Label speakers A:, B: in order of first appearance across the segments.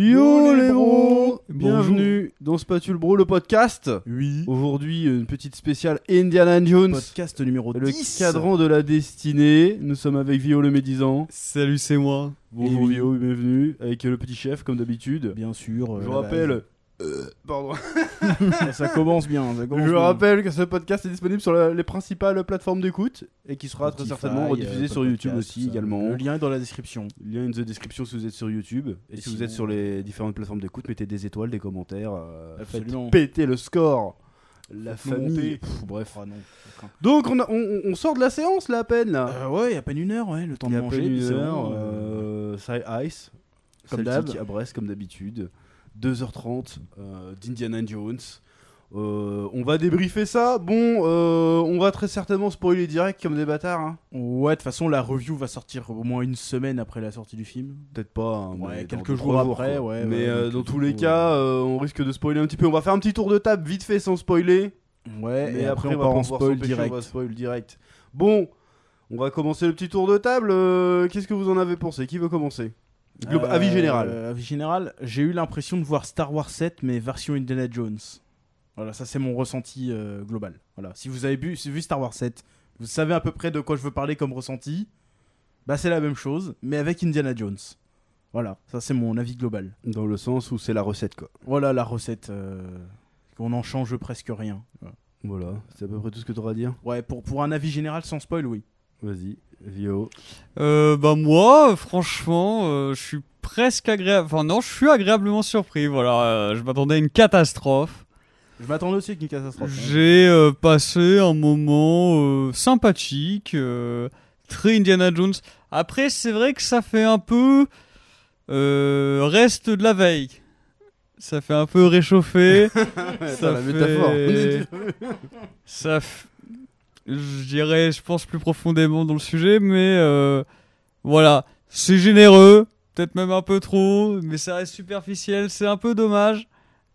A: Yo les bros
B: Bienvenue dans Spatule Bro, le podcast.
A: Oui.
B: Aujourd'hui, euh, une petite spéciale Indiana Jones.
A: Podcast numéro
B: Le
A: 10.
B: cadran de la destinée. Nous sommes avec Vio le médisant.
C: Salut, c'est moi.
B: Bonjour
A: oui.
B: Vio, bienvenue. Avec euh, le petit chef, comme d'habitude.
A: Bien sûr. euh,
B: Je vous
A: la
B: rappelle. Euh, pardon.
A: base. ça commence bien. Ça commence
B: Je vous
A: bien.
B: rappelle que ce podcast est disponible sur la- les principales plateformes d'écoute et qui sera très
A: Spotify,
B: certainement rediffusé
A: euh,
B: sur
A: podcast,
B: YouTube aussi
A: tout ça.
B: également.
A: Le lien est dans la description.
B: Lien in the description si vous êtes sur YouTube. Et,
A: Et
B: si vous
A: sinon-
B: êtes sur les différentes plateformes d'écoute, mettez des étoiles, des commentaires. euh, faites
A: Absolument.
B: péter le score. La
A: Faites-nous monter.
B: famille. Pff, bref.
A: Ah non.
B: Donc on, a- on- on sort de la séance là à peine là.
A: Euh, ouais, il y a à peine une heure, ouais, le temps
B: Il y
A: de
B: a
A: manger.
B: pas eu
A: puis c'est
B: d'heure,
A: bon, euh,
B: euh, Side Ice,
A: Comme
B: comme
A: d'hab.
B: à Brest comme d'habitude. 2h30 euh, d'Indiana Jones. Euh, on va débriefer ça. Bon, euh, on va très certainement spoiler direct comme des bâtards. hein.
A: Ouais, de toute façon, la review va sortir au moins une semaine après la sortie du film.
B: Peut-être pas. hein,
A: Ouais,
B: mais dans
A: quelques
B: deux,
A: jours
B: trois
A: après,
B: quoi.
A: ouais,
B: Mais
A: ouais,
B: euh,
A: donc,
B: dans
A: du
B: tous les
A: coup,
B: cas, euh, on risque de spoiler un petit peu. On va faire un petit tour de table vite fait sans spoiler.
A: Ouais,
B: Mais
A: et après,
B: va
A: on part
B: pas
A: en
B: pouvoir
A: spoil
B: s'empêcher,
A: direct.
B: On va spoil direct. Bon, on va commencer le petit tour de table. euh, Qu'est-ce que vous en avez pensé Qui veut commencer Globa-
A: Euh,
B: Avis général.
A: euh, avis général, j'ai eu l'impression de voir Star Wars 7 mais version Indiana Jones. Voilà, ça c'est mon ressenti euh, global. Voilà, si vous avez vu, si vous avez vu Star Wars 7, vous savez à peu près de quoi je veux parler comme ressenti. Bah c'est la même chose, mais avec Indiana Jones. Voilà, ça c'est mon avis global.
B: Dans le sens où c'est la recette, quoi.
A: Voilà la recette. euh, on en change presque rien.
B: Voilà, c'est à peu près tout ce que tu auras à dire.
A: Ouais, pour, pour un avis général sans spoil, oui.
B: Vas-y, Vio.
C: Euh, bah moi, franchement, euh, je suis presque agréable. Enfin non, je suis agréablement surpris. Voilà, Euh, je m'attendais à une catastrophe.
A: Je m'attendais aussi avec une catastrophe. hein.
C: J'ai euh, passé un moment euh, sympathique, euh, très Indiana Jones. Après, c'est vrai que ça fait un peu euh, reste de la veille. Ça fait un peu réchauffer.
B: Dans la métaphore.
C: ça f- je dirais je pense plus profondément dans le sujet mais euh, voilà c'est généreux peut-être même un peu trop mais ça reste superficiel c'est un peu dommage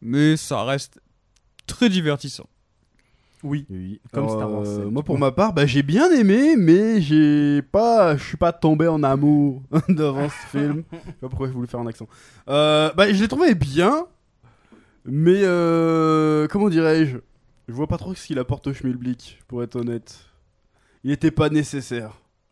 C: mais ça reste très divertissant
A: Oui.
B: Oui,
A: Comme Star Wars,
B: euh,
A: c'est-
B: moi, pour ma part, bah, j'ai bien aimé, mais j'ai pas, je suis pas tombé en amour devant ce film. Je sais pas pourquoi j'ai voulu faire un accent. Euh, bah, je l'ai trouvé bien, mais euh, comment dirais-je Je vois pas trop ce qu'il apporte au Schmilblick, pour être honnête. Il était pas nécessaire.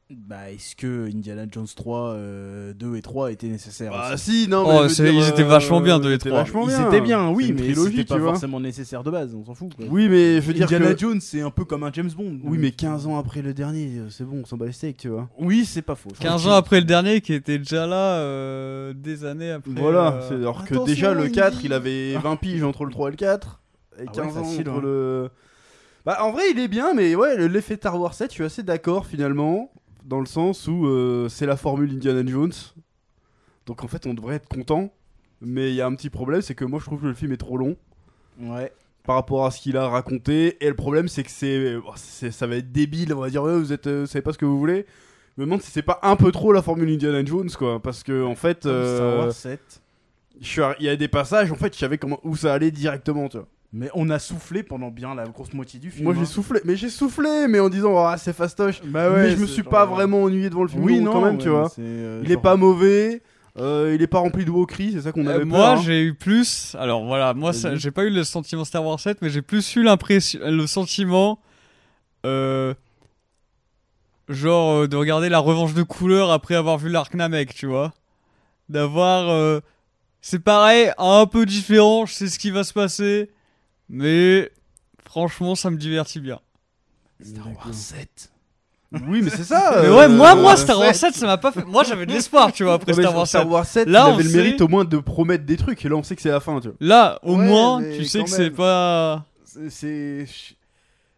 A: Bah est-ce que Indiana Jones 3, euh, 2 et 3 étaient nécessaires
B: Bah
A: aussi
B: si, non. mais je
C: Oh,
B: veux
C: c'est-
B: dire,
C: ils étaient
B: euh,
C: vachement bien, deux et
B: ils étaient
C: trois.
B: vachement
A: Ah, Ils
B: bien.
A: étaient bien, oui,
B: C'est une
A: mais
B: trilogie,
A: c'était pas
B: tu vois.
A: forcément nécessaire de base, on s'en fout. quoi.
B: Oui, mais je veux dire
A: Indiana
B: que.
A: Jones, c'est un peu comme un James Bond.
B: Oui, mais 15 ans après le dernier, euh, c'est bon, on s'en bat les steaks, tu vois.
A: Oui, c'est pas faux. Je
C: 15
A: trouve
C: ans
A: que-
C: après le dernier qui était déjà là euh, des années après
B: Voilà,
C: euh,
B: c'est alors que
C: attention,
B: déjà le
C: il
B: 4,
C: dit-
B: il avait 20 piges entre le 3 et le 4 et
A: Ah
B: 15
A: ouais,
B: ans
A: facile,
B: entre
A: hein.
B: le Bah en vrai, il est bien mais ouais, le- l'effet Star Wars 7, je suis assez d'accord finalement dans le sens où euh, c'est la formule Indiana Jones. Donc en fait, on devrait être content, mais il y a un petit problème, c'est que moi je trouve que le film est trop long
A: Ouais.
B: par rapport à ce qu'il a raconté. Et le problème, c'est que c'est, oh, c'est- ça va être débile. On va dire, ouais, vous êtes, euh, vous savez pas ce que vous voulez. Je me demande si c'est pas un peu trop la formule Indiana Jones, quoi. Parce que en fait,
A: Star
B: euh,
A: Wars 7.
B: je suis arri- il y a des passages. En fait, je savais comment où ça allait directement. Tu vois.
A: Mais on a soufflé pendant bien la grosse moitié du film.
B: Moi, j'ai
A: hein.
B: soufflé, mais j'ai soufflé, mais en disant, ah, c'est fastoche.
A: Bah ouais,
B: mais je me
A: c'est
B: suis
A: genre-
B: pas vraiment ennuyé devant le film.
A: Oui,
B: long,
A: non,
B: quand même,
A: ouais,
B: tu vois.
A: c'est, euh,
B: Il est
A: genre-
B: pas mauvais. euh, il est pas rempli de moqueries, c'est ça qu'on
C: Euh,
B: avait
C: moi,
B: peur, hein.
C: j'ai eu plus. Alors voilà, moi, ça-
B: Vas-y.
C: j'ai pas eu le sentiment Star Wars 7, mais j'ai plus eu l'impression, le sentiment, euh, genre euh, de regarder la revanche de couleur après avoir vu l'arc Namek, tu vois, d'avoir, euh, c'est pareil, un peu différent, je sais ce qui va se passer, mais franchement, ça me divertit bien.
A: Star Wars 7.
B: Oui, mais c'est ça.
C: mais
B: euh,
C: ouais, moi, moi,
B: euh,
C: Star Wars 7, ça m'a pas fait. Moi, j'avais de l'espoir, tu vois, après
B: Ouais, mais
C: Star Wars 7.
B: Star Wars 7,
C: Là,
B: il
C: on
B: avait le
C: sait-
B: mérite au moins de promettre des trucs, et là on sait que c'est la fin, tu vois.
C: Là, au
A: Ouais,
C: moins,
A: mais
C: tu sais
A: quand
C: que c'est
A: même.
C: pas.
A: C'est- C'est. je-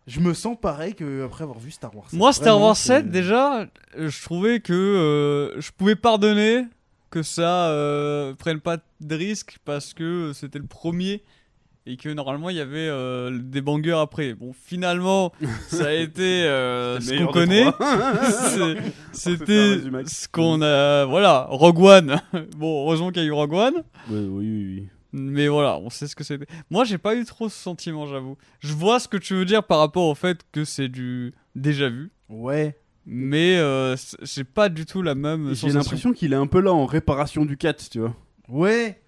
A: Je me sens pareil qu'après avoir vu Star Wars 7.
C: Moi, Star
A: Vraiment,
C: Wars
A: c'est-
C: 7, déjà, euh, je trouvais que euh, je pouvais pardonner que ça euh, prenne pas de risques parce que c'était le premier et que normalement il y avait euh, des bangers après. Bon, finalement, ça a été euh, ce qu'on connaît. C'est-
B: peut faire un
C: C'était
B: résumé.
C: ce qu'on a. Voilà, Rogue One. bon, heureusement qu'il y a eu Rogue One.
B: oui, oui, oui.
C: Mais voilà, on sait ce que c'était. Moi, j'ai pas eu trop ce sentiment, j'avoue. Je vois ce que tu veux dire par rapport au fait que c'est du déjà vu
A: Ouais.
C: mais euh, c- j'ai pas du tout la même
B: J'ai
C: sensation.
B: l'impression qu'il est un peu là en réparation du 4, tu vois.
A: Ouais.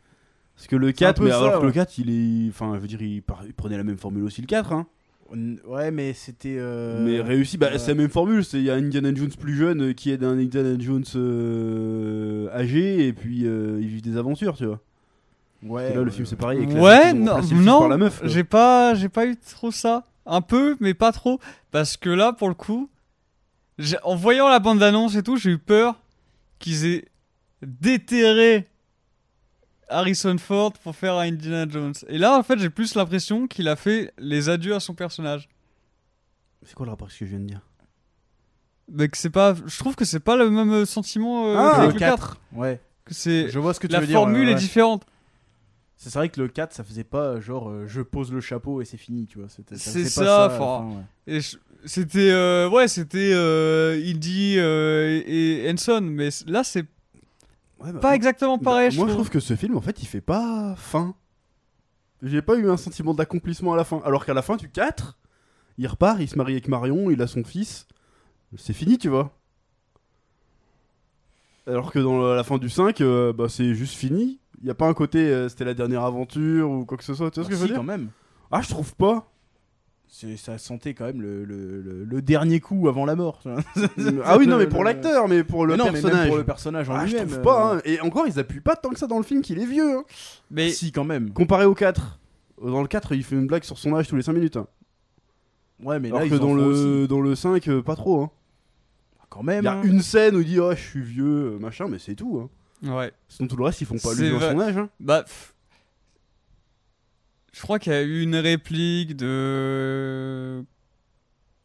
B: Parce que le
A: C'est un
B: 4,
A: peu
B: mais
A: ça,
B: alors que
A: ouais.
B: le 4, il est. Enfin, je veux dire, il, par- il prenait la même formule aussi, le 4. Hein.
A: On- Ouais, mais c'était. euh,
B: mais réussi, bah,
A: ouais.
B: c'est la même formule. c'est- Il y a Indiana Jones plus jeune euh, qui aide un Indiana Jones euh, âgé, et puis euh, ils vivent des aventures, tu vois.
A: Ouais.
B: Et là,
A: ouais,
B: le film,
A: ouais.
B: c'est pareil. avec la-
C: Ouais,
B: ils ont
C: non,
B: remplacé le fils
C: non,
B: par la meuf, là.
C: J'ai pas, j'ai pas eu trop ça. Un peu, mais pas trop. Parce que là, pour le coup, j'ai- en voyant la bande-annonce et tout, j'ai eu peur qu'ils aient déterré Harrison Ford pour faire un Indiana Jones. Et là, en fait, j'ai plus l'impression qu'il a fait les adieux à son personnage.
B: C'est quoi le rapport avec ce que je viens de dire
C: Mais que c'est pas, je trouve que c'est pas le même sentiment euh,
B: Ah,
C: qu'avec
A: le
C: le
A: 4.
C: 4.
A: Ouais.
C: Que c'est
A: Je vois ce que tu
C: la
A: veux dire.
C: formule
A: ouais,
C: est
A: ouais.
C: différente.
A: C'est vrai que le 4, ça faisait pas euh, genre euh, je pose le chapeau et c'est fini, tu vois. C'était-
C: C'est
A: faisait pas
C: ça,
A: à la
C: enfin,
A: fin, ouais.
C: Et je- C'était euh, ouais, c'était euh, Indy euh, et et Henson, mais c- là c'est
B: Ouais, bah,
C: pas exactement pareil.
B: Bah, moi, je trouve que ce film, en fait, il fait pas fin. J'ai pas eu un sentiment d'accomplissement à la fin. Alors qu'à la fin du 4, il repart, il se marie avec Marion, il a son fils. C'est fini, tu vois. Alors que dans la fin du 5, euh, bah, c'est juste fini. Il y a pas un côté euh, c'était la dernière aventure ou quoi que ce soit. Tu vois ce que
A: Bah
B: je veux
A: si,
B: dire
A: quand même.
B: Ah, je trouve pas.
A: C'est- Ça sentait quand même le, le, le- le dernier coup avant la mort. tu vois.
B: ah oui, non, mais pour
A: Le-
B: l'acteur, mais pour le
A: Mais non, mais même
B: personnage.
A: pour le personnage en
B: ah, je
A: lui-même.
B: trouve pas.
A: euh,
B: hein. Et encore, ils appuient pas tant que ça dans le film qu'il est vieux. hein.
C: Mais
A: Si, quand même.
B: Comparé au 4. Dans le 4, il fait une blague sur son âge tous les 5 minutes. hein.
A: Ouais, mais
B: Alors
A: là, ils
B: que
A: en
B: dans
A: font
B: le,
A: aussi.
B: dans le 5, euh, pas trop. hein.
A: Quand
B: Il
A: même.
B: y a
A: hein.
B: une scène où il dit Oh, je suis vieux, euh, machin, mais c'est tout. hein.
C: ouais,
B: Sinon, tout le reste, ils font pas
C: C'est
B: allusion à
C: vrai.
B: son âge. hein.
C: bah pff. je crois qu'il y a eu une réplique de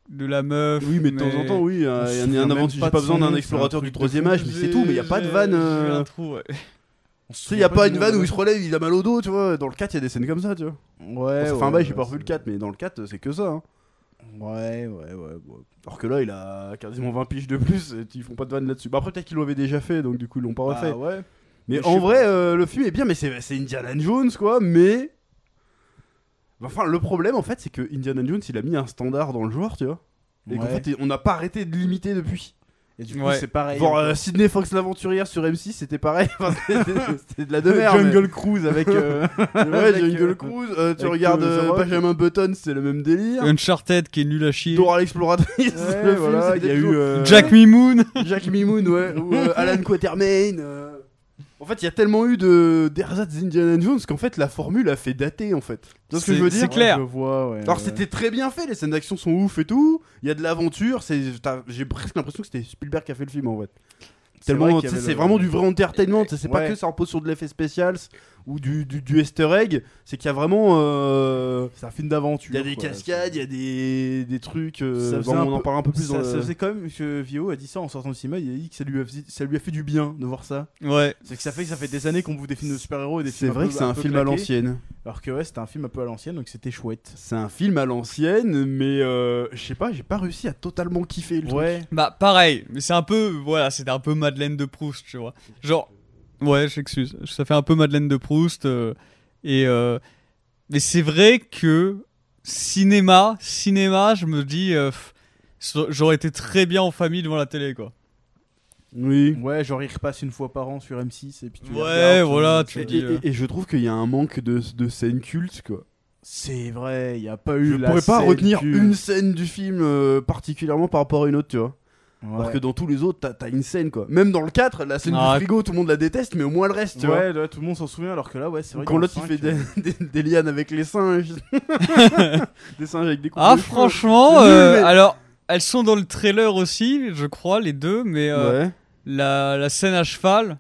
C: de la meuf.
B: Oui, mais de temps en temps, oui. euh,
A: on
B: Il y en a
A: se
B: un
A: souvient
B: avant-
A: même
B: J'ai
A: pas
B: pas,
A: de
B: besoin
A: son
B: d'un
A: nom,
B: explorateur
A: c'est un
B: du
A: truc de
B: troisième
A: fou.
B: âge, mais c'est tout. Mais il y a pas de vanne.
C: J'ai eu
B: euh,
C: un trou, ouais.
A: On se
B: Tu sais, il y a
A: souvient
B: pas
A: du
B: une
A: nom de
B: vanne où
A: la-
B: il se relève, il a mal au dos, tu vois. Dans le 4, il y a des scènes comme ça, tu vois.
A: Ouais,
B: enfin, bah,
A: ouais,
B: j'ai pas revu
A: ouais,
B: le 4, mais dans le 4, c'est que ça. hein.
A: c'est- Ouais, ouais, ouais. ouais.
B: Alors que là, il a quasiment 20 piges de plus, et ils font pas de vanne là-dessus. Bah, après, peut-être qu'ils l'avaient déjà fait, donc du coup, ils l'ont pas refait.
A: Ah ouais.
B: Mais
A: Mais je
B: en
A: sais
B: vrai,
A: pas.
B: euh, le film est bien, mais c'est c'est Indiana Jones, quoi. Mais. Bah, Enfin, le problème, en fait, c'est que Indiana Jones, il a mis un standard dans le joueur, tu vois. Et qu'en
A: Ouais.
B: fait, on n'a pas arrêté de l'imiter depuis.
A: Et du coup,
C: Ouais.
A: c'est pareil.
B: Genre,
A: encore.
B: euh, Sydney Fox l'aventurière sur M6, c'était pareil. Enfin, c'était c'était de la demeure.
A: Jungle Cruise avec. euh,
B: Ouais,
A: avec,
B: Jungle
A: euh,
B: Cruise. euh, tu
A: avec,
B: regardes
A: euh, The
B: euh,
A: Rock.
B: Benjamin Button, c'est le même délire.
C: Uncharted qui est nul à chier.
B: Dora l'exploratrice.
A: Ouais,
B: le film,
A: voilà,
B: c'était
A: il y a eu,
B: toujours-
A: euh,
C: Jack Mimoun.
B: Jack Mimoun, ouais, ou euh, Alan Quatermain. euh. En fait, il y a tellement eu de d'ersatz Indiana Jones qu'en fait la formule a fait dater en fait. Tu vois ce que
C: C'est-
B: je veux dire
C: c'est clair.
A: Je vois, ouais.
B: Alors
A: ouais.
B: c'était très bien fait, les scènes d'action sont ouf et tout. Il y a de l'aventure, c'est t'as- j'ai presque l'impression que c'était Spielberg qui a fait le film en fait.
A: C'est
B: Tellement,
A: vrai qu'il y
B: tu sais,
A: avait
B: c'est
A: le-
B: vraiment du vrai entertainment. tu sais, C'est pas
A: Ouais.
B: que ça repose sur de l'effet spécial ou du, du, du Easter egg. C'est qu'il y a vraiment, euh,
A: C'est un film d'aventure.
B: il y a des
A: quoi.
B: cascades, il y a des, des trucs. euh,
A: Ça faisait
B: bon,
A: un
B: on en
A: peu-
B: parle un peu plus.
A: Ça,
B: dans
A: ça
B: le-
A: faisait quand même que Vio a dit ça en sortant du cinéma. Il a dit que ça lui a, fait- ça lui a fait du bien de voir ça.
C: Ouais.
A: C'est que ça fait que ça fait des années qu'on vous des films de super-héros et des
B: C'est
A: films.
B: vrai que c'est un film à
A: l'ancienne
B: l'ancienne.
A: Alors que ouais, c'était un film un peu à l'ancienne, donc c'était chouette.
B: C'est un film à l'ancienne, mais euh, je sais pas, j'ai pas réussi à totalement kiffer le truc.
A: Ouais.
C: Bah pareil, mais c'est un peu voilà, c'était un peu Madeleine de Proust, tu vois. Genre ouais, j'excuse, ça fait un peu Madeleine de Proust euh, et euh, mais c'est vrai que cinéma, cinéma, je me dis euh, pff, ça- j'aurais été très bien en famille devant la télé quoi.
B: Oui.
A: Ouais, genre il repasse une fois par an sur M6 et puis tu les
C: Ouais,
A: regardes,
C: voilà,
A: tu-
C: tu-
B: Et, et- et je trouve qu'il y a un manque de, de scènes cultes, quoi.
A: C'est vrai, il y a pas eu
B: Je
A: la
B: pourrais pas
A: scène
B: retenir
A: culte.
B: une scène du film euh, particulièrement par rapport à une autre, tu vois.
A: Ouais.
B: Alors que dans tous les autres, t'as- t'as une scène, quoi. Même dans le 4, la scène
C: Ah,
B: du frigo, tout le monde la déteste, mais au moins le reste, tu vois.
A: ouais, là, tout le monde s'en souvient alors que là ouais, c'est
B: Ou
A: vrai
B: Quand
A: que
B: l'autre
A: dans
B: il
A: le
B: fait des,
A: cinq, euh,
B: des, des lianes avec les singes. des singes avec des coups
C: Ah
B: de cheveux.
C: franchement,
B: C'est nul,
C: euh,
B: mais-
C: alors elles sont dans le trailer aussi, je crois les deux, mais euh,
B: Ouais.
C: la, la scène à cheval,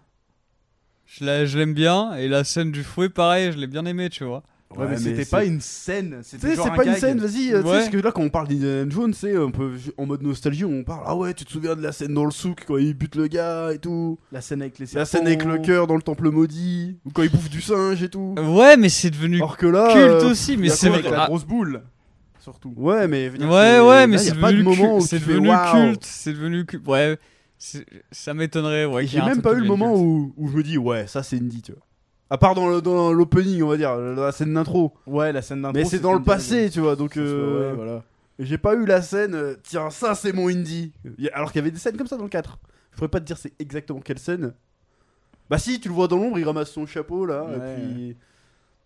C: je la- je l'aime bien et la scène du fouet pareil, je l'ai bien aimé, tu vois.
A: Ouais, mais, c'était
B: c'est-
A: pas une scène,
B: Tu sais,
A: c'était
B: c'est
A: genre un
B: pas une
A: gag.
B: scène, vas-y. euh, tu sais,
C: Ouais.
B: Parce que là, quand on parle d'Indiana Jones, c'est un peu en mode nostalgie, on parle Ah ouais, tu te souviens de la scène dans le souk quand il bute le gars et tout.
A: La scène avec les
B: La scène avec le
A: serpents.
B: cœur dans le temple maudit. Ou quand il bouffe du singe et tout.
C: Ouais, mais c'est devenu
B: Alors que là.
C: Euh, culte
B: euh,
C: aussi, mais
B: y a
C: c'est
B: quoi
C: vrai.
B: avec
C: ah,
A: la grosse boule surtout.
B: Ouais, mais. je veux dire,
C: Ouais,
B: c'est-
C: ouais,
B: là,
C: mais
B: y a
C: c'est
B: pas de
C: devenu,
B: moment
C: cu-
B: où
C: c'est
B: tu fais,
C: devenu
B: Waouh.
C: culte. C'est devenu culte. Ouais, c'est- ça m'étonnerait. Ouais,
B: Et J'ai
C: qu'il y ait un
B: même
C: truc
B: pas
C: qui
B: eu le
C: devienne
B: moment
C: culte.
B: où, où je me dis Ouais, ça c'est Indy, tu vois. À part dans le- dans l'opening, on va dire, la scène d'intro.
A: Ouais, la
C: Ah,
A: scène d'intro.
B: Mais c'est dans le
A: c'était une
B: passé, tu vois, donc.
A: dinguerie.
B: euh,
A: Ouais, voilà.
B: J'ai pas eu la scène, euh, tiens, ça c'est mon indie. Y a- Alors qu'il y avait des scènes comme ça dans le 4. Je pourrais pas te dire c'est exactement quelle scène. Bah si, tu le vois dans l'ombre, il ramasse son chapeau là.
A: Ouais.
B: Et puis...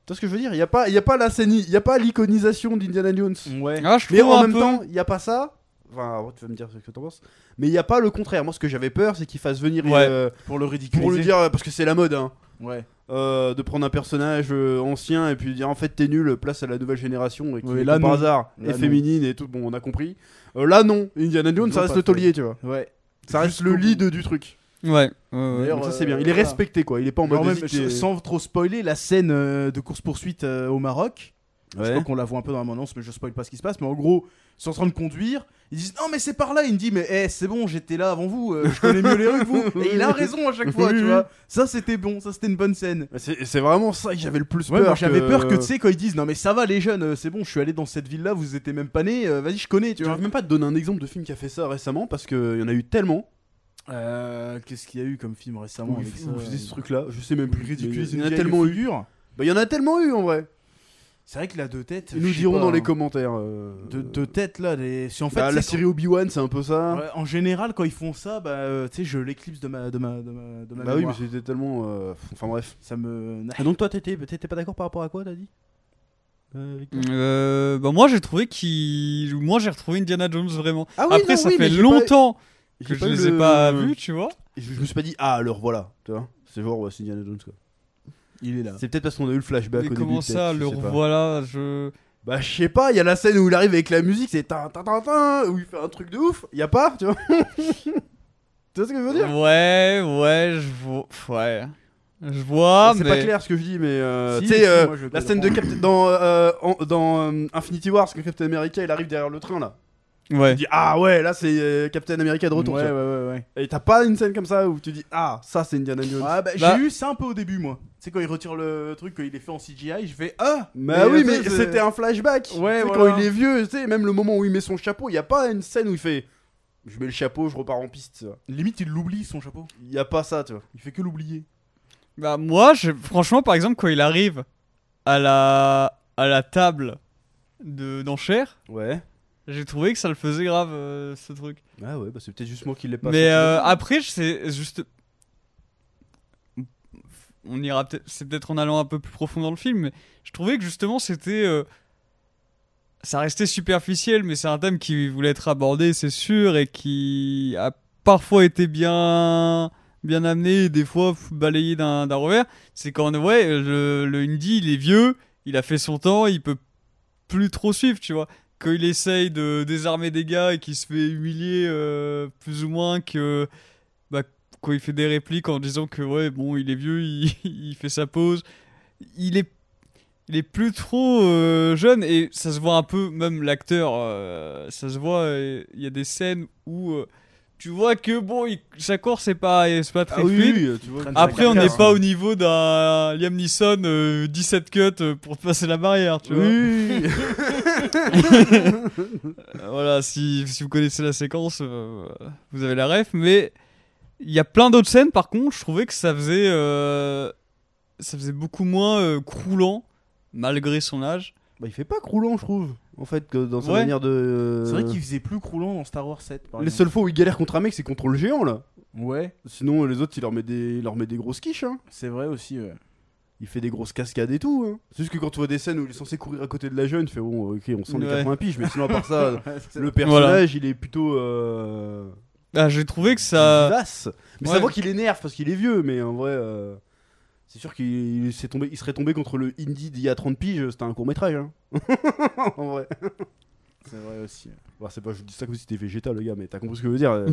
B: Tu vois ce que je veux dire Il n'y a pas, il y a pas la scène, il y a pas l'iconisation d'Indiana Jones.
A: Ouais.
C: Ah, je
B: Mais
C: trouve
B: en
C: un
B: même
C: peu-
B: temps, il n'y a pas ça. Enfin, oh, tu vas me dire ce que t'en penses. Mais il n'y a pas le contraire. Moi, ce que j'avais peur, c'est qu'il fasse venir
C: Ouais.
B: euh,
A: Pour le ridiculiser.
B: pour le dire euh, parce que c'est la mode. Hein.
A: Ouais.
B: euh, de prendre un personnage euh, ancien et puis dire en fait t'es nul, place à la nouvelle génération et qui
A: Oui,
B: est
A: là,
B: comme par
A: non.
B: hasard
A: Là,
B: est
A: non.
B: féminine et tout, bon on a compris. Euh, là non, Indiana Jones
A: Ils
B: ça
A: ont
B: reste
A: pas
B: le taulier tu vois.
A: Ouais.
B: Ça reste
A: Jusqu'au
B: le
A: bout.
B: lead du truc.
C: Ouais, ouais, ouais.
A: D'ailleurs,
B: Donc ça
A: euh,
B: c'est bien, il est
A: voilà.
B: respecté quoi, il est pas en mode
A: Genre même,
B: hésité.
A: je- sans trop spoiler, la scène euh, de course-poursuite euh, au Maroc, je
B: Ouais.
A: crois qu'on la voit un peu dans la annonce, mais je spoil pas ce qui se passe. Mais en gros, ils sont en train de conduire. Ils disent non, mais c'est par là. Il me dit, mais eh, c'est bon, j'étais là avant vous. euh, je connais mieux les rues que vous. Et il a raison à chaque fois,
B: Oui,
A: tu
B: oui.
A: vois. Ça, c'était bon. Ça, c'était une bonne scène.
B: Mais C'est c'est vraiment ça que j'avais le plus
A: Ouais,
B: peur.
A: moi, j'avais peur que, tu
B: sais
A: sais, quand ils disent non, mais ça va, les jeunes, euh, c'est bon, je suis allé dans cette ville-là, vous étiez même pas nés, euh, vas-y, je connais, tu
B: Je
A: vois.
B: vais même pas te donner un exemple de film qui a fait ça récemment parce qu'il y en a eu tellement
A: Euh, Qu'est-ce qu'il y a eu comme film récemment
B: où
A: avec
B: ils
A: ça
B: où ils faisaient ce truc là, je sais même plus ridicule.
A: Il
B: Il y en a tellement eu. Bah, il y en a tellement eu en vrai.
A: C'est vrai que la deux têtes.
B: Ils nous
A: je sais
B: diront
A: pas,
B: dans les
A: hein.
B: commentaires. euh,
A: De, de tête là, les... si en fait
B: bah,
A: c'est
B: la
A: quand-
B: série Obi-Wan c'est un peu ça.
A: Ouais, en général quand ils font ça, bah euh, tu sais je l'éclipse de ma de ma de ma, de ma
B: Bah oui, mais
A: mémoire.
B: c'était tellement. euh, Enfin bref.
A: ça me
B: Et donc toi, t'étais t'étais pas d'accord par rapport à quoi, t'as dit
C: Euh, bah moi j'ai trouvé qu'il. Moi j'ai retrouvé Indiana Jones vraiment.
B: Ah
C: Après ça fait longtemps que je les ai pas
B: vu
C: vus, tu vois.
B: Je, je me suis pas dit, ah alors voilà, tu vois. C'est genre, ouais, c'est Indiana Jones quoi.
A: il est là.
B: C'est peut-être parce qu'on a eu le flashback
C: Mais
B: au début.
C: comment ça,
B: peut-être,
C: le
B: je sais pas.
C: revoilà je...
B: Bah je sais pas, il y a la scène où il arrive avec la musique, c'est tin tin tin tin, où il fait un truc de ouf, y a pas, tu vois. tu vois ce que je veux dire
C: Ouais, ouais, je vois. Ouais. Je vois,
B: Ah, C'est
C: Ah, mais.
B: pas clair ce que je dis, mais euh,
A: Si,
B: tu sais,
A: si,
B: euh,
A: moi, je
B: la
A: comprends.
B: scène de Captain dans, euh, en- dans euh, Infinity War, parce que Captain America il arrive derrière le train là.
C: Ouais.
B: Tu dis ah ouais, là c'est euh, Captain America de retour.
A: ouais,
B: tu
A: ouais
B: vois.
A: ouais ouais.
B: Et t'as pas une scène comme ça où tu dis ah ça c'est Indiana Jones.
A: Ah, bah,
C: Bah-
A: j'ai eu ça un peu au début moi. Tu sais quand il retire le truc quand il est fait en CGI, je fais ah
B: bah oui mais
A: ça, c'est-
B: c'était un flashback. Tu
A: Ouais,
B: sais,
A: voilà.
B: Quand il est vieux, tu sais même le moment où il met son chapeau, y a pas une scène où il fait je mets le chapeau, je repars en piste. tu vois.
A: limite il l'oublie son chapeau.
B: Y a pas ça tu vois.
A: Il fait que l'oublier.
C: Bah moi, je- franchement, par exemple, quand il arrive à la, à la table de d'enchères,
B: Ouais.
C: j'ai trouvé que ça le faisait grave, euh, ce truc.
B: Ah ouais bah c'est peut-être juste moi qui l'ai pas.
C: Mais
B: senti.
C: euh, après, je- c'est juste... On ira peut-être... C'est peut-être en allant un peu plus profond dans le film, mais je trouvais que justement, c'était... euh, Ça restait superficiel, mais c'est un thème qui voulait être abordé, c'est sûr, et qui a parfois été bien, bien amené, et des fois pff, balayé d'un d'un revers. C'est quand, ouais, le, le Indy, il est vieux, il a fait son temps, il peut plus trop suivre, tu vois qu'il essaye de désarmer des gars et qu'il se fait humilier euh, plus ou moins que bah, quand il fait des répliques en disant que ouais bon il est vieux il, il fait sa pause il est il est plus trop euh, jeune et ça se voit un peu même l'acteur euh, ça se voit euh, il y a des scènes où euh, tu vois que bon il- sa course c'est pas c'est pas très
B: ah oui,
C: fluide
B: oui, oui, tu vois.
A: Après,
C: après on
A: Carcasse,
C: n'est pas
A: hein.
C: au niveau d'un Liam Neeson euh, 17 cuts euh, pour passer la barrière tu vois
B: Oui.
C: Euh, voilà, si, si vous connaissez la séquence, euh, vous avez la ref. Mais il y a plein d'autres scènes, par contre, je trouvais que ça faisait, euh, ça faisait beaucoup moins euh, croulant, malgré son âge.
B: bah il fait pas croulant je trouve. En fait que dans sa
C: Ouais.
B: manière de.
A: C'est
B: Euh.
A: vrai qu'il faisait plus croulant dans Star Wars 7 par
B: Les
A: exemple.
B: seules fois où il galère contre un mec c'est contre le géant là.
A: Ouais,
B: Sinon les autres il leur met des, il leur met des grosses quiches hein.
A: c'est vrai aussi ouais.
B: Il fait des grosses cascades et tout. hein. C'est juste que quand tu vois des scènes où il est censé courir à côté de la jeune, tu fais bon, ok, on sent les
C: Ouais.
B: 80 piges, mais sinon, à part ça, le
A: le
B: personnage, il est plutôt. Euh...
C: Ah, j'ai trouvé que ça.
B: vivace. Mais ça
C: ouais.
B: voit qu'il énerve parce qu'il est vieux, mais en vrai. euh, C'est sûr qu'il il s'est tombé, il serait tombé contre le indie d'il y a 30 piges, c'était un court métrage. Hein. en vrai.
A: c'est vrai aussi. ouais.
B: Bon, c'est pas, je dis ça comme si c'était végétal, le gars, mais t'as compris ce que je veux dire. euh,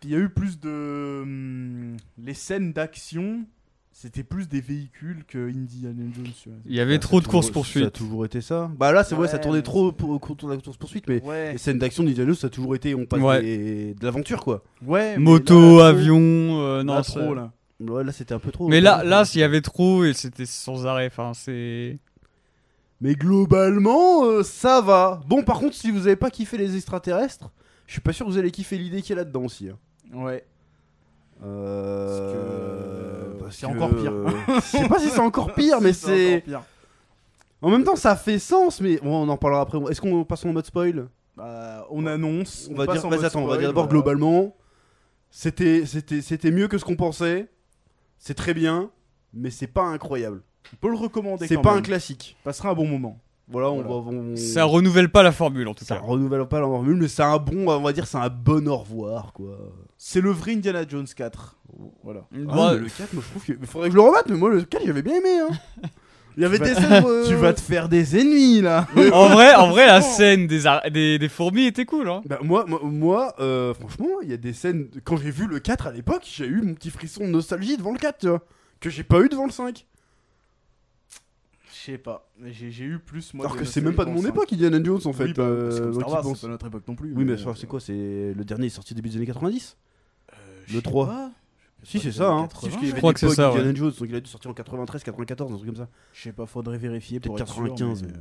A: Puis il y a eu plus de hum, les scènes d'action, c'était plus des véhicules que Indiana Jones. tu vois.
C: Il y avait
B: ça a
C: trop de
B: toujours-
C: courses
B: Ça a
C: poursuites.
B: toujours été ça. Bah là, c'est vrai, ça
A: Ouais,
B: tournait
A: mais
B: trop pour, autour de la course poursuite, mais
A: Ouais,
B: les scènes d'action d'Indiana Jones, ça a toujours été, on passe
C: Ouais.
B: des- de l'aventure quoi.
A: ouais. mais
C: Moto,
A: là,
C: avion, euh,
A: trop,
C: non,
A: là,
C: ça-
A: trop là.
B: Ouais, là c'était un peu trop.
C: Mais là,
B: Ouais.
C: là, il y avait trop et c'était sans arrêt. Enfin, c'est.
B: Mais globalement, euh, ça va. Bon, par contre, si vous avez pas kiffé les extraterrestres, je suis pas sûr que vous allez kiffer l'idée qui est là-dedans aussi. hein.
A: Ouais.
B: Euh, bah,
A: Parce que-
B: parce
A: c'est encore pire.
B: je sais pas si c'est encore pire, mais c'est.
A: encore pire.
B: En même temps, ça fait sens, mais on en parlera après. Est-ce qu'on passe en mode spoil
A: Bah, on annonce.
B: On va
A: passe
B: dire.
A: en
B: Vas-y,
A: mode
B: attends, on va
A: spoil,
B: dire d'abord
A: voilà.
B: globalement. C'était, c'était, c'était mieux que ce qu'on pensait. c'est très bien, mais c'est pas incroyable.
A: On peut le recommander
B: C'est
A: quand
B: pas
A: même.
B: un classique.
A: passera un bon moment.
B: Voilà, on
A: Voilà.
B: va. on-
C: Ça renouvelle pas la formule en tout
B: ça
C: cas.
B: renouvelle pas la formule, mais c'est un bon, on va dire, c'est un bon au revoir, quoi.
A: C'est le vrai Indiana Jones 4. Voilà.
C: Moi,
B: Ah, mais le 4, moi je trouve que. Il faudrait que je le remette, mais moi le 4, j'avais bien aimé, hein. Il y avait
A: Tu
B: des
A: vas-
B: scènes. euh,
A: Tu vas te faire des ennemis là.
C: en vrai, en vrai, la scène des, ar- des, des fourmis était cool. Hein.
B: Bah, moi, moi, moi, euh, franchement, il y a des scènes. Quand j'ai vu le 4 à l'époque, j'ai eu mon petit frisson de nostalgie devant le 4, tu vois. Que j'ai pas eu devant le 5.
A: Je sais pas. mais J'ai j'ai eu plus moi.
B: Alors
A: de
B: que c'est même pas de mon
A: nostalgie
B: époque, Indiana Jones, en
A: pour
B: fait.
A: le cinq. Oui, bah,
B: euh,
A: c'est comme Star
B: quand tu
A: Wars,
B: penses.
A: c'est pas notre époque non plus.
B: Oui, mais
A: euh,
B: ça, c'est quoi C'est le dernier est sorti début des années 90
A: euh, je
B: le
A: sais
B: 3.
A: pas.
B: Si,
A: Pas
B: c'est
A: des
B: ça,
A: années
B: hein. Si, parce
A: 80,
B: qu'il y
A: je
B: avait
C: crois
B: l'époque
C: que c'est ça,
B: Indiana Jones, donc il a dû sortir en 93, 94, un truc comme ça.
A: Je sais pas, faudrait vérifier
B: Peut-être
A: pour être sûr,
B: 95,
A: mais,
B: mais-
A: euh,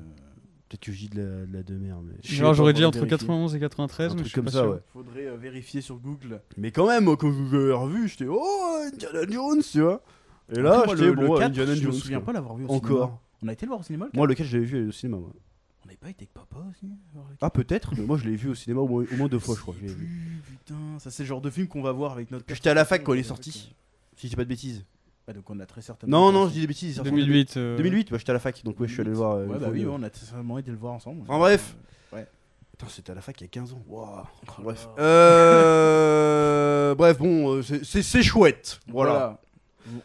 B: Peut-être que je dis de la, de la demeure, mais.
A: Je sais
C: Genre,
A: pas,
C: j'aurais dit
A: faudrait
C: entre
A: vérifier.
C: 91 et 93,
B: Un
C: mais
B: truc
C: je suis
B: comme
C: pas
B: ça,
C: sûr.
B: ouais.
A: Faudrait euh, vérifier sur Google.
B: Mais quand même, moi, quand je l'ai revu, j'étais Oh, Indiana Jones, tu vois. Et là,
A: Après, moi,
B: j'étais
A: le- le
B: bon,
A: 4,
B: Indiana
A: je
B: Jones.
A: me souviens
B: quoi.
A: pas l'avoir vu au cinéma.
B: Encore.
A: On a été le voir au cinéma le
B: Moi, lequel j'avais vu au cinéma, moi.
A: quatre On n'avait pas été avec papa aussi voir le
B: Ah, peut-être, mais moi, je l'ai vu au cinéma au moins, au moins deux fois, je crois. que je l'ai
A: quatre
B: vu.
A: Plus, Putain, ça c'est le genre de film qu'on va voir avec notre. père.
B: J'étais à la fac quand il est sorti. Si je dis pas de bêtises.
A: Ah, donc on a très
B: Non,
A: certainement.
B: non, je dis des bêtises. il est sorti en
C: 2008. euh,
B: 2008, bah, j'étais à la fac, donc ouais, je suis allé le voir. euh,
A: Ouais,
B: une
A: bah
B: fois,
A: oui,
B: deux.
A: ouais, on a certainement été le voir ensemble. Euh,
B: Enfin, bref.
A: Ouais.
B: Putain, c'était à la fac il y a 15 ans. Waouh.
A: Oh
B: Bref.
A: là.
B: Euh, bref, bon, euh, c'est- c'est c'est chouette. voilà.
A: Voilà.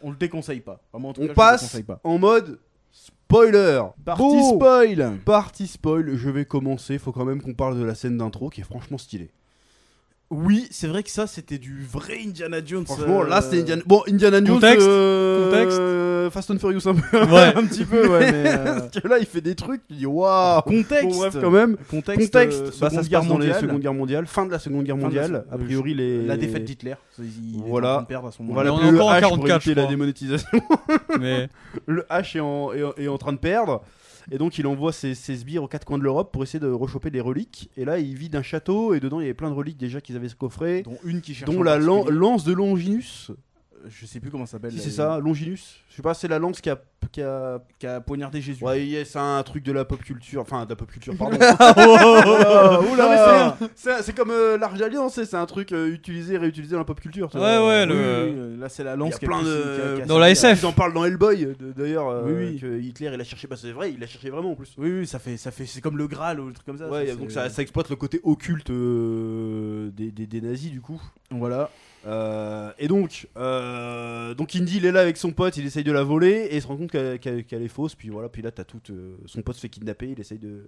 A: On on le déconseille pas. Vraiment, en tout
B: On
A: cas,
B: passe.
A: Je le déconseille pas.
B: en mode spoiler.
A: Partie
B: Bon.
A: spoil
B: Partie spoil, je vais commencer. Faut quand même qu'on parle de la scène d'intro qui est franchement stylée.
A: Oui, c'est vrai que ça, c'était du vrai Indiana Jones.
B: Franchement,
A: euh,
B: là c'est Indiana. Bon, Indiana Jones.
C: Contexte,
B: euh, Fast and Furious un peu.
C: Ouais.
B: un petit peu, ouais. Mais
A: euh,
B: Parce que là, il fait des trucs, tu dis waouh.
A: Contexte
B: Bon, bref, quand même.
A: Ah, Contexte,
B: Contexte,
A: euh,
B: bah, ça
A: Seconde
B: se
A: Guerre
B: passe dans la
A: mondiale.
B: Seconde Guerre mondiale, fin de la Seconde Guerre
A: Fin de la
B: mondiale.
A: Seconde-
B: A priori, les.
A: La défaite d'Hitler. Il
B: Voilà.
A: est en train de perdre à son
B: On
A: moment.
B: va
C: Mais on est
B: l'appeler le
C: encore en
B: H pour
C: 44,
B: éviter
C: je
B: la
C: crois.
B: démonétisation.
C: Mais
B: le H est en, est en- est en train de perdre. Et donc il envoie ses, ses sbires aux quatre coins de l'Europe pour essayer de rechoper des reliques. Et là, il vide un château et dedans il y avait plein de reliques déjà qu'ils avaient coffrées,
A: Dont une qui cherche.
B: dont
A: en
B: la lan-
A: particulier-
B: lance de Longinus.
A: Euh, Je sais plus comment ça s'appelle.
B: Si c'est
A: euh,
B: ça, Longinus. Je sais pas, c'est la lance qui a, qui a-
A: Qui a poignardé Jésus.
B: Ouais, yes, c'est un truc de la pop culture. Enfin, de la pop culture, pardon.
C: ouais,
B: Ah, oula,
C: Non,
B: mais c'est- c'est c'est comme euh, l'Arche d'Alliance, c'est c'est un truc euh, utilisé, réutilisé dans la pop culture. tu vois.
C: ouais,
A: Oui,
C: le.
A: oui, oui, là, c'est la
B: Il y
A: lance
B: a
A: qui a
B: plein
A: pris-
B: de-
A: qui a- qui a-
C: Dans la SF.
B: Ils en parlent dans Hellboy, de- d'ailleurs, euh,
A: Oui, oui.
B: que Hitler il a cherché, bah c'est vrai, il a cherché vraiment en plus.
A: Oui, oui, ça fait, ça fait, c'est comme le Graal ou le truc comme ça.
B: Ouais,
A: ça,
B: donc
A: c'est-
B: ça, ça exploite le côté occulte euh, des, des- des nazis du coup.
A: Voilà.
B: Euh, et donc, euh, donc Indy il est là avec son pote, il essaye de la voler et il se rend compte qu'elle qu'elle- qu'elle est fausse. Puis voilà, puis là t'as tout, euh, son pote se fait kidnapper, il essaye de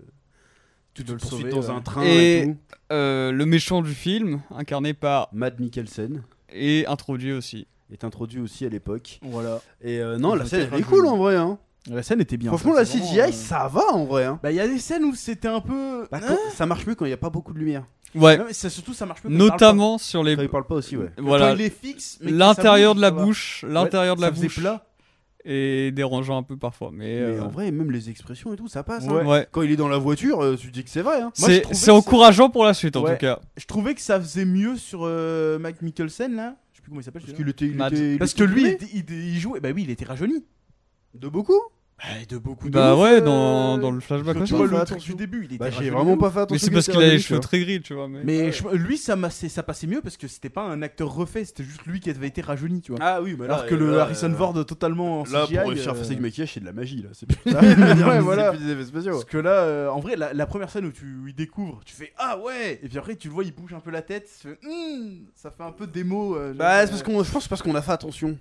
B: tout
A: De le
B: poursuite
A: sauver,
B: dans
A: ouais.
B: un train et,
C: Et-
B: tout.
C: Euh, le méchant du film, incarné par
B: Matt Mikkelsen
C: et introduit aussi.
B: est introduit aussi à l'époque.
A: Voilà.
B: Et euh, non,
A: Il
B: la
A: faut
B: scène
A: être
B: elle est cool
A: rajeuni.
B: en vrai. Hein.
A: La scène était bien.
B: Franchement,
A: ça,
B: la
A: c'est
B: CGI
A: vraiment, euh,
B: ça va en vrai. Hein.
A: Bah, il y a des scènes où c'était un peu.
B: Bah,
A: Hein
B: quand- ça marche mieux quand il n'y a pas beaucoup de lumière.
C: Ouais,
A: Non, mais ça, surtout, ça marche pas. quand il parle pas.
C: notamment sur les
B: Quand il parle pas aussi, ouais.
A: Quand
C: voilà
A: il est fixe. mais que ça
C: l'intérieur
A: bouge,
C: de la
A: ça va.
C: bouche, l'intérieur de la
A: ça faisait
C: bouche
A: plat.
C: et dérangeant un peu parfois, mais,
B: Mais
C: euh,
B: en vrai, même les expressions et tout, ça passe. hein.
C: ouais.
B: Quand il est dans la voiture, euh, tu te dis que c'est vrai. Hein.
A: Moi, je
C: C'est
A: trouvais
C: c'est
A: que
C: encourageant pour la suite en
A: Ouais.
C: tout cas.
A: Je trouvais que ça faisait mieux sur euh, Mike Mikkelsen là. Je sais plus comment il s'appelle.
B: Parce
A: celui-là.
B: qu'il était, il
C: Matt.
B: était- il
A: Parce
B: était
A: que lui, il,
B: filmé.
A: était- il- il jouait. Bah oui, il était rajeuni.
B: de beaucoup.
A: Bah, de beaucoup de.
C: Bah
A: ouf,
C: ouais,
A: euh,
C: dans, dans le flashback
A: Tu
C: aussi.
A: vois
B: J'ai pas
A: le
B: fait
A: tour du début, il était.
B: Bah, j'ai
A: rajeuni
B: vraiment
A: de
B: pas
A: ouf.
B: fait attention.
C: Mais c'est
B: qu'il
C: parce
B: était
C: qu'il a les
B: rajeuni,
C: cheveux
B: tu vois.
C: très gris, tu vois. Mais,
A: Mais je- lui, ça, massait- ça passait mieux parce que c'était pas un acteur refait, c'était juste lui qui avait été rajeuni, tu vois.
B: Ah oui, mais là,
A: Alors que
B: euh,
A: le
B: là,
A: Harrison
B: euh,
A: Ford totalement en
B: Là,
A: CGI.
B: pour réussir à
A: euh,
B: faire ça avec le maquillage, c'est de la magie là. C'est plus,
A: ouais, voilà.
B: c'est plus des effets spéciaux.
A: Parce que là, euh, en vrai, la, la première scène où tu où il découvre, tu fais Ah ouais Et puis après, tu le vois, il bouge un peu la tête, tu fais, Hmm, ça fait un peu démo. euh,
B: Bah,
A: genre,
B: c'est parce
A: euh,
B: qu'on, je pense, c'est parce qu'on a fait attention.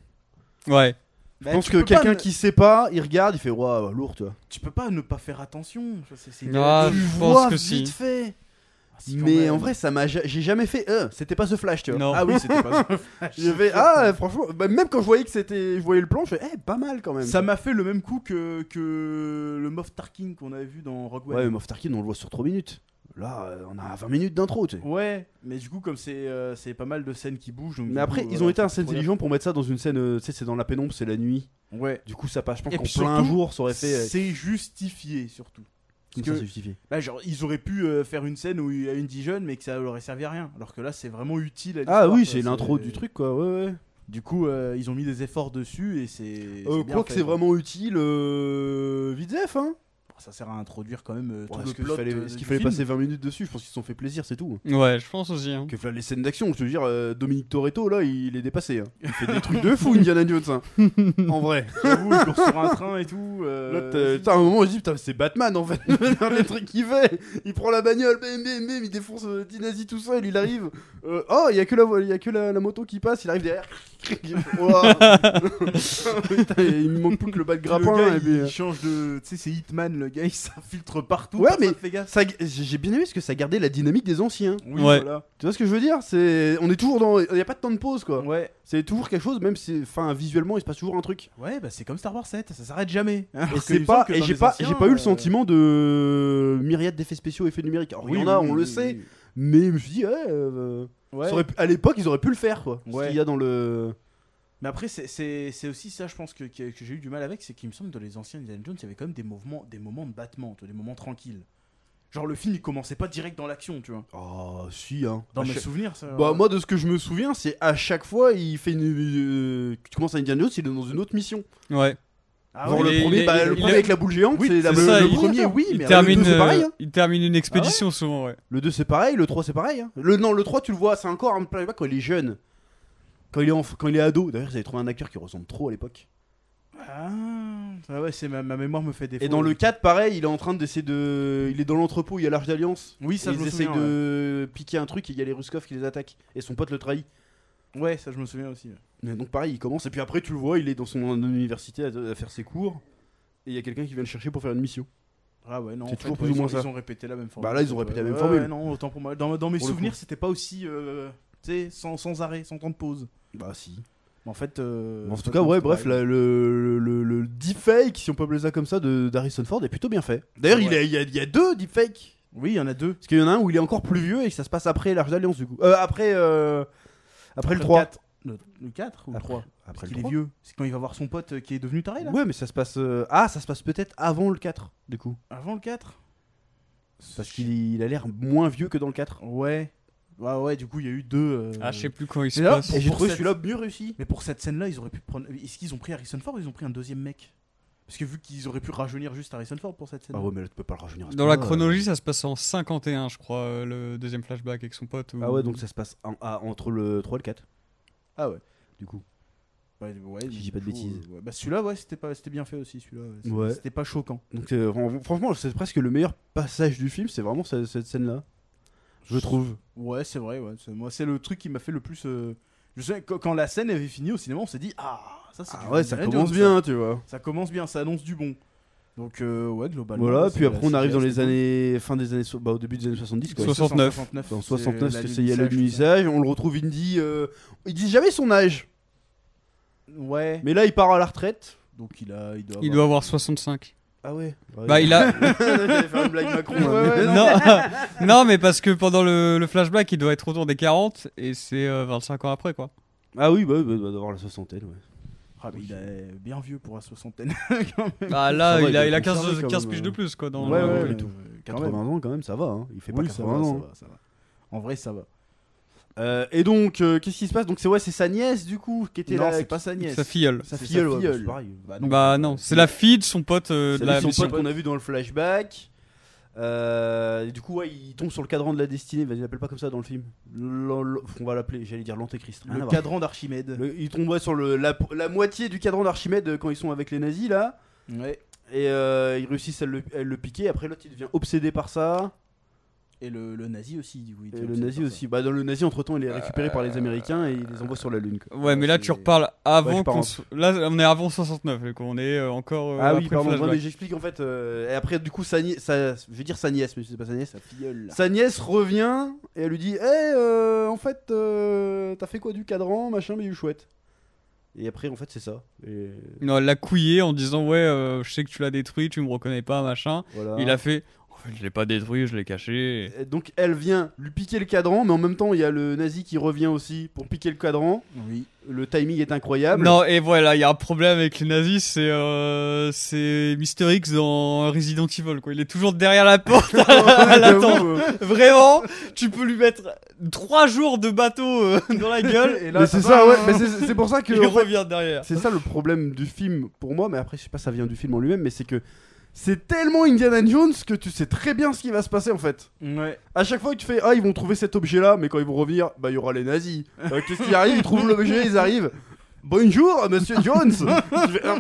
C: Ouais.
B: Je
A: bah,
B: pense
A: tu
B: que
A: peux pas
B: quelqu'un
A: ne-
B: qui sait pas, il regarde, il fait waouh, lourd, tu vois.
A: Tu peux pas ne pas faire attention. ça, c'est- c'est-
C: Ah,
A: tu-
C: je
B: Tu
C: pense
B: vois
C: que
B: vite
C: si.
B: fait.
A: Ah, si, quand
B: Mais
A: même.
B: en vrai, ça m'a, ja- j'ai jamais fait. Euh, c'était pas ce flash, tu vois.
C: Non.
B: Ah oui, c'était pas. ce flash. Je vais. Ah, franchement, bah, même quand je voyais que c'était, je voyais le plan, je fais, eh, pas mal quand même.
A: ça m'a fait le même coup que, que le Moff Tarkin qu'on avait vu dans Rogue
B: Ouais, mais
A: One.
B: Moff Tarkin, on le voit sur 3 minutes. Là, euh, on a 20 minutes d'intro, tu sais.
A: Ouais, mais du coup, comme c'est euh, c'est pas mal de scènes qui bougent. donc du
B: Mais après,
A: coup,
B: ils
A: voilà,
B: ont été
A: tu
B: assez
A: peux
B: intelligents pour mettre ça dans une scène, euh, tu sais, c'est dans la pénombre, c'est la nuit.
A: regarder. Ouais.
B: Du coup, ça passe. Je pense
A: Et
B: qu'en
A: puis
B: plein
A: surtout,
B: jour, ça aurait fait. euh,
A: C'est justifié surtout.
B: comme
A: que-
B: ça, c'est justifié.
A: Bah, genre, ils auraient pu euh, faire une scène où il y a une jeune, mais que ça leur aurait servi à rien. Alors que là, c'est vraiment utile. À
B: Ah
A: l'histoire, euh,
B: oui,
A: quoi,
B: c'est l'intro du truc, quoi. Ouais, ouais.
A: Du coup, euh, ils ont mis des efforts dessus et c'est.
B: Euh,
A: bien
B: quoi que
A: fait,
B: c'est
A: quoi.
B: vraiment utile, euh... vite fait, hein.
A: ça sert à introduire quand même euh,
B: Bon,
A: tout
B: Est-ce
A: le
B: qu'il
A: plot.
B: fallait,
A: euh,
B: est-ce
A: du
B: qu'il fallait
A: film. Mm.
B: passer 20 minutes dessus Je pense qu'ils se sont fait plaisir, c'est tout.
C: Ouais, je pense aussi. hein.
B: Que là, les scènes d'action, je te veux dire, euh, Dominique Toretto, là, il est dépassé. hein. Il fait des trucs de fou, Indiana Jones. hein. en vrai.
A: J'avoue, il court sur un train et tout. euh,
B: Là, t'as- t'as un moment où je dis, putain, c'est Batman en fait. les trucs qu'il fait. Il prend la bagnole, bim, bim, bim, il défonce euh, Dinazi tout seul, il arrive. Euh, oh, il y a que, la, vo- il y a que la, la moto qui passe, il arrive derrière. Ouah. Putain, il me manque plus que le bas de
A: le
B: grappin.
A: gars,
B: et puis,
A: il
B: euh,
A: change de. Tu sais, c'est Hitman, le gars, il s'infiltre partout.
B: Ouais,
A: personne
B: mais-
A: fait gaffe.
B: ça- J'ai j'ai bien aimé parce que ça gardait la dynamique des anciens.
A: Oui,
C: Ouais.
A: voilà.
B: Tu vois ce que je veux dire C'est, On est toujours dans. Il n'y a pas de temps de pause quoi.
A: Ouais,
B: C'est toujours quelque chose, même si, enfin, visuellement, il se passe toujours un truc.
A: ouais bah c'est comme Star Wars 7, ça s'arrête jamais.
B: Et
A: Alors Ah, que
B: c'est
A: il me
B: pas,
A: semble que
B: et
A: dans
B: j'ai
A: les
B: pas,
A: anciens,
B: j'ai pas eu
A: euh,
B: le sentiment de myriade d'effets spéciaux, effets numériques. Alors, il y en a, on le sait, mais je me suis dit, ouais, euh,
A: Ouais.
B: ça aurait pu- à l'époque, ils auraient pu le faire, quoi.
A: Ouais.
B: Ce qu'il y a dans le.
A: Mais après, c'est- c'est c'est aussi ça, je pense, que, que, que j'ai eu du mal avec. C'est qu'il me semble que dans les anciens Indiana Jones, il y avait quand même des, mouvements, des moments de battement, tu vois, des moments tranquilles. Genre, le film, il commençait pas direct dans l'action, tu vois.
B: Oh, si, hein.
A: Dans
B: À
A: mes
B: chaque-
A: souvenirs, ça.
B: Bah, moi, de ce que je me souviens, c'est à chaque fois, il fait une. euh, Tu commences à Indiana Jones, il est dans une autre mission.
C: Ouais.
A: Ah
B: Genre
A: ouais,
C: oui,
B: le
C: il-
B: premier,
C: il-
B: bah,
C: il-
B: le
C: il-
B: premier avec la boule géante,
A: Oui,
B: c'est la-
C: c'est
B: le,
C: ça,
B: le
C: il-
B: premier, oui,
C: Il
B: mais
C: termine,
B: le deux, c'est
C: euh,
B: pareil. hein.
C: il termine une expédition souvent, ouais.
B: Le 2 c'est pareil, le 3 c'est pareil. hein. Le, non, le 3 tu le vois, c'est encore un playback quand il est jeune. Quand il est, enf- quand il est ado. D'ailleurs, ils avaient trouvé un acteur qui ressemble trop à l'époque.
A: Ah, ah ouais, c'est ma, ma mémoire me fait défaut.
B: Et dans le 4, pareil, il est en train d'essayer de. Il est dans l'entrepôt, il y a l'Arche d'Alliance.
A: Oui, ça,
B: Et
A: je
B: ils
A: me
B: essayent
A: souviens. ouais.
B: de piquer un truc et il y a les Ruskov qui les attaquent. Et son pote le trahit.
A: Ouais. ça, je me souviens aussi.
B: Mais donc pareil, il commence. Et puis après, tu le vois, il est dans son université à, à faire ses cours. Et il y a quelqu'un qui vient le chercher pour faire une mission.
A: Ah ouais, non,
B: C'est
A: en fait,
B: toujours
A: ouais,
B: plus ou
A: ils
B: moins
A: ont-
B: ça.
A: Ils ont répété la même formule.
B: Bah là, ils ont répété la même
A: Ouais,
B: formule.
A: ouais, non, autant pour moi. Dans, dans mes
B: Pour le
A: souvenirs,
B: coup.
A: c'était pas aussi. euh, tu sais, sans, sans arrêt, sans temps de pause.
B: Bah si.
A: Mais en fait. euh,
B: en
A: c'est
B: tout
A: pas
B: cas,
A: comme
B: ouais,
A: c'est
B: bref,
A: pareil.
B: la- le, le, le deepfake, si on peut appeler ça comme ça, de d'Harrison Ford est plutôt bien fait. D'ailleurs, il, y a- il y a, il y a deux deepfakes.
A: Oui, il y en a deux.
B: Parce qu'il y en a un où il est encore plus vieux et que ça se passe après l'Arche d'Alliance, du coup. Euh, après, euh, après, le 3.
A: quatre. Le, 4 ou le
B: Après-
A: 3
B: Après
A: Parce
B: le
A: qu'il est
B: 3.
A: vieux. C'est quand il va voir son pote euh, qui est devenu taré là
B: Ouais, mais ça se passe. euh, Ah, ça se passe peut-être avant le 4, du coup.
A: Avant le 4
B: Parce qu'il il a l'air moins vieux que dans le 4.
A: Ouais. Ouais, ouais, du coup, il y a eu deux. euh,
C: Ah, je sais plus quand il se
A: mais là,
C: passe.
B: Et j'ai
A: Pour
B: trouvé
A: cette-
B: celui-là mieux réussi.
A: Mais pour cette scène-là, ils auraient pu prendre. Est-ce qu'ils ont pris Harrison Ford ou ils ont pris un deuxième mec Parce que vu qu'ils auraient pu rajeunir juste Harrison Ford pour cette scène.
B: Ah ouais, mais là, tu peux pas le rajeunir. à ce
C: Dans la
B: point-là.
C: chronologie, ça se passe en 51, je crois, euh, le deuxième flashback avec son pote. ou-
B: Ah ouais, donc ça se passe en- ah, entre le 3 et le 4,
A: Ah ouais.
B: du coup.
A: Ouais, ouais,
B: Si je dis pas de
A: du coup,
B: bêtises.
A: euh, ouais. Bah celui-là, ouais, c'était pas, c'était bien fait aussi celui-là. ouais. C'était-
B: Ouais.
A: C'était pas choquant.
B: Donc euh, fran- franchement, c'est presque le meilleur passage du film, c'est vraiment ce- cette, scène-là. Je trouve.
A: Ouais, c'est vrai. Ouais. C'est- Moi, c'est le truc qui m'a fait le plus. euh, Je sais quand quand la scène avait fini au cinéma, on s'est dit ah ça c'est. du
B: Ah ouais, ça
A: Indiana
B: commence
A: Jones,
B: bien, tu vois.
A: Ça commence bien, ça annonce du bon. Donc euh, ouais, globalement.
B: Voilà,
A: c'est-
B: puis après on
A: c'est-
B: arrive dans
A: c'est
B: les
A: cool.
B: années fin des années so- bah, au début des années 70 quoi.
C: Soix- 69.
A: 69.
B: En
A: c'est
B: 69,
A: la
B: c'est- c'est- il y a le
A: lunissage, tout ça.
B: lunissage, on le retrouve Indy euh, ils disent jamais son âge.
A: Ouais.
B: Mais là, il part à la retraite.
A: Donc il a, il doit.
C: Il
A: avoir-
C: doit avoir 65.
B: Ah ouais.
C: Bah, il a.
B: J'allais faire une blague Macron. hein. là, mais-
C: non, non, mais parce que pendant le, le flashback, il doit être autour des 40 et c'est euh, 25 ans après, quoi.
B: Ah oui, bah, bah, bah, d'avoir la soixantaine, ouais.
A: Ah, mais il est bien vieux pour la soixantaine.
C: Bah là,
B: Ça va,
C: il
B: il
C: a,
B: est
C: il a
B: conservé
C: 15,
B: quand
C: 15
B: même,
C: piges
B: euh.
C: de plus, quoi. Dans
B: Ouais,
C: dans-
B: ouais,
C: dans-
B: ouais.
A: tout.
B: 80 ans quand même, ça va. Hein. Il fait pas
A: Euh, Oui, ça
B: 80
A: va,
B: ans.
A: ça
B: hein.
A: va, ça va. En vrai, ça va.
B: Euh, et donc, euh, qu'est-ce qui se passe Donc, c'est ouais, c'est sa nièce du coup qui était
A: Non,
B: là.
A: c'est pas sa nièce.
C: Sa filleule.
B: Sa
A: C'est
B: filleule, ouais,
A: filleule.
B: c'est pareil.
A: Bah non.
C: Bah non, c'est la fille de son pote
B: Ah,
C: euh,
B: euh, C'est
C: de la
B: son
C: mission.
B: pote qu'on a vu dans le flashback. Euh, et du coup, ouais, il tombe sur le cadran de la destinée. Vas-y, l'appelle pas comme ça dans le film. L'an- l'an- on va l'appeler, j'allais dire l'antéchrist. Rien à
A: Le
B: voir.
A: cadran d'Archimède.
B: Le- il tombe ouais, sur le, la, la moitié du cadran d'Archimède euh, quand ils sont avec les nazis là.
A: Ouais.
B: Et euh, ils réussissent à le, à le piquer. Après, l'autre il devient obsédé par ça.
A: Et le, le nazi aussi, du coup. il
B: Et
A: était
B: le
A: obsédé
B: nazi
A: par
B: aussi. Bah, dans le nazi, entre temps, il est récupéré par
C: Euh,
B: les américains et il les envoie sur la lune. quoi.
C: Ouais, mais là, tu
A: c'est-
C: reparles avant
B: je pars
C: qu'on
B: en-
C: se- Là, on est avant 69, donc on est euh, encore. euh,
B: Ah
C: après
B: oui,
C: le
B: pardon, ouais,
C: flashback.
B: mais j'explique en fait. euh, et après, du coup, sa, nie- sa- je vais dire sa nièce, mais c'est pas sa nièce.
A: ça. Sa filleule.
B: Sa nièce revient et elle lui dit Hé, en fait, euh, t'as fait quoi du cadran, machin, mais il est chouette. Et après, en fait, c'est ça. Et
C: Non, elle l'a couillé en disant Ouais, euh, je sais que tu l'as détruit, tu me reconnais pas, machin.
B: voilà.
C: Il a fait En fait, je l'ai pas détruit, je l'ai caché.
B: Et Donc, elle vient lui piquer le cadran, mais en même temps, il y a le nazi qui revient aussi pour piquer le cadran.
A: Oui.
B: Le timing est incroyable.
C: Non, et voilà, il y a un problème avec les nazis, c'est euh, c'est Mister X dans Resident Evil, quoi. Il est toujours derrière la porte à
B: J'avoue,
C: l'attendre.
B: euh,
C: Vraiment, tu peux lui mettre trois jours de bateau euh, dans la gueule et là,
B: mais c'est ça, hein. ouais. Mais c'est- c'est pour ça que.
C: il
B: en fait,
C: revient derrière.
B: C'est ça le problème du film pour moi, mais après, je sais pas, ça vient du film en lui-même, mais c'est que c'est tellement Indiana Jones que tu sais très bien ce qui va se passer en fait.
A: Ouais.
B: À chaque fois que tu fais ah ils vont trouver cet objet là, mais quand ils vont revenir, bah il y aura les nazis. Euh, Qu'est-ce qui arrive Ils trouvent l'objet, ils arrivent. Bonjour, Monsieur Jones. Je fais, Ah.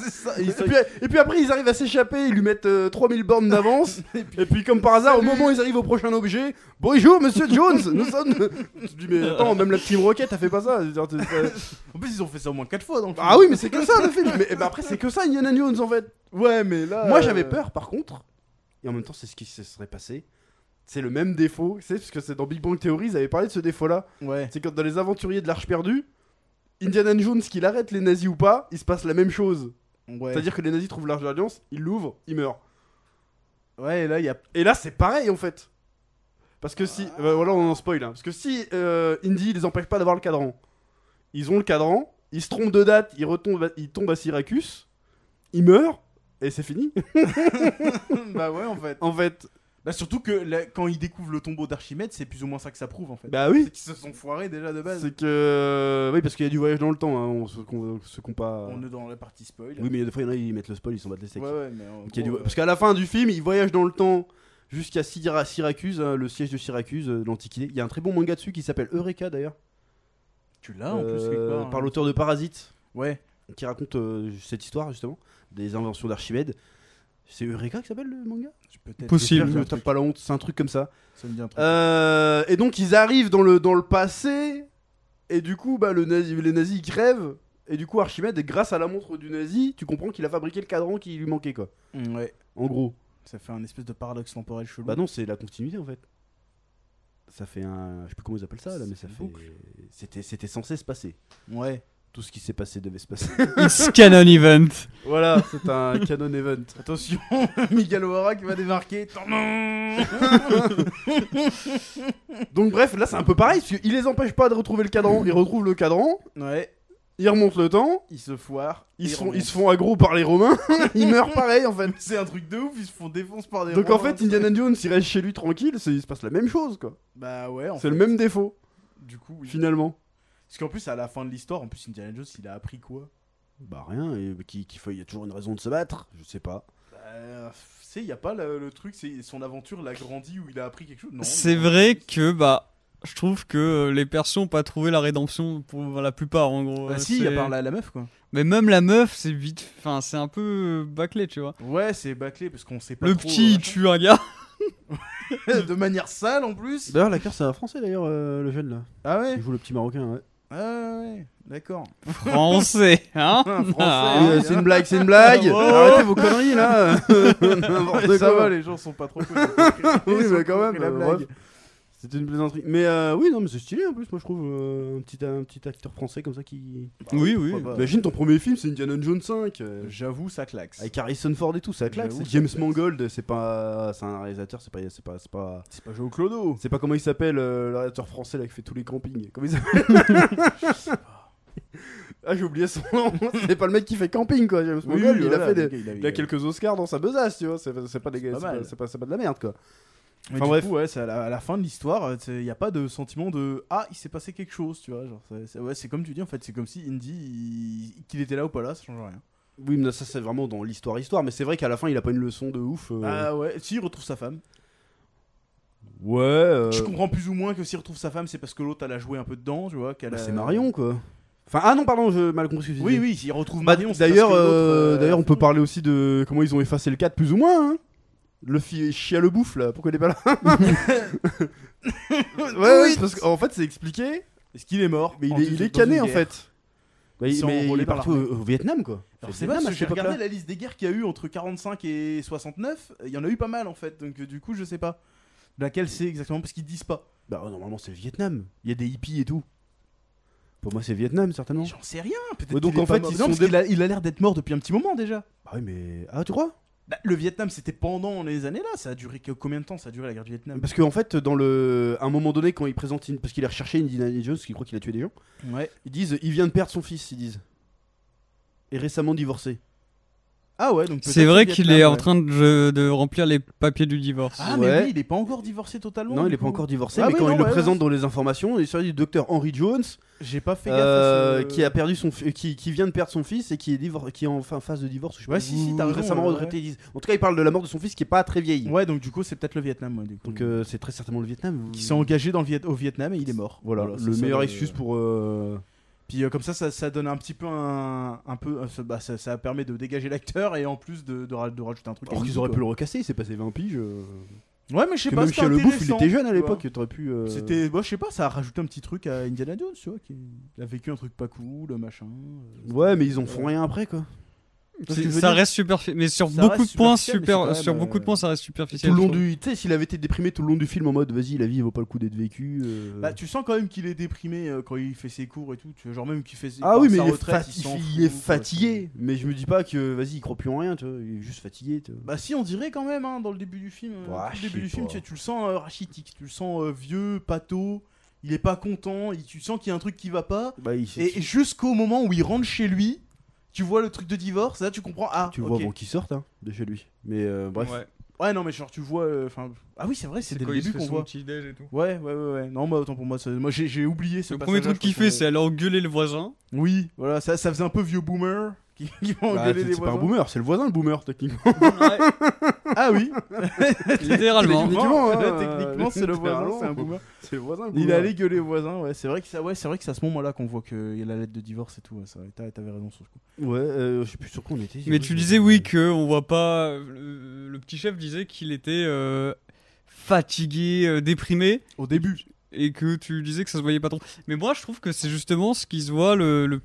A: c'est ça.
B: et, puis, et puis après ils arrivent à s'échapper, ils lui mettent euh, 3000 bornes d'avance. et, puis, comme par hasard, au moment où ils arrivent au prochain objet, bonjour, Monsieur Jones. Nous sommes. Tu te dis mais attends, même la Team Rocket a fait pas ça. Je veux dire, t'es- t'es-
A: En plus, ils ont fait ça au moins 4 fois. Donc,
B: Ah oui, mais c'est que ça le film. Mais eh ben, après, c'est que ça Indiana Jones en fait.
A: Ouais, mais là. euh,
B: Moi, j'avais peur par contre. Et en même temps, c'est ce qui se serait passé. C'est le même défaut, c'est parce que c'est dans Big Bang Theory, ils avaient parlé de ce défaut-là.
A: Ouais.
B: C'est quand dans les aventuriers de l'Arche perdue, Indiana Jones qu'il arrête les nazis ou pas, il se passe la même chose.
A: ouais.
B: C'est-à-dire que les nazis trouvent l'Arche de l'Alliance, ils l'ouvrent, ils meurent.
A: Ouais, et là, il y a.
B: Et là, c'est pareil en fait. Parce que si, bah, voilà, on en spoil. hein. Parce que si euh, Indy les empêche pas d'avoir le cadran, ils ont le cadran, ils se trompent de date, ils retombent, à- ils tombent à Syracuse, ils meurent et c'est fini.
A: bah ouais, en fait.
B: en fait,
A: Bah, surtout que là, quand ils découvrent le tombeau d'Archimède, c'est plus ou moins ça que ça prouve en fait.
B: bah oui.
A: C'est qu'ils se sont foirés déjà de base.
B: C'est que. euh, Oui, parce qu'il y a du voyage dans le temps, hein, on, ceux qu'on- ceux qu'on pas.
A: On est dans la partie spoil.
B: Oui, mais des fois, il y en a, ils mettent le spoil, ils s'en battent les steaks.
A: Ouais, euh. ouais, mais. en
B: Donc, il y a du-
A: gros,
B: Parce qu'à la fin du film, ils voyagent dans le temps jusqu'à Syra- Syracuse, hein, le siège de Syracuse, euh, de l'Antiquité. Il y a un très bon manga dessus qui s'appelle Eureka d'ailleurs,
A: euh, Tu l'as en plus
B: euh,
A: quelque part.
B: par
A: hein.
B: l'auteur de Parasite,
A: Ouais.
B: qui raconte euh, cette histoire justement, des inventions d'Archimède. C'est Eureka qui s'appelle le manga
A: Peut-être.
C: Possible.
A: J'espère que
B: Je
A: j'ai
B: me
A: un
B: tape
A: truc.
B: pas la honte, c'est un truc comme ça.
A: Ça me dit un truc.
B: Euh, et donc ils arrivent dans le, dans le passé, et du coup bah, le nazi, les nazis ils crèvent, et du coup Archimède, grâce à la montre du nazi, tu comprends qu'il a fabriqué le cadran qui lui manquait quoi.
A: Mm, Ouais.
B: En gros.
A: Ça fait un espèce de paradoxe temporel chelou.
B: Bah non, c'est la continuité en fait. Ça fait un... Je sais plus comment ils appellent ça là, mais ça
A: C'est une
B: fait...
A: boucle.
B: C'était, c'était censé se passer.
A: Ouais.
B: Tout ce qui s'est passé devait se passer.
C: It's canon event.
B: voilà, c'est un canon event.
A: Attention, Miguel O'Hara qui va débarquer. Tadam
B: Donc bref, là c'est un peu pareil, parce qu'il les empêche pas de retrouver le cadran, ils retrouvent le cadran,
A: ouais.
B: ils remontent le temps,
A: Ils se foirent.
B: ils, se font- ils
A: remontent.
B: se font aggro par les Romains, ils meurent pareil en fait.
A: C'est un truc de ouf, ils se font défonce par des
B: Donc en
A: rois. hein.
B: fait, Indiana Jones, il reste chez lui tranquille, c'est- il se passe la même chose, quoi.
A: Bah ouais, en
B: C'est le
A: fait.
B: même défaut,
A: Du coup, oui.
B: finalement.
A: Parce qu'en plus, à la fin de l'histoire, en plus, Indiana Jones, il a appris quoi
B: Bah rien, et qui, qui fait, il y a toujours une raison de se battre, je sais pas.
A: Bah, tu sais, il y a pas le, le truc, c'est son aventure l'a grandi où il a appris quelque chose. Non.
C: C'est vrai que bah je trouve que euh, les persos ont pas trouvé la rédemption pour la plupart en gros.
A: Bah
C: Euh,
A: si, à
C: c'est-
A: part la, la meuf quoi.
C: Mais même la meuf, c'est vite enfin c'est un peu euh, bâclé, tu vois.
A: Ouais, c'est bâclé parce qu'on sait pas
C: Le
A: trop,
C: petit il tue un gars.
A: euh, de manière sale en plus.
B: D'ailleurs, l'acteur, c'est un français, d'ailleurs, euh, le jeune, là.
A: Ah ouais.
B: Il joue le petit marocain, ouais.
A: Ah ouais, d'accord.
C: Français, hein
A: Ah, français,
C: Ah,
A: ouais.
B: Euh, c'est une blague, c'est une blague
C: Oh
B: Arrêtez vos conneries, là N'importe
A: Ouais, ça
B: quoi.
A: va, les gens sont pas trop connus. Ils ont compris-
B: Oh, Oui,
A: ils ont
B: mais quand
A: compris
B: même,
A: la
B: euh,
A: blague.
B: bref. C'était une plaisanterie. Mais euh, oui, non, mais c'est stylé, en plus, moi, je trouve, euh, un, petit, un petit acteur français, comme ça, qui...
C: Oui, oui.
A: pourquoi pas.
B: Imagine, ton premier film, c'est Indiana Jones 5 euh,
A: Bah, J'avoue, ça claque.
B: Avec Harrison Ford et tout, ça claque.
A: J'avoue,
B: c'est
A: ça
B: James
A: claque.
B: Mangold, c'est pas, c'est un réalisateur, c'est pas, c'est pas, c'est pas,
A: C'est pas Joe Clodo.
B: c'est pas comment il s'appelle euh, le réalisateur français là qui fait tous les campings. Comment il s'appelle Ah j'ai oublié son nom. c'est pas le mec qui fait camping quoi. James Mangold, il a fait des-
A: euh,
B: il a quelques Oscars dans sa besace, tu vois. C'est c'est pas des,
A: pas
B: c'est
A: mal.
B: pas- c'est pas, c'est pas de la merde quoi.
A: Enfin
B: Enfin,
A: bref,
B: bref.
A: ouais, c'est à, la, à la fin de l'histoire, il n'y a pas de sentiment de ah il s'est passé quelque chose, tu vois. Genre, c'est- c'est ouais, c'est comme tu dis en fait, c'est comme si Indy il- qu'il était là ou pas là, ça change rien.
B: Oui mais ça c'est vraiment dans l'histoire histoire. Mais c'est vrai qu'à la fin il a pas une leçon de ouf. euh,
A: Ah ouais, s'il retrouve sa femme,
B: Ouais. euh,
A: je comprends plus ou moins que s'il retrouve sa femme, c'est parce que l'autre elle a joué un peu dedans, tu vois. qu'elle
B: bah,
A: a-
B: c'est Marion quoi. Enfin ah non pardon je mal compris. ce que tu
A: Euh. Oui
B: disais.
A: oui, s'il retrouve
B: Bah,
A: Marion. c'est parce
B: d'ailleurs,
A: que l'autre,
B: euh,
A: euh,
B: d'ailleurs, on peut parler aussi de comment ils ont effacé le 4 plus ou moins. hein. le fi- chien le bouffe là, pourquoi il est pas là Ouais, ouais, c'est parce qu'en fait c'est expliqué,
A: Est-ce qu'il est mort
B: mais
A: en
B: il est,
A: dessous-
B: il est
A: dans une
B: cané en
A: guerre
B: fait. Bah,
A: Ils
B: il,
A: sont
B: mais il
A: enrôlés
B: est
A: par
B: partout
A: l'armée.
B: au, au Vietnam quoi.
A: Alors
B: Au
A: c'est
B: Vietnam,
A: parce
B: à
A: que j'ai
B: cette époque-là.
A: regardé la liste des guerres qu'il y a eu entre 45 et 69, il y en a eu pas mal en fait, donc euh, du coup je sais pas laquelle c'est exactement parce qu'ils disent pas.
B: Bah ouais, normalement c'est le Vietnam, il y a des hippies et tout. Pour moi c'est le Vietnam certainement.
A: J'en sais rien. Peut-être.
B: Ouais, donc,
A: qu'il est
B: en
A: pas
B: fait,
A: mort.
B: ils
A: Non,
B: sont
A: parce
B: dé-
A: qu'il a- il a l'air d'être mort depuis un petit moment déjà.
B: Bah oui mais ah tu crois
A: Bah, le Vietnam, c'était pendant les années là. Ça a duré que- combien de temps Ça a duré la guerre du Vietnam
B: Parce qu'en fait dans le à un moment donné quand il présente une... parce qu'il est recherché Indiana Jones parce qu'il croit qu'il a tué des gens,
A: Ouais.
B: ils disent il vient de perdre son fils ils disent et récemment divorcé.
A: Ah ouais, donc
C: C'est
A: peut-être
C: vrai
A: le
C: qu'il
A: Vietnam,
C: est en
A: ouais.
C: train de, de remplir les papiers du divorce.
A: Ah, mais
B: Ouais.
A: oui, il est pas encore divorcé totalement.
B: Non,
A: du
B: il est pas
A: coup.
B: encore divorcé,
A: Ah
B: mais
A: oui,
B: quand
A: non,
B: il le
A: ouais,
B: présente dans les informations, il s'agit du docteur Henry Jones,
A: J'ai pas fait gaffe. à
B: euh,
A: ce-
B: qui a perdu son, fi- qui, qui vient de perdre son fils et qui est divor- qui est en fin phase de divorce. Je sais pas
A: Ouais, si, si, t'as
B: ou
A: raison,
B: Récemment
A: ouais,
B: retraité. ils disent- En tout cas, il parle de la mort de son fils qui est pas très vieil.
A: Ouais, donc du coup, c'est peut-être le Vietnam. ouais, du coup.
B: Donc euh, c'est très certainement le Vietnam.
A: qui s'est engagé dans le Viet- au Vietnam et il est mort.
B: Voilà,
A: c'est
B: le
A: ça,
B: meilleur excuse pour. euh,
A: Puis euh, comme ça, ça, ça donne un petit peu un, un peu, euh, ça- bah, ça, ça permet de dégager l'acteur et en plus de, de, ra- de rajouter un truc.
B: Alors
A: à
B: qu'ils
A: nous,
B: auraient pu
A: quoi.
B: le recasser, il s'est passé 20 piges. euh,
A: Ouais, mais je sais
B: que
A: pas.
B: même
A: c'était
B: chez Le Bouffe, il
A: intéressant,
B: était jeune à
A: tu vois.
B: l'époque, t'aurais pu. euh,
A: C'était, moi je sais pas, ça a rajouté un petit truc à Indiana Jones, tu vois, qui a vécu un truc pas cool, machin. euh,
B: Ouais, mais ils en font rien après quoi.
A: ce
C: C'est-
A: que je veux
C: Ça
A: dire
C: reste superficiel, mais sur
A: Ça
C: beaucoup de
A: reste
C: points,
A: superficiel, mais c'est quand
C: super,
A: même,
C: sur beaucoup
A: euh,
C: de points, ça reste
B: Tout
C: superficiel.
B: le long
C: je trouve.
B: du, tu sais, s'il avait été déprimé tout le long du film en mode, vas-y, la vie il vaut pas le coup d'être vécue. euh,
A: Bah, tu sens quand même qu'il est déprimé euh, quand il fait ses cours et tout, tu vois, genre même qu'il fait ses
B: Ah oui,
A: par
B: mais
A: sa
B: il est,
A: retraite,
B: fat-
A: s'en
B: il
A: fout,
B: est
A: quoi,
B: fatigué. Mais je me dis pas que vas-y, il croit plus en rien, tu vois. Il est juste fatigué, tu vois.
A: c'est- Bah si, on dirait quand même hein, dans le début du film, euh,
B: Ouah,
A: tout le
B: je
A: début
B: sais
A: du film,
B: pas.
A: tu, sais, tu le sens euh, rachitique, tu le sens euh, vieux, pato, il est pas content, il- tu sens qu'il y a un truc qui va pas
B: Bah, il s'est-
A: et, et jusqu'au moment où il rentre chez lui, tu vois le truc de divorce, là tu comprends ah
B: tu le
A: ok.
B: vois avant qu'il sorte hein, de chez lui. Mais euh, bref.
C: Ouais.
A: Ouais, non mais genre tu vois euh, enfin ah oui, c'est vrai, c'est dès
C: Quand
A: le
C: il se
A: début
C: fait
A: qu'on
C: son
A: voit.
C: petit déj et tout.
A: Ouais, ouais, ouais, ouais. Non, moi, autant pour moi, ça- moi j'ai j'ai oublié ce
C: Le premier
A: passage-là,
C: truc qu'il
A: je pense
C: fait,
A: qu'on-
C: c'est aller engueuler le voisin.
A: Oui, voilà, ça, ça faisait un peu vieux boomer qui, qui va
B: Bah,
A: engueuler
B: c'est
A: les
B: c'est pas un
A: voisins.
B: boomer, c'est le voisin le boomer techniquement.
A: Ah oui,
C: littéralement.
B: Techniquement, hein,
A: là, techniquement, c'est le voisin,
B: littéralement.
A: c'est un boomer.
B: c'est le voisin. Le
A: Il est allé gueuler les voisins, ouais. C'est vrai que ça, ouais, c'est vrai que c'est à ce moment-là qu'on voit qu'il y a la lettre de divorce et tout. Ouais, c'est vrai, t'as- T'avais raison sur ce coup.
B: Ouais, euh, je sais plus sur quoi on était.
C: Mais tu disais oui que on voit pas. Le, le petit chef disait qu'il était euh, fatigué, euh, déprimé,
A: Au début.
C: et que tu disais que ça se voyait pas trop. Mais moi, je trouve que c'est justement ce qui se voit le. le-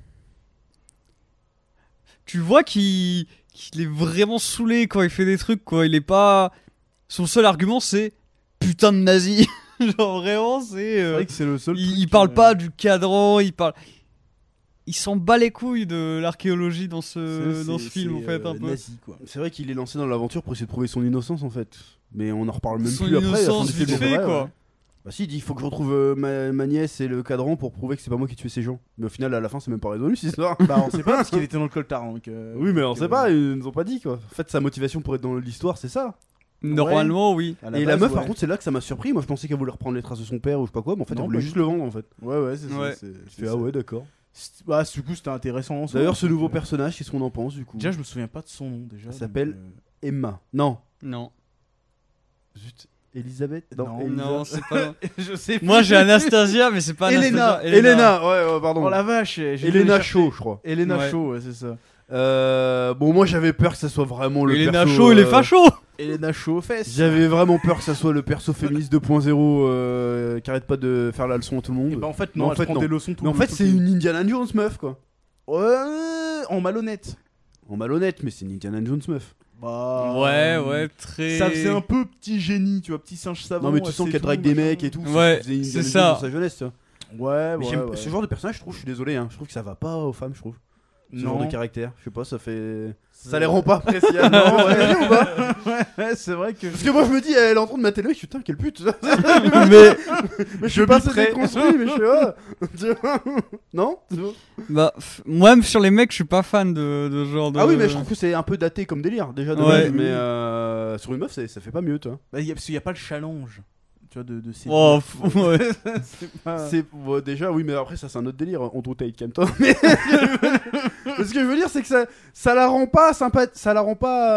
C: Tu vois qu'il qu'il est vraiment saoulé quand il fait des trucs quoi. Il est pas. Son seul argument c'est putain de nazi. Genre vraiment c'est.
A: C'est
C: euh,
A: vrai que c'est le seul.
C: il,
A: truc,
C: il parle
A: euh,
C: pas du cadran, il parle. Il s'en bat les couilles de l'archéologie dans ce,
A: euh, c'est-
C: euh, dans ce
A: c'est-
C: film, en
A: c'est,
C: fait, un
A: euh,
C: peu.
A: nazi, quoi.
B: C'est vrai qu'il est lancé dans l'aventure pour essayer de prouver son innocence en fait. Mais on en reparle même
C: Son
B: plus
A: hein,
B: après. à la fin
C: innocence
B: du film,
C: vite
B: en
C: fait,
B: vrai,
C: quoi.
B: ouais. Bah si, il dit il faut que je retrouve euh, ma, ma nièce et le cadran pour prouver que c'est pas moi qui ai tué ces gens. Mais au final, à la fin, c'est même pas résolu cette histoire.
A: Bah, on sait pas parce qu'il était dans le coltard. Donc, euh,
B: Oui, mais on
A: donc,
B: sait
A: euh,
B: pas, ils nous ont pas dit quoi. En fait, sa motivation pour être dans l'histoire, c'est ça.
C: Normalement, oui.
A: à
B: et la
A: base,
B: meuf,
A: ouais.
B: par contre, c'est là que ça m'a surpris. Moi, je pensais qu'elle voulait reprendre les traces de son père ou je sais pas quoi, mais en fait,
A: Non,
B: elle voulait
A: pas
B: juste
A: du
B: le vendre en fait.
A: Ouais, ouais, c'est ça,
C: Ouais.
A: c'est- c'est
B: Je fais, ah
A: ça.
B: ouais, d'accord.
A: C'est- Bah, du coup, c'était intéressant. en soi.
B: D'ailleurs, ce nouveau personnage, qu'est-ce qu'on en pense du coup
A: Déjà, je me souviens pas de son nom déjà.
B: Elle
A: donc,
B: s'appelle-
A: euh,
B: Emma. Non.
C: Non.
B: Zut. Elisabeth
A: Non.
B: Elisa-
C: Non, c'est pas.
A: euh, je sais.
C: Moi, j'ai Anastasia, mais c'est pas
B: Elena.
C: Anastasia.
B: Elena, ouais, ouais, pardon.
A: Oh la vache. j'ai dû
B: Elena
A: aller chercher.
B: Shaw, je crois.
A: Elena
C: Ouais.
A: Shaw, ouais, c'est ça.
B: Euh, bon, moi, j'avais peur que ça soit vraiment le
C: Elena
B: perso,
C: Chaud, il est
B: euh,
C: facho
A: Elena Shaw aux fesses.
B: J'avais vraiment peur que ça soit le perso féministe 2.0 euh, qui arrête pas de faire la leçon à tout le monde.
A: Et bah, en fait,
B: Mais
A: non,
B: en
A: elle
B: fait,
A: prend
B: non.
A: des leçons tout
B: mais en
A: le-
B: fait,
A: tout
B: c'est
A: le-
B: une Indiana Jones meuf, quoi.
A: Ouais, en malhonnête.
B: En malhonnête, mais c'est une Indiana Jones meuf. Ah.
A: Bah.
C: Ouais, ouais, très.
A: Ça faisait un peu petit génie, tu vois, petit singe savant.
B: non, mais tu sens qu'elle drague des mecs et tout.
C: Ouais,
B: faisait Indiana
C: c'est
B: Jones
C: ça.
B: dans sa jeunesse, tu vois.
A: Ouais,
B: Mais
A: ouais.
B: j'aime-
A: ouais.
B: Ce genre de personnage, je trouve, je suis désolé, hein, je trouve que ça va pas aux femmes, je trouve. Ce
A: Non.
B: genre de caractère, je sais pas, ça fait.
A: C'est-
B: Ça les rend pas appréciables. non, ouais, ou pas
A: ouais, ouais, c'est vrai que.
B: Parce que moi, je me dis, elle est en train de mater l'œil, je suis, putain, quelle pute
C: Mais.
B: Mais je suis pas assez déconstruit, mais je suis, ah, tu vois. Non
C: Bah, f- moi-même, sur les mecs, je suis pas fan de, de ce genre de.
B: Ah oui, mais je trouve que c'est un peu daté comme délire déjà de
C: Ouais.
B: base, mais euh, sur une meuf, c'est- ça fait pas mieux, toi.
A: Bah, y a- parce qu'il n'y a pas le challenge. Tu vois, de, de ces.
C: Oh, f- ouais.
A: c'est pas.
B: C'est ouais, déjà oui, mais après ça c'est un autre délire. On doute avec Canton. Mais Mais ce que je veux dire, c'est que ça, ça la rend pas sympa, ça la rend pas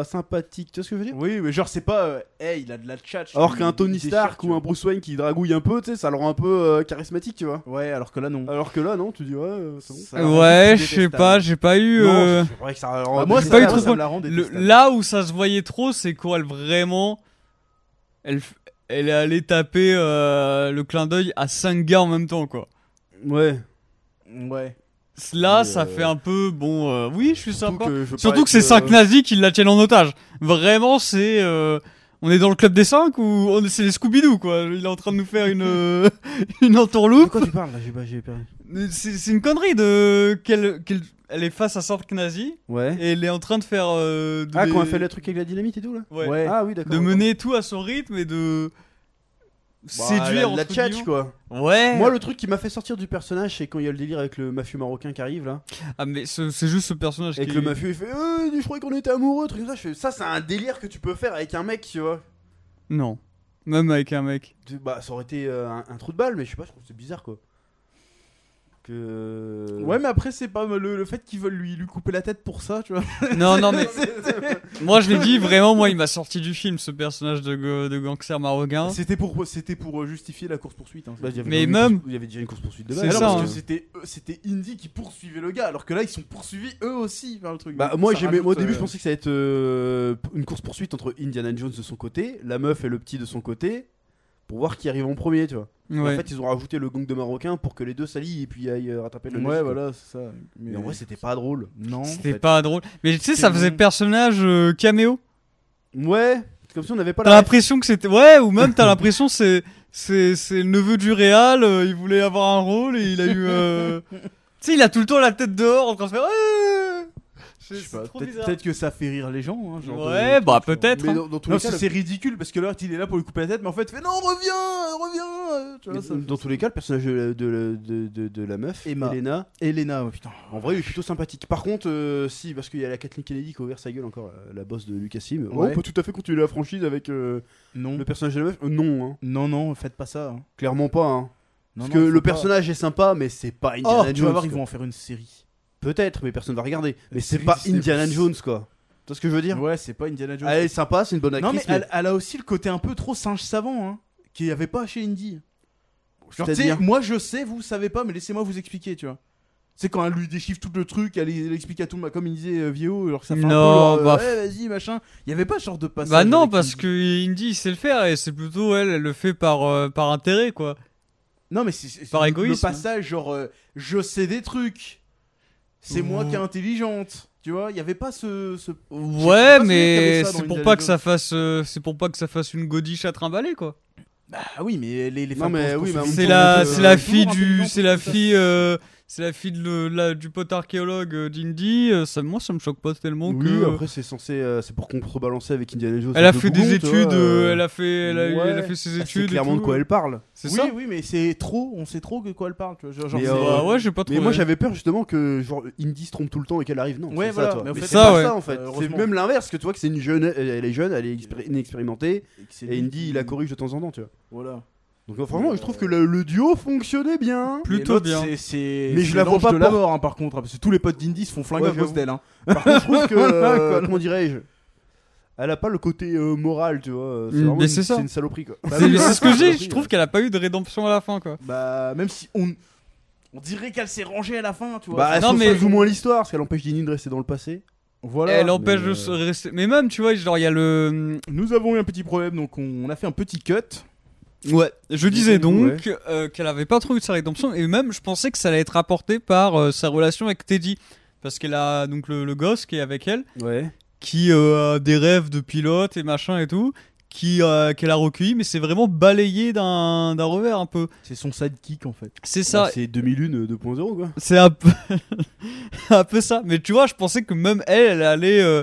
B: euh, sympathique. Tu vois ce que je veux dire
A: Oui, mais genre, c'est pas. euh, Hey, il a de la tchatch.
B: Alors
A: il-
B: qu'un
A: il
B: Tony
A: déchire,
B: Stark
A: tu
B: ou
A: vois.
B: un Bruce Wayne qui dragouille un peu, tu sais, ça le rend un peu euh, charismatique, tu vois.
A: Ouais, alors que là, non.
B: Alors que là, non, tu dis ouais, euh, Ah, c'est bon.
A: Ça la rend
C: Ouais,
A: plus
C: je sais pas,
A: détestable.
C: j'ai pas eu. euh,
B: Non, c'est vrai que ça la rend
A: Bah, moi,
C: J'ai
A: ça,
C: pas eu
A: moi,
C: trop
A: ça me
C: de-
A: la rend
C: Le-
A: détestable.
C: là où ça se voyait trop, c'est quand elle vraiment. Elle, f- elle est allée taper euh, le clin d'œil à 5 gars en même temps, quoi.
B: ouais.
A: Ouais.
C: Là,
B: Oui,
C: ça
B: euh,
C: fait un peu. Bon, euh, oui, je suis sympa.
B: que je veux pas
C: Surtout
B: être,
C: que c'est 5
B: euh,
C: nazis qui la tiennent en otage. Vraiment, c'est. euh, on est dans le club des 5 ou on- c'est les Scooby-Doo, quoi. Il est en train de nous faire une, euh, une
B: De
C: entourloupe.
B: quoi tu parles là J'ai pas, j'ai perdu.
C: C'est c'est une connerie de. qu'elle qu'elle- elle est face à 5 nazis
B: Ouais.
C: et elle est en train de faire. euh, de
B: Ah,
C: des-
B: quand elle fait le truc avec la dynamite et tout là
C: Ouais.
A: Ouais.
B: Ah oui, d'accord.
C: de
B: d'accord.
C: mener tout à son rythme et de
B: Bah,
C: séduire
B: la, la
C: entre
B: tchatch,
C: guillemets.
B: quoi.
C: Ouais.
B: Moi, le truc qui m'a fait sortir du personnage, c'est quand il y a le délire avec le mafieux marocain qui arrive là.
C: Ah mais ce- c'est juste ce personnage
B: Et
C: qui
B: que le mafieux il fait euh, Je croyais qu'on était amoureux, truc comme ça. Je fais, ça, c'est un délire que tu peux faire avec un mec, tu vois.
C: Non. Même avec un mec.
B: Tu- Bah, ça aurait été euh, un, un trou de balle, mais je sais pas, je trouve que c'est bizarre quoi. Que. euh,
A: Ouais, mais après, c'est pas le, le fait qu'ils veulent lui, lui couper la tête pour ça, tu vois.
C: Non non mais moi je l'ai dit vraiment moi il m'a sorti du film ce personnage de, go- de gangster marocain.
A: C'était pour, c'était pour euh, justifier la course-poursuite. hein.
B: Bah, il y avait
C: Mais
B: une
C: même-
B: course- Il y avait déjà une course-poursuite de
C: C'est
B: base.
A: Alors,
C: ça,
A: parce
C: hein.
A: que c'était, eux- c'était Indy qui poursuivait le gars, alors que là, ils sont poursuivis eux aussi par le truc.
B: Bah,
A: Donc,
B: moi,
A: ça
B: j'aimais- moi, au
A: rajoute,
B: début,
A: euh,
B: je pensais que ça allait être euh, une course-poursuite entre Indiana Jones de son côté, la meuf et le petit de son côté, pour voir qui arrive en premier, tu vois.
C: Ouais.
B: En fait, ils ont rajouté le gong de Marocain pour que les deux s'allient et puis aillent euh, rattraper le
A: Ouais,
B: Mexique,
A: voilà, c'est ça.
B: quoi.
A: Mais
B: Mais en vrai, c'était pas drôle.
A: non.
C: C'était
B: fait.
C: pas drôle. Mais tu sais ça
A: C'est
C: faisait
A: bon.
C: personnage euh, caméo.
B: Ouais, c'est comme si on n'avait pas
C: T'as
B: la. ref.
C: l'impression que c'était ouais ou même t'as l'impression c'est c'est c'est le neveu du Real. euh, il voulait avoir un rôle et il a eu. euh, tu sais il a tout le temps la tête dehors en train de faire. Ouais.
A: Je
C: C'est
A: sais
C: c'est
A: pas,
C: trop
A: peut-être-
C: bizarre.
A: peut-être que ça fait rire les gens. hein, genre de-
C: Ouais bah peut-être.
B: Mais
C: hein.
B: dans, dans tous
A: Non,
B: les cas,
A: c'est
B: le-
A: c'est ridicule parce que l'autre il est là pour lui couper la tête, mais en fait, il fait non, reviens, reviens. euh, Tu
B: mais
A: vois, ça-
B: dans tous les cas, le personnage de, de- de- de- de la meuf,
A: Emma.
B: Elena,
A: Elena, oh, putain.
B: en vrai, il est plutôt sympathique. Par contre, euh, si, parce qu'il y a la Kathleen Kennedy qui a ouvert sa gueule encore, euh, la, la boss de Lucasfilm.
A: Ouais.
B: On peut tout à fait continuer la franchise avec euh,
A: Non,
B: le personnage de la meuf Euh, Non, hein.
A: non, non, faites pas ça. hein.
B: clairement pas. hein.
A: Non,
B: Parce
A: non,
B: que
A: faut
B: le
A: pas.
B: personnage est sympa, mais c'est pas
A: Oh,
B: Indiana
A: tu vas
B: Jones.
A: voir, ils
B: quoi.
A: vont en faire une série.
B: Peut-être, mais personne va regarder. Mais c'est
A: C'est-
B: pas
A: c'est-
B: Indiana Jones, quoi. Tu vois ce que je veux dire
A: Ouais, c'est pas Indiana Jones.
B: Elle est sympa, c'est une bonne
A: non,
B: actrice.
A: mais elle, elle a aussi le côté un peu trop singe savant, hein, qu'il n'y avait pas chez Indy. Genre, tu sais,
B: C'est-à-dire
A: moi je sais, vous savez pas, mais laissez-moi vous expliquer, tu vois. C'est quand elle lui déchiffre tout le truc, elle, elle explique à tout le monde, comme il disait euh, Vio, genre ça fait un peu
C: Non,
A: genre, euh,
C: bah,
A: ouais, vas-y, machin. Il y avait pas ce genre de passage.
C: Bah non,
A: avec
C: parce
A: Indy.
C: que Indy il sait le faire et c'est plutôt elle, elle le fait par, euh, par intérêt quoi.
A: Non, mais c'est- c'est
C: Par
A: le-
C: égoïsme. hein.
A: Le passage, genre, euh, je sais des trucs. C'est moi qui est intelligente. Tu vois, il n'y avait pas ce. ce-
C: Ouais,
A: pas si il y avait
C: mais
A: ça dans
C: c'est pour
A: Indiana
C: pas que
A: Jones.
C: ça fasse, euh, c'est pour pas que ça fasse une godiche à trimballer quoi.
A: Bah oui, mais les, les
B: Non,
A: femmes.
B: mais
A: pensent
B: oui,
A: qu'on
B: mais en
A: se
B: même
A: fait
B: temps,
A: toujours
C: C'est la,
A: un peu-
C: c'est la
A: euh,
C: fille
A: toujours un peu
C: du,
A: intelligente,
C: c'est la
A: tout ça.
C: fille, euh, c'est la fille de le- la- du pote archéologue euh, d'Indy. euh, ça, moi ça me choque pas tellement
B: Oui,
C: que. euh,
B: après, c'est censé. euh, c'est pour contrebalancer avec Indiana Jones.
C: elle a
B: de
C: fait
B: Gougon,
C: des
B: tu
C: études,
B: vois,
C: euh,
B: euh,
C: elle a fait, elle a, eu- elle a
B: ouais.
C: fait ses
B: elle sait
C: études. et
B: clairement de
C: tout. euh,
B: quoi elle parle.
C: C'est
A: Oui,
C: ça.
A: oui, mais c'est trop. On sait trop de quoi elle parle. Tu vois, genre, genre,
B: Mais,
A: c'est-
B: euh,
C: Bah ouais, j'ai pas
B: Mais
C: trouvé.
B: moi, j'avais peur justement que genre Indy se trompe tout le temps et qu'elle arrive. Non,
A: Ouais,
B: c'est
A: voilà,
B: ça, toi.
A: mais en fait,
B: c'est
C: ça,
B: pas
C: ouais.
B: ça en fait.
A: Euh,
B: C'est
A: heureusement.
B: même l'inverse, que tu vois que c'est une jeune, elle elle est jeune, elle est expéri- inexpérimentée,
A: c'est
B: et
A: lui
B: Indy
A: qui-
B: il la corrige de temps en temps, tu vois.
A: Voilà.
B: Donc euh, franchement, je trouve que le, le duo fonctionnait bien.
A: Et
C: Plutôt
A: l'autre,
C: bien.
A: c'est- C'est.
B: Mais je
A: c'est
B: la vois
A: l'ange
B: pas
A: de la
B: pour-
A: mort, hein, par contre, hein, parce que tous les potes d'Indy se font flinguer
B: Ouais,
A: à cause
B: j'avoue.
A: d'elle. hein.
B: Par contre, je trouve que
A: Voilà,
B: euh,
A: quoi.
B: comment dirais-je Elle a pas le côté euh, moral, tu vois. euh, C'est
C: Mm,
B: vraiment
C: mais
B: une-
C: c'est ça.
B: c'est une saloperie quoi.
A: Bah
C: C'est
A: oui,
C: c'est ce que
A: hein,
C: j'ai.
B: compris,
C: Je trouve qu'elle a pas eu de rédemption à la fin quoi.
A: Bah, même si on. On dirait qu'elle s'est rangée à la fin, tu vois.
B: Bah, elle
C: Non,
B: sauve
C: mais-
B: plus ou moins l'histoire, parce qu'elle empêche Dini de rester dans le passé.
A: voilà.
C: elle empêche
B: mais,
C: de se rester. Mais même, tu vois, genre il y a le,
A: Nous avons eu un petit problème, donc on a fait un petit cut.
C: Ouais, je
B: Ouais.
C: disais donc euh, qu'elle avait pas trouvé de sa rédemption et même je pensais que ça allait être apporté par euh, sa relation avec Teddy parce qu'elle a donc le, le gosse qui est avec elle
B: Ouais.
C: qui euh, a des rêves de pilote et machin et tout qui euh, qu'elle a recueilli mais c'est vraiment balayé d'un d'un revers un peu.
A: C'est son sidekick en fait.
C: C'est ça,
B: C'est 2001 2.0 quoi.
C: c'est un peu un peu ça. Mais tu vois, je pensais que même elle, elle allait euh,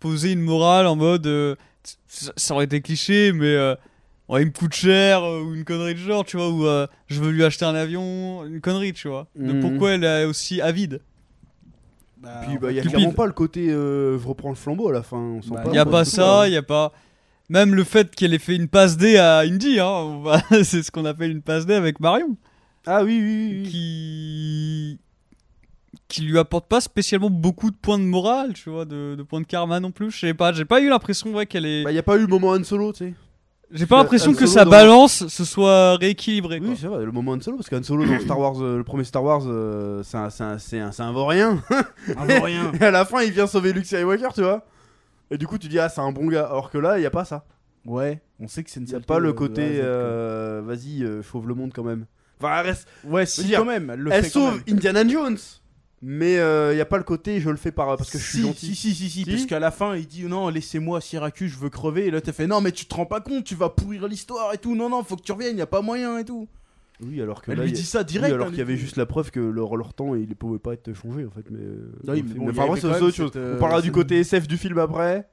C: poser une morale en mode euh, ça, ça aurait été cliché, mais euh, ouais, il me coûte cher euh, ou une connerie de genre, tu vois, ou euh, je veux lui acheter un avion, une connerie, tu vois. De
B: Mhm.
C: pourquoi elle est aussi avide
B: Puis bah, il y a
C: Cupid.
B: clairement pas le côté euh, je reprends le flambeau à la fin. On sent
A: Bah,
B: pas,
C: Il y a
B: on
C: pas
B: sent
C: ça, il y a pas même le fait qu'elle ait fait une passe D à Indy, hein, on va- c'est ce qu'on appelle une passe D avec Marion,
B: Ah oui, oui, oui. oui.
C: qui qui lui apporte pas spécialement beaucoup de points de morale, tu vois, de, de points de karma non plus. Je sais pas, j'ai pas eu l'impression ouais, qu'elle est.
B: Bah, il y a pas eu le moment Han Solo, tu sais.
C: J'ai pas
B: Euh,
C: l'impression
B: Han
C: que
B: Solo
C: sa
B: dans-
C: balance se soit rééquilibrée. quoi.
B: Oui, c'est vrai, le moment Han Solo, parce qu'Han Solo dans Star Wars, euh, le premier Star Wars, euh, c'est un, c'est un, c'est un, c'est un vaurien.
A: Un vaurien.
B: Et à la fin, il vient sauver Luke Skywalker, tu vois. Et du coup, tu dis, ah, c'est un bon gars. Alors que là, il y a pas ça.
A: Ouais, on sait que c'est une
B: Il y a
A: saleté,
B: pas
A: euh,
B: le
A: de
B: côté,
A: A à Z,
B: euh, vas-y, euh, sauve le monde quand même. Enfin, elle reste-
A: quoi. Ouais, si
B: dire,
A: quand même. Elle, le
B: elle
A: fait quand
B: sauve
A: même.
B: Indiana Jones, mais euh, il y a pas le côté, je le fais par, parce que je suis
A: si,
B: gentil.
A: Si, si, si, si,
B: Si.
A: parce qu'à la fin, il dit non, laissez-moi, Syracuse, je veux crever. Et là, t'as fait non, mais tu te rends pas compte, tu vas pourrir l'histoire et tout. Non, non, faut que tu reviennes, y a pas moyen et tout.
B: Oui, alors que
A: elle
B: là,
A: lui
B: il y a-
A: dit ça
B: Oui,
A: direct.
B: alors
A: hein,
B: qu'il y avait
A: lui.
B: juste la preuve que leur, leur temps il pouvait pas être changé en fait mais euh,
A: Ah
B: dans le
A: Oui, mais
B: film.
A: bon, il y
B: enfin moi
A: avait
B: c'est
A: quand
B: autre
A: même
B: chose
A: cette, euh,
B: on parlera du
A: cette-
B: côté SF du film après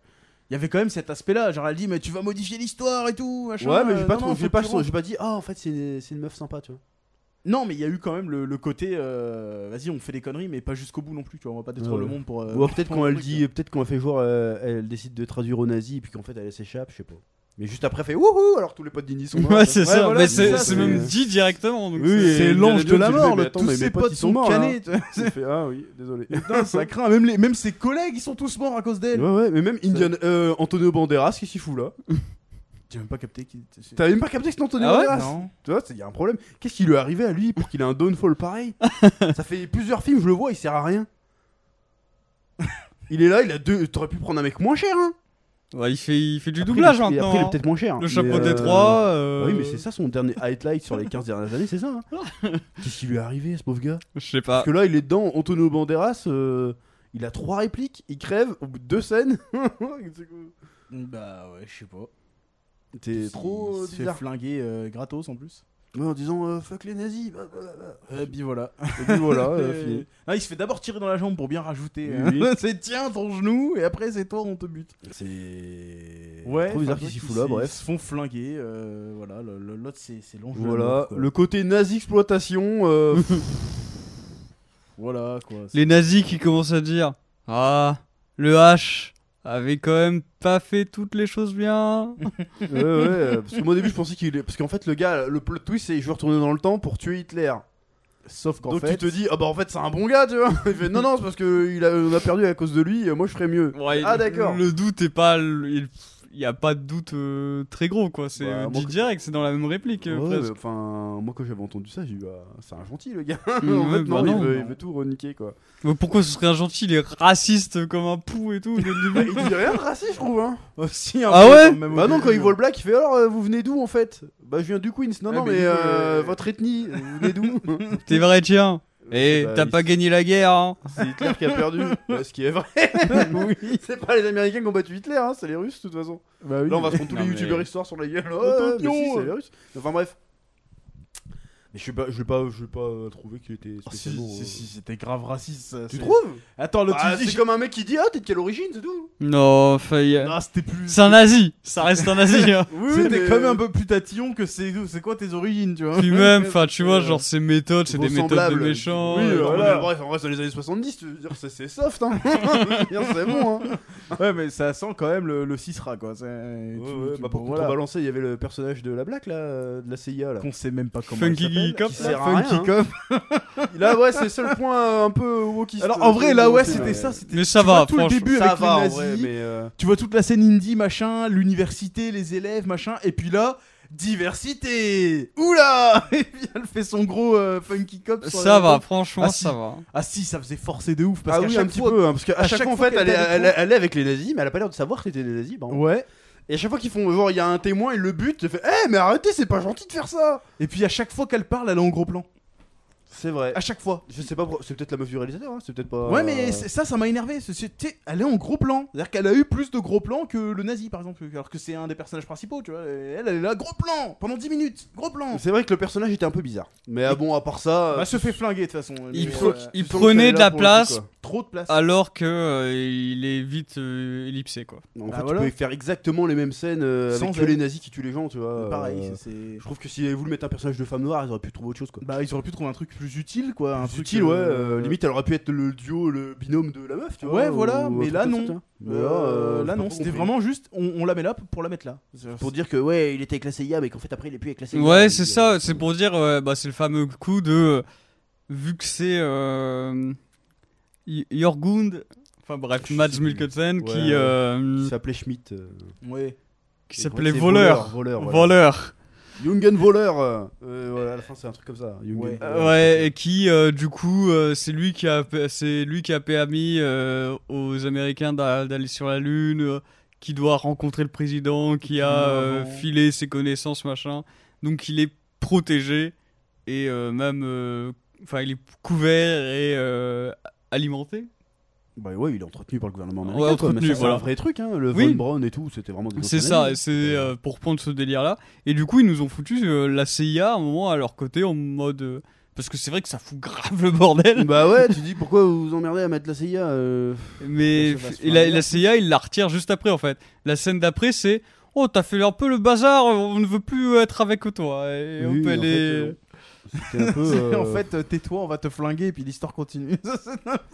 A: il y avait quand même cet aspect-là. Genre, elle dit, mais tu vas modifier l'histoire et tout. machin,
B: ouais, mais
A: euh,
B: j'ai pas,
A: non,
B: trop-
A: non,
B: j'ai
A: faut
B: pas,
A: que tu rentres.
B: j'ai pas dit, ah, en fait, c'est une, c'est une meuf sympa, tu vois.
A: Non, mais il y a eu quand même le, le côté, euh, vas-y, on fait des conneries, mais pas jusqu'au bout non plus. Tu vois, on va pas détruire
B: Ouais,
A: le
B: ouais.
A: monde pour. euh,
B: Ou alors, peut-être
A: pour
B: quand
A: un
B: elle
A: truc,
B: dit, peut-être qu'on a fait jouer, euh, elle décide de traduire au nazi, et puis qu'en fait, elle s'échappe, je sais pas. Mais juste après, elle fait wouhou, alors tous les potes d'Indy sont morts.
C: Ouais, c'est ça.
A: voilà,
C: mais
A: c'est
C: c'est
A: ça,
C: c'est
A: c'est-
C: même dit directement. donc
B: Oui,
C: c'est-
B: et
A: C'est
B: Indiana
A: l'ange de la
B: Jones, il fait,
A: mort,
B: mais
A: le
B: attends,
A: temps.
B: mais
A: Tous
B: mes
A: ses
B: potes,
A: potes
B: ils
A: sont
B: sont morts,
A: canés. tu vois.
B: Elle fait, ah oui, désolé.
A: Putain, ça craint. Même, les, même ses collègues, ils sont tous morts à cause d'elle.
B: Ouais, ouais, mais même Indiana, euh, Antonio Banderas, qu'est-ce qu'il fout là
A: J'ai même pas capté qui. c'est-
B: T'avais même pas capté que c'était Antonio
C: Ah ouais
B: Banderas
A: Non.
B: Tu vois, il y a un problème. Qu'est-ce qui lui est arrivé à lui pour qu'il ait un downfall pareil Ça fait plusieurs films, je le vois, il sert à rien. Il est là, il a deux. T'aurais pu prendre un mec moins cher, hein
C: Ouais, il fait, il fait du
B: Après,
C: doublage
B: il est- et
C: maintenant.
B: Après, il
C: hein.
B: est peut-être moins cher.
C: Le
B: mais,
C: chapeau
B: euh,
C: des trois. euh,
B: Ah Oui, mais c'est ça son dernier highlight sur les 15 dernières années, c'est ça. hein. Qu'est-ce qui lui est arrivé à ce pauvre gars
C: Je sais
B: Parce
C: pas.
B: que là, il est dedans, Antonio Banderas, euh, il a trois répliques, il crève au bout de deux scènes.
A: Bah ouais, je sais pas.
B: T'es
A: Il
B: trop euh,
A: se fait
B: bizarre.
A: flinguer euh, gratos en plus.
B: Ouais, en disant euh, fuck les nazis. bah, bah, bah.
A: Et puis voilà.
B: Et puis voilà, euh,
A: Euh,
B: fini.
A: ah, il se fait d'abord tirer dans la jambe pour bien rajouter.
B: Oui, oui.
A: hein. c'est tiens ton genou et après c'est toi on te bute.
B: C'est
A: Ouais.
B: trop bizarre
A: enfin,
B: qu'il s'y
A: bref,
B: fout
A: ils-
B: là,
A: Ils
B: bref.
A: se font flinguer. euh, voilà, le- le- l'autre c'est c'est l'ange. de la
B: Voilà,
A: mort, quoi.
B: le côté nazi exploitation. euh, pff,
A: Voilà quoi.
C: Les nazis qui commencent à dire Ah, le H avait quand même pas fait toutes les choses bien.
B: ouais, ouais, euh, parce que moi au début je pensais qu'il est- parce qu'en fait le gars le plot twist c'est je veux retourner dans le temps pour tuer Hitler.
A: Sauf qu'en
B: Donc tu
A: fait.
B: te dis ah bah en fait c'est un bon gars tu vois. Il fait non non c'est parce que il a, on a perdu à cause de lui. euh, Moi je ferais mieux.
C: Ouais,
B: Ah,
C: le-
B: d'accord.
C: Le doute est pas. le- Il il y a pas de doute euh, très gros quoi. C'est
B: Bah,
C: euh,
B: moi,
C: dit
B: que-
C: direct, c'est dans la même réplique. euh,
B: Ouais, mais
C: presque.
B: enfin moi quand j'avais entendu ça j'ai dit ah, c'est un gentil le gars.
C: Mm,
B: en
C: ouais,
B: fait,
C: bah
B: non,
C: non,
B: il, veut, il
C: non.
B: veut tout reniquer quoi.
C: Mais pourquoi ce serait un gentil Il est raciste comme un pou et tout. dès le
B: Bah,
C: début.
B: il dit rien de raciste je trouve hein.
A: Aussi un
C: Ah
A: peu,
C: ouais
A: quand même, au
B: Bah non
A: début,
B: quand il
A: hein.
B: voit le black il fait alors euh, vous venez d'où en fait. Bah je viens du Queens. Non
A: Ouais,
B: non
A: mais
B: mais
A: du coup,
B: euh,
A: le-
B: votre ethnie vous venez d'où.
C: T'es vrai, tiens. Et
B: Bah,
C: t'as
B: il-
C: pas gagné la guerre. hein.
B: C'est Hitler qui a perdu, Bah, ce qui est vrai. C'est pas les Américains qui ont battu Hitler, hein, c'est les Russes de toute façon.
A: Bah oui.
B: Là, on va se prendre tous
C: Non,
B: les
C: mais-
B: youtubeurs histoires sur la gueule. Ouais,
A: Attention,
B: mais si,
A: euh.
B: c'est les Russes. Enfin bref. Mais je sais pas, je vais pas, je vais pas euh, trouver qu'il était
A: Oh, si,
B: spécialement. euh,
A: si, si, c'était grave raciste. ça,
B: Tu
A: c'est-
B: trouves
A: Attends, l'autre
B: Bah,
A: tu dis.
B: C'est comme un mec qui dit Ah, t'es de quelle origine, c'est tout
C: Non, enfin, il y a-
A: Ah, c'était plus.
C: c'est un nazi. Ça reste un nazi. hein.
B: Oui,
A: C'était
B: mais-
A: quand même un peu plus tatillon que c'est c'est quoi tes origines, tu vois.
C: Puis même, enfin, tu
A: euh,
C: vois, genre ses méthodes, c'est des méthodes de
B: Vraisemblable.
C: méchants.
B: Oui,
C: euh,
B: alors,
A: voilà.
B: mais bref, on reste dans les années 70, tu veux dire, c'est- c'est soft, hein. Je veux dire, c'est bon, hein.
A: Ouais, mais ça sent quand même le, le cisra, quoi. c'est- tu-
B: Ouais, ouais,
A: tu-
B: bah, pour
A: voilà.
B: contrebalancer, il y avait le personnage de la Black, là, euh, de la CIA, là.
A: Qu'on sait même pas comment.
C: Funky
A: il s'appelle,
C: Cop,
A: qui
B: là.
A: sert à
B: Funky
A: rien, hein.
B: Là, ouais, c'est le seul point euh, un peu wokiste. euh,
A: Alors en vrai, là, ouais,
B: C'est-
A: c'était ça. c'était-
C: Mais ça
A: tu
C: va,
A: vois tout le
C: franchement.
A: début
B: ça
A: avec
B: va,
A: les
B: en vrai,
A: nazis,
B: mais. euh,
A: Tu vois toute la scène indie, machin, l'université, les élèves, machin, et puis là, diversité Oula Et puis elle fait son gros euh, funky cop. sur
C: Ça
A: la
C: va,
A: tête.
C: franchement,
A: Ah, si.
C: ça va.
A: Ah si, ça faisait forcer de ouf, parce
B: ah
A: qu'à
B: oui, un
A: chaque
B: petit
A: fois...
B: peu, hein, parce qu'à
A: à
B: chaque,
A: chaque
B: fois, en
A: fois
B: fait, elle,
A: qu'elle
B: est-
A: était avec
B: elle- elle est avec les nazis, mais elle a pas l'air de savoir que c'était des nazis. Bah, en fait.
A: Ouais,
B: Et à chaque fois qu'ils font, euh, genre, il y a un témoin, ils le butent, elle fait, Eh mais arrêtez, c'est pas gentil de faire ça
A: et puis à chaque fois qu'elle parle, elle est en gros plan.
B: C'est vrai.
A: À chaque fois.
B: Je sais pas, pro- c'est peut-être la meuf du réalisateur, hein, c'est peut-être pas.
A: Ouais, mais c'est- ça, ça m'a énervé. ce- c'est- tu sais, Elle est en gros plan. C'est-à-dire qu'elle a eu plus de gros plans que le nazi, par exemple. Alors que c'est un des personnages principaux, tu vois. Et Elle, elle est là, gros plan Pendant 10 minutes Gros plan
B: Euh, C'est vrai que le personnage était un peu bizarre. Mais ah bon, à part ça.
A: Bah,
B: euh,
A: elle se fait flinguer, de toute façon.
C: Il,
A: Mais,
C: pre-
A: euh,
C: il
B: tu sens qu'elle est
C: prenait
B: là
C: de la
B: pour le coup,
C: place
B: quoi.
A: Trop de place.
B: Ah,
C: alors que euh, il est vite euh, ellipsé, quoi.
B: En fait,
A: Bah,
B: tu
A: voilà.
B: pouvais faire exactement les mêmes scènes euh,
A: Sans
B: avec que
A: elle.
B: les nazis qui tuent les gens, tu vois. euh,
A: Pareil, c'est- c'est.
B: Je trouve que s'ils avaient voulu mettre un personnage de femme noire, ils auraient pu trouver autre chose, quoi.
A: Bah, ils auraient pu trouver un truc plus utile, quoi. Un
B: Plus
A: truc,
B: utile, ouais.
A: euh,
B: euh, Limite, elle aurait pu être le duo, le binôme de la meuf, tu vois.
A: Ouais, voilà,
B: ou un
A: mais
B: truc
A: là,
B: comme ça,
A: non.
B: tu vois. Mais
A: euh,
B: euh,
A: là,
B: j'ai
A: non,
B: pas
A: c'était
B: compris.
A: vraiment juste, on, on la met là pour la mettre là.
B: Pour dire que ouais, il était avec la CIA, mais qu'en fait après il est plus avec la CIA.
C: Ouais, c'est ça. C'est pour dire, euh, bah, c'est le fameux coup de. euh, vu que c'est. Euh, Y- Jorgund. Enfin bref,
B: Je sais
C: Mads
B: plus.
C: Mikkelsen
B: Ouais, ouais.
C: qui, euh,
B: Il s'appelait Schmidt. euh,
A: Ouais.
C: qui
B: et
C: s'appelait
B: c'est
C: Voleur.
B: Voleur. voilà.
C: Voleur.
B: Jungen Voleur. euh, euh, voilà, à la fin c'est un truc comme ça. Jungen-
A: Ouais.
C: Euh, ouais, et qui, euh, du coup, euh, c'est lui qui a, c'est lui qui a permis euh, aux Américains d'a- d'aller sur la Lune, euh, qui doit rencontrer le président, qui a euh,
A: Avant.
C: filé ses connaissances, machin. Donc il est protégé et euh, même, euh, enfin, il est couvert et euh, alimenté.
B: Bah ouais, il est entretenu par le gouvernement
C: Ouais,
B: américain. quoi,
C: entretenu,
B: mais ça,
C: voilà.
B: C'est un vrai truc, hein. Le
C: Oui.
B: Von Braun et tout, c'était vraiment. des
C: C'est
B: anciens
C: ça,
B: amis.
C: et c'est euh, pour prendre ce délire-là. Et du coup, ils nous ont foutu euh, la CIA à un moment à leur côté en mode. euh, Parce que c'est vrai que ça fout grave le bordel.
B: bah ouais, tu dis pourquoi vous vous emmerdez à mettre la CIA euh,
C: Mais
B: Ça se passe
C: et la,
B: pas.
C: la CIA, il la retire juste après en fait. La scène d'après, c'est Oh, t'as fait un peu le bazar, on ne veut plus être avec toi. Et on
B: oui,
C: peut
B: en fait,
C: aller.
B: euh, c'était un peu, euh,
A: En fait, euh, tais-toi, on va te flinguer et puis l'histoire continue.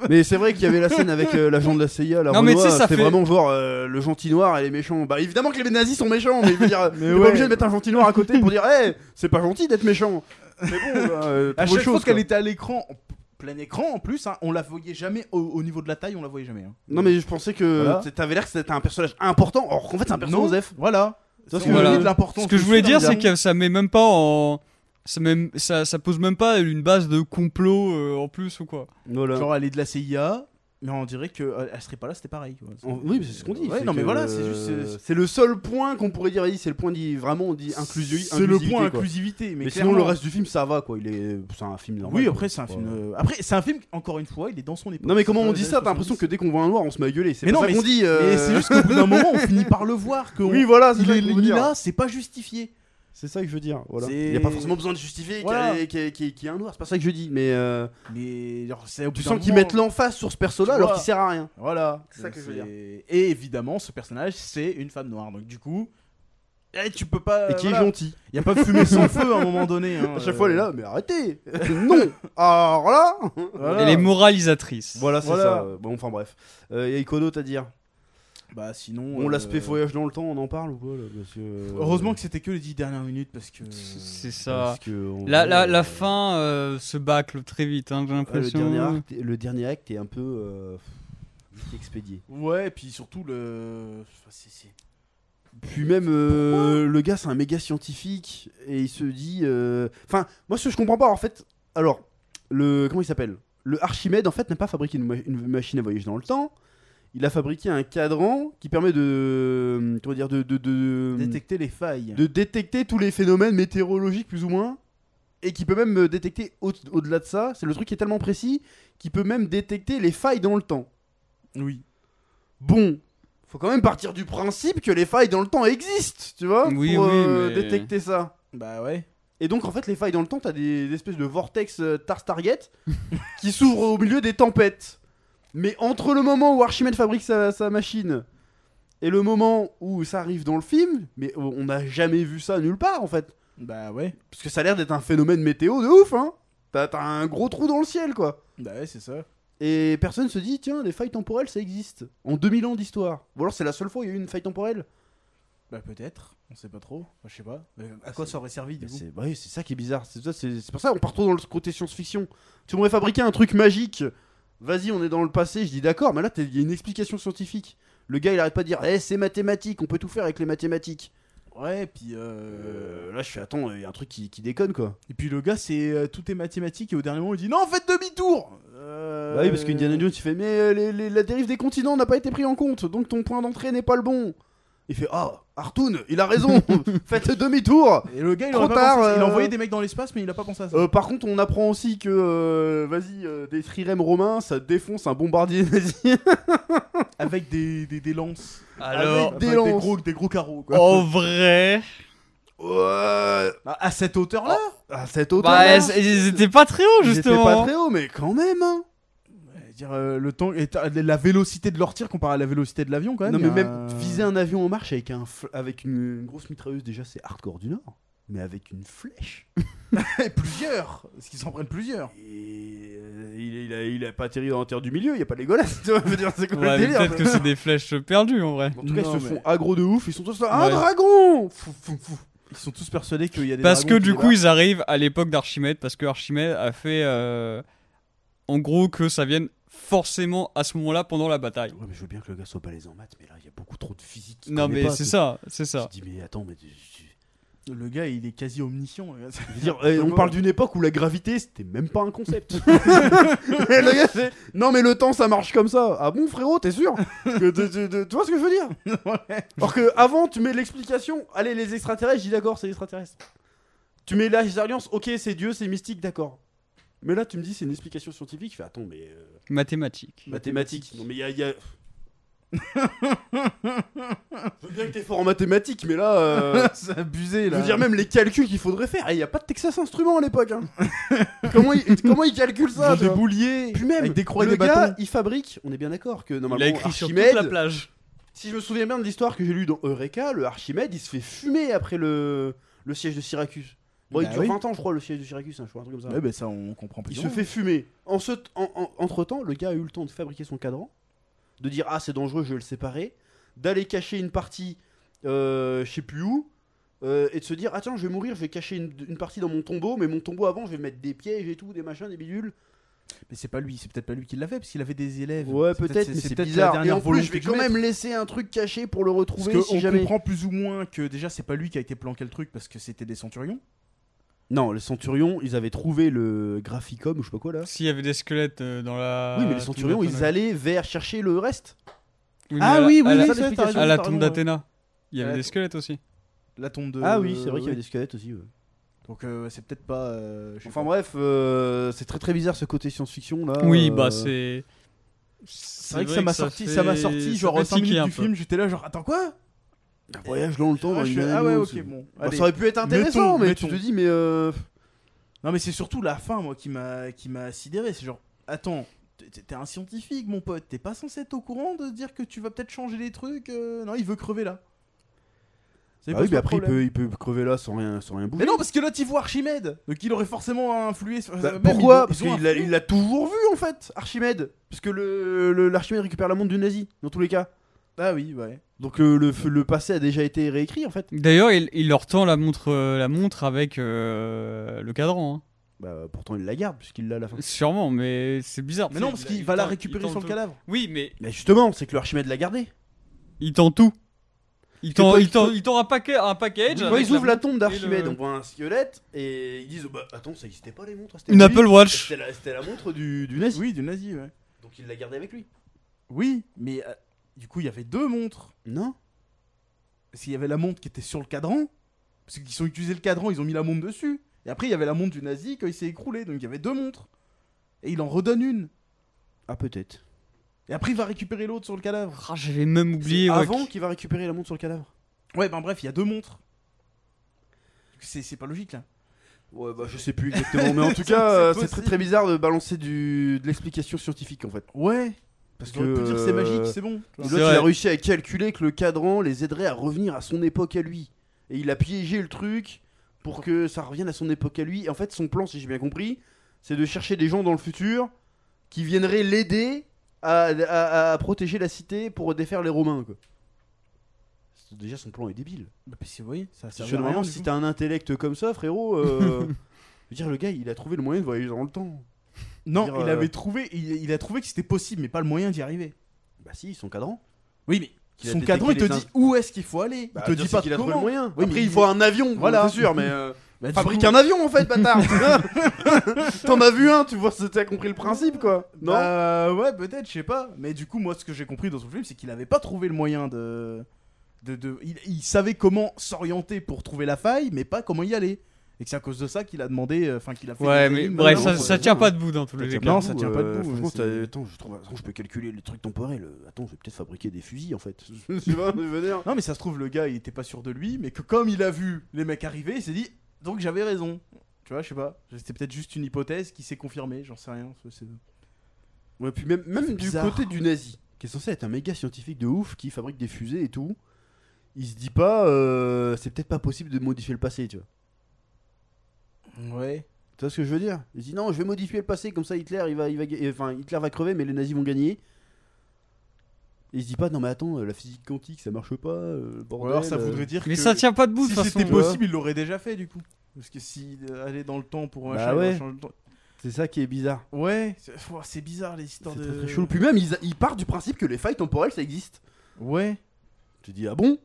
B: Mais c'est vrai qu'il y avait la scène avec euh, l'agent de la CIA, la
C: Non, mais tu sais,
B: Renoir,
C: ça
B: c'était
C: fait-
B: vraiment genre euh, le gentil noir et les méchants. Bah évidemment que les nazis sont méchants, mais je veux dire,
A: Mais
B: t'es
A: ouais.
B: pas obligé de mettre un gentil noir à côté pour dire, hé, c'est pas gentil d'être méchant. Mais bon, bah, euh,
A: à
B: trouve
A: chaque
B: autre
A: fois
B: chose,
A: qu'elle
B: quoi.
A: était à l'écran, en p- plein écran en plus, hein, on la voyait jamais au, au niveau de la taille, on la voyait jamais. hein.
B: Non, mais je pensais que
A: Voilà.
B: t- t'avais l'air que c'était un personnage important, alors qu'en fait c'est un personnage
A: Ah, Non,
B: Joseph.
A: Voilà.
B: Ça,
A: C'est
B: c'est
A: on
C: voilà.
A: met de l'importance
C: Ce que je
A: dessus,
C: voulais
A: là,
C: dire,
A: regarde.
C: c'est que ça met même pas en. Ça, même, ça, ça pose même pas une base de complot euh, en plus ou quoi.
B: Voilà.
A: Genre, elle est de la CIA, mais on dirait
B: euh,
A: qu'elle serait pas là, c'était pareil. quoi.
B: En- Oui, mais c'est ce qu'on dit.
A: Ouais,
B: c'est
A: non, mais
B: que,
A: voilà, c'est
B: euh,
A: juste. c'est-
B: C'est le seul point qu'on pourrait dire, vas-y, c'est le point dit vraiment dit inclusi-
A: C'est le
B: inclusivité,
A: point
B: quoi.
A: inclusivité. Mais,
B: Mais sinon, le
A: clairement-
B: reste du film, ça va quoi. Il est, c'est un film normal.
A: Oui,
B: quoi.
A: après, c'est un film.
B: Voilà.
A: euh, Après, c'est un film, encore une fois, il est dans son époque.
B: Non mais comment
A: Dans
B: on
A: les
B: dit
A: années
B: ça T'as l'impression que
A: 70.
B: dès qu'on voit un noir, on se met à gueuler. C'est
A: Mais
B: pas
A: non,
B: ça
A: mais
B: qu'on dit. euh,
A: Mais c'est juste qu'au bout d'un moment, on finit par le voir. Que
B: Oui,
A: on-
B: voilà, c'est
A: il
B: ça
A: est
B: que je veux
A: ni
B: dire.
A: là, c'est pas justifié.
B: C'est ça que je veux dire. Voilà.
A: C'est-
B: Il y a pas forcément besoin de justifier qu'il y a-
A: Voilà.
B: qu'il y a- qu'il y a- qu'il y a un noir. C'est pas ça que je dis. Mais euh,
A: Mais genre, c'est au bout
B: tu
A: d'un
B: sens qu'ils
A: moment-
B: mettent l'emphase sur ce perso-là
A: Tu
B: alors
A: vois.
B: qu'il sert à rien.
A: Voilà.
B: C'est ça que je veux
A: dire. Et évidemment, ce personnage, c'est une femme noire. Donc du coup, eh, tu peux pas.
B: Et qui est
A: voilà.
B: gentil.
A: Il y a pas de fumée sans feu à un moment donné. hein,
B: À chaque
A: euh,
B: fois, elle est là. Mais arrêtez. non. Alors là.
A: voilà.
C: Elle est moralisatrice.
B: Voilà, c'est
A: Voilà.
B: ça. Bon, enfin bref. Euh, Il y a Ikono, t'as à dire.
A: Bah sinon.
B: Bon,
A: euh,
B: l'aspect voyage dans le temps, on en parle ou pas là Parce que, euh,
A: Heureusement que c'était que les 10 dernières minutes parce que.
C: C'est ça.
B: parce que, en
C: La,
B: vrai,
C: la, la
B: euh,
C: fin euh, se bâcle très vite, hein, j'ai
B: ouais, Ah, euh, le,
C: l'impression.
B: dernier acte, le dernier acte est un peu euh, vite expédié.
A: Ouais, et puis surtout le. Enfin, c'est- c'est-
B: Puis même euh, le gars c'est un méga scientifique et il se dit euh, enfin moi ce que je comprends pas en fait alors le comment il s'appelle le Archimède en fait n'a pas fabriqué une, ma- une machine à voyager dans le temps il a fabriqué un cadran qui permet de comment dire de de, de-
A: Détecter les failles.
B: Hum. de détecter tous les phénomènes météorologiques plus ou moins et qui peut même euh, détecter au- au-delà de ça c'est le truc qui est tellement précis qui peut même détecter les failles dans le temps
A: Oui.
B: bon, faut quand même partir du principe que les failles dans le temps existent, tu vois,
C: Oui,
B: pour
C: oui,
B: euh,
C: mais-
B: détecter ça.
A: Bah ouais.
B: Et donc en fait, les failles dans le temps, t'as des, des espèces de vortex euh, Tars Target qui s'ouvrent au milieu des tempêtes. Mais entre le moment où Archimède fabrique sa, sa machine et le moment où ça arrive dans le film, mais on on n'a jamais vu ça nulle part en fait.
A: Bah ouais.
B: Parce que ça a l'air d'être un phénomène météo de ouf, hein. T'as t'as un gros trou dans le ciel quoi.
A: Bah ouais, c'est ça.
B: Et personne se dit, tiens, les failles temporelles, ça existe. En 2000 ans d'histoire. Ou alors c'est la seule fois où il y a eu une faille temporelle.
A: Bah peut-être. On sait pas trop. Enfin, je sais pas. Euh, à quoi ça aurait servi du
B: Mais
A: coup
B: C'est bah oui, c'est ça qui est bizarre. C'est ça, c'est- c'est pour ça qu'on part trop dans le côté science-fiction. Tu m'aurais fabriqué un truc magique. Vas-y, on est dans le passé. Je dis d'accord, mais là, t'es- il y a une explication scientifique. Le gars, il arrête pas de dire, eh, c'est mathématique, on peut tout faire avec les mathématiques.
A: Ouais, puis.
B: Euh,
A: euh,
B: là, je suis, attends, il y a un truc qui, qui déconne quoi.
A: Et puis le gars, c'est euh, tout est mathématique et au dernier moment, il dit non, faites demi-tour. Euh,
B: Bah oui, parce qu'Indiana Jones, il fait, mais euh, les- les- la dérive des continents n'a pas été prise en compte, donc ton point d'entrée n'est pas le bon. Il fait, ah, Artoon, il a raison, faites demi-tour.
A: Et le gars, il,
B: Trop
A: aurait pas
B: tard,
A: pensé à ça. il a
B: euh,
A: envoyé des mecs dans l'espace, mais il a pas pensé à ça.
B: Euh, par contre, on apprend aussi que, euh, vas-y, euh, des trirèmes romains, ça défonce un bombardier nazi. Oh.
A: Avec des, des, des lances.
C: Alors,
B: Avec
A: Enfin, des,
B: lances. Oh.
A: gros, des gros carreaux, quoi.
C: en vrai,
B: Ouais,
A: À, à cette hauteur-là
B: à cette hauteur.
C: bah, elles- ils étaient pas très hauts justement.
B: pas très haut, mais quand même. hein.
A: Je veux dire, euh, le temps, et t'as- la vélocité de leur tir comparée à la vélocité de l'avion, quand même.
B: non,
A: il y
B: mais
A: a
B: même
A: un-
B: viser un avion en marche avec, un fl- avec une, une grosse mitrailleuse, déjà, c'est hardcore du Nord. Mais avec une flèche.
A: Et plusieurs Parce qu'ils s'en prennent plusieurs.
B: Et euh, il, il a, il a pas atterri dans la terre du milieu, il y a pas les golas. Tu vois, je veux dire, c'est quoi
C: Ouais,
B: le
C: mais
B: délire
C: peut-être que c'est des flèches perdues en vrai.
B: En tout cas,
A: Non,
B: ils se
A: mais-
B: font aggro de ouf, ils sont tous là. Un
C: Ouais.
B: dragon Fou, fou, fou.
A: Ils sont tous persuadés qu'il y a des.
C: Parce que
A: dragons qui
C: du
A: les
C: coup, ils arrivent à l'époque d'Archimède, parce que Archimède a fait euh, en gros que ça vienne forcément à ce moment-là pendant la bataille.
B: Ouais, mais je veux bien que le gars soit balèze en maths, mais là, il y a beaucoup trop de physique. qu'il
C: Non,
B: connaît
C: mais
B: pas,
C: c'est
B: tu
C: ça, c'est ça.
B: Tu te dis, mais attends, mais. tu- tu-
A: battent. Le gars, il est quasi omniscient. le gars.
B: Je veux dire, eh, on
A: Ouais.
B: parle d'une époque où la gravité, c'était même pas un concept. Et le gars, c'est. Non, mais le temps, ça marche comme ça. Ah bon, frérot, t'es sûr Que tu- tu- tu- Tu vois ce que je veux dire Alors que avant, tu mets l'explication. Allez, les extraterrestres, je dis d'accord, c'est extraterrestre. Tu mets l'âge d'alliance, ok, c'est Dieu, c'est mystique, d'accord. Mais là, tu me dis, c'est une explication scientifique. Je fais, attends, mais. euh,
C: Mathématiques.
B: Mathématiques. Non, mais il y a. y a- Bien que t'es fort en mathématiques, mais là, euh,
A: c'est abusé
B: je
A: là.
B: veux dire, même les calculs qu'il faudrait faire. Il n'y a pas de Texas Instruments à l'époque. hein. comment, ils, comment ils calculent ça
A: Genre
B: tu
A: des
B: vois
A: bouliers,
B: Puis même,
A: avec des croix et
B: le
A: des
B: gars,
A: bâtons.
B: il fabrique. On est bien d'accord que
C: Il
B: normalement,
C: a écrit sur toute
B: Archimède,
C: la plage.
B: Si je me souviens bien de l'histoire que j'ai lue dans Eureka, le Archimède, il se fait fumer après le, le siège de Syracuse. Bon,
A: Bah
B: il dure
A: oui.
B: 20 ans, je crois, le siège de Syracuse, hein, je crois, un truc comme ça.
A: Ouais, bah ça, on comprend plus.
B: il se fait fumer. En ce t- en- en- entre-temps, le gars a eu le temps de fabriquer son cadran, de dire Ah, c'est dangereux, je vais le séparer, d'aller cacher une partie, euh, je sais plus où, euh, et de se dire Ah, tiens, je vais mourir, je vais cacher une, une partie dans mon tombeau, mais mon tombeau avant, je vais mettre des pièges et tout, des machins, des bidules.
A: Mais c'est pas lui, c'est peut-être pas lui qui l'a fait, parce qu'il avait des élèves.
B: Ouais,
A: C'est
B: peut-être,
A: c'est-
B: mais
A: c'est
B: c'est
A: peut-être la
B: bizarre. Et
A: dernière
B: en plus, je
A: volonté
B: vais
A: du
B: quand
A: mec.
B: même laisser un truc caché pour le
A: Parce
B: retrouver
A: qu'on
B: si jamais.
A: comprend plus ou moins que déjà, c'est pas lui qui a été planqué le truc parce que c'était des centurions.
B: Non, les centurions, ils avaient trouvé le graphicom ou je sais pas quoi là.
C: S'il y avait des squelettes euh, dans la.
B: oui, mais les centurions, ils allaient vers chercher le reste.
C: Oui, mais
A: Ah
C: à la-
A: oui,
C: à
A: oui,
C: la-
A: oui,
B: ça,
A: c'est
B: t'as raison,
C: À la
A: t'as
C: tombe
A: raison, ouais.
C: d'Athéna. Il y
A: À
C: avait
A: la
C: des
A: tombe-
C: squelettes aussi.
A: La tombe de.
B: ah oui, c'est vrai qu'il y avait
A: oui.
B: des squelettes aussi. ouais.
A: Donc euh, c'est peut-être pas. euh, je sais
B: Enfin
A: pas.
B: bref, euh, c'est très très bizarre ce côté science-fiction là.
C: Oui,
B: euh,
C: bah c'est.
A: C'est vrai que ça m'a sorti, ça m'a sorti genre 5 minutes du film, j'étais là genre attends quoi
B: un voyage dans le temps.
A: Ah,
B: dans
A: je
B: une
A: fais,
B: année,
A: ah ouais
B: non,
A: ok
B: c'est-
A: bon.
B: Bah,
A: allez.
B: ça aurait pu être intéressant,
A: Mettons,
B: mais
A: mettons.
B: tu te dis, mais euh,
A: Non mais c'est surtout la fin moi qui m'a qui m'a sidéré, c'est genre attends t'es- t'es un scientifique mon pote, t'es pas censé être au courant de se dire que tu vas peut-être changer les trucs. euh, Non il veut crever là. C'est
B: bah
A: pas
B: oui,
A: ça
B: mais
A: le
B: après il
A: problème.
B: peut, il peut crever là sans rien, sans rien bouger.
A: Mais non parce que là tu vois Archimède, donc il aurait forcément influé. Sur...
B: Bah,
A: même, ils ont-
B: pourquoi Parce
A: ils ont
B: qu'il l'a-
A: influé.
B: il l'a toujours vu en fait, Archimède. Parce que le le- l'Archimède récupère la montre du nazi dans tous les cas.
A: Ah oui ouais.
B: Donc euh, le, le, le passé a déjà été réécrit en fait.
C: D'ailleurs, il, il leur tend la montre, euh, la montre avec euh, le cadran. hein.
B: Bah pourtant il la garde puisqu'il l'a à la fin.
C: Sûrement, mais c'est bizarre.
A: Mais non
C: Il-
A: parce
C: il
A: qu'il va la
C: tend- il
A: récupérer
C: tend
A: sur le
C: tout.
A: cadavre.
C: Oui, mais
B: Mais justement, c'est que le Archimède l'a gardé.
C: il tend tout. Il
B: que
C: tend,
B: toi,
C: il
B: il
C: tend,
B: faut-
C: il tend un, paquet, un package.
B: Quand
C: avec
B: ils ouvrent la,
C: montre
B: tombe d'Archimède,
C: et le-
B: on voit un squelette et ils disent bah attends ça existait pas les montres. à cette
C: Une
B: époque.
C: Apple Watch.
B: C'était la, c'était la montre du, du nazi.
A: Oui du nazi ouais.
B: Donc il l'a gardé avec lui.
A: Oui mais euh, du coup il y avait deux montres.
B: Non.
A: S'il y avait la montre qui était sur le cadran, parce qu'ils ont utilisé le cadran, ils ont mis la montre dessus. Et après, il y avait la montre du nazi quand il s'est écroulé, donc il y avait deux montres. Et il en redonne une.
B: Ah peut-être.
A: Et après, il va récupérer l'autre sur le cadavre.
C: Ah, J'avais même oublié.
B: C'est
C: ouais,
B: avant
C: qui-
B: qu'il va récupérer la montre sur le cadavre.
A: Ouais, ben bref, il y a deux montres. C'est c'est pas logique là.
B: Ouais bah je sais plus exactement, mais en tout cas
A: C'est
B: euh, c'est
A: possible.
B: très très bizarre de balancer du de l'explication scientifique en fait.
A: Ouais,
B: Parce que
A: on peut dire c'est magique,
B: euh,
A: c'est bon. tu vois.
B: L'autre,
C: C'est
B: il
C: vrai.
B: a réussi à calculer que le cadran les aiderait à revenir à son époque à lui. Et il a piégé le truc pour que ça revienne à son époque à lui. Et en fait, son plan, si j'ai bien compris, c'est de chercher des gens dans le futur qui viendraient l'aider à, à- à protéger la cité pour défaire les Romains. quoi. C'est- Déjà, son plan est débile.
A: Bah, puis c'est- oui, ça
B: Parce
A: sert
B: que
A: à rien,
B: normalement,
A: du
B: si
A: coup.
B: t'as un intellect comme ça, frérot, euh, je veux dire, le gars, il a trouvé le moyen de voyager dans le temps.
A: Non,
B: dire,
A: il
B: euh,
A: avait trouvé, il, il a trouvé que c'était possible, mais pas le moyen d'y arriver.
B: Bah si, son cadran.
A: Oui, mais
B: Qu'il a
A: son
B: détecté
A: cadran, il te
B: les
A: dit
B: in-
A: où est-ce qu'il faut aller.
B: Bah,
A: il te
B: dire,
A: dit
B: c'est
A: pas
B: qu'il a trouvé
A: comment.
B: le moyen.
A: Oui,
B: Après,
A: mais
B: il
A: il-
B: voit un avion,
A: Voilà.
B: voilà, c'est sûr, mais euh,
A: Bah, du
B: Fabrique
A: coup-
B: un avion en fait, bâtard T'en as vu un, tu vois, t'as compris le principe quoi Non
A: Bah, ouais, peut-être, je sais pas. Mais du coup, moi, ce que j'ai compris dans son film, c'est qu'il avait pas trouvé le moyen de. de, de... Il, il savait comment s'orienter pour trouver la faille, mais pas comment y aller. Et que c'est à cause de ça qu'il a demandé. euh, Enfin, qu'il a fait.
C: Ouais,
A: des
C: mais
A: énigmes. euh,
C: bref,
B: non,
C: ça,
B: faut-
C: ça tient pas debout dans tous
B: Ça
C: les
B: tient
C: cas.
B: pas
A: Non,
B: debout,
A: ça tient pas debout,
B: euh, franchement,
A: ouais, c'est-
B: t'as- attends, je trouve, attends, je peux calculer les trucs temporels. euh, Attends, je vais peut-être fabriquer des fusils en fait. tu vois, je veux dire.
A: Non, mais ça se trouve, le gars, il était pas sûr de lui, mais que comme il a vu les mecs arriver, il s'est dit donc j'avais raison. Tu vois, je sais pas. C'était peut-être juste une hypothèse qui s'est confirmée, j'en sais rien. ça, c'est-
B: Ouais, puis même, même du
A: bizarre.
B: côté du nazi, qui est censé être un méga scientifique de ouf, qui fabrique des fusées et tout, il se dit pas, euh, c'est peut-être pas possible de modifier le passé, tu vois.
A: Ouais.
B: Tu vois ce que je veux dire Il se dit non, je vais modifier le passé, comme ça Hitler, il va, il va, ga- enfin Hitler va crever, mais les nazis vont gagner. Et il se dit pas non mais attends, euh, la physique quantique, ça marche pas. euh,
A: Ou
B: bordel,
A: alors ça
B: euh.
A: voudrait dire
C: Mais
A: que
C: ça tient pas debout de
A: si
C: toute façon.
A: c'était possible, il l'aurait déjà fait du coup. Parce que si euh, aller dans le temps pour
B: Bah
A: machin, il
B: ouais.
A: va changer le temps.
B: C'est ça qui est bizarre.
A: Ouais, c'est Ouah, c'est bizarre les histoires
B: C'est
A: de.
B: très, très chelou. Puis même, ils, ils partent du principe que les failles temporelles, ça existe.
A: Ouais.
B: Tu dis, ah bon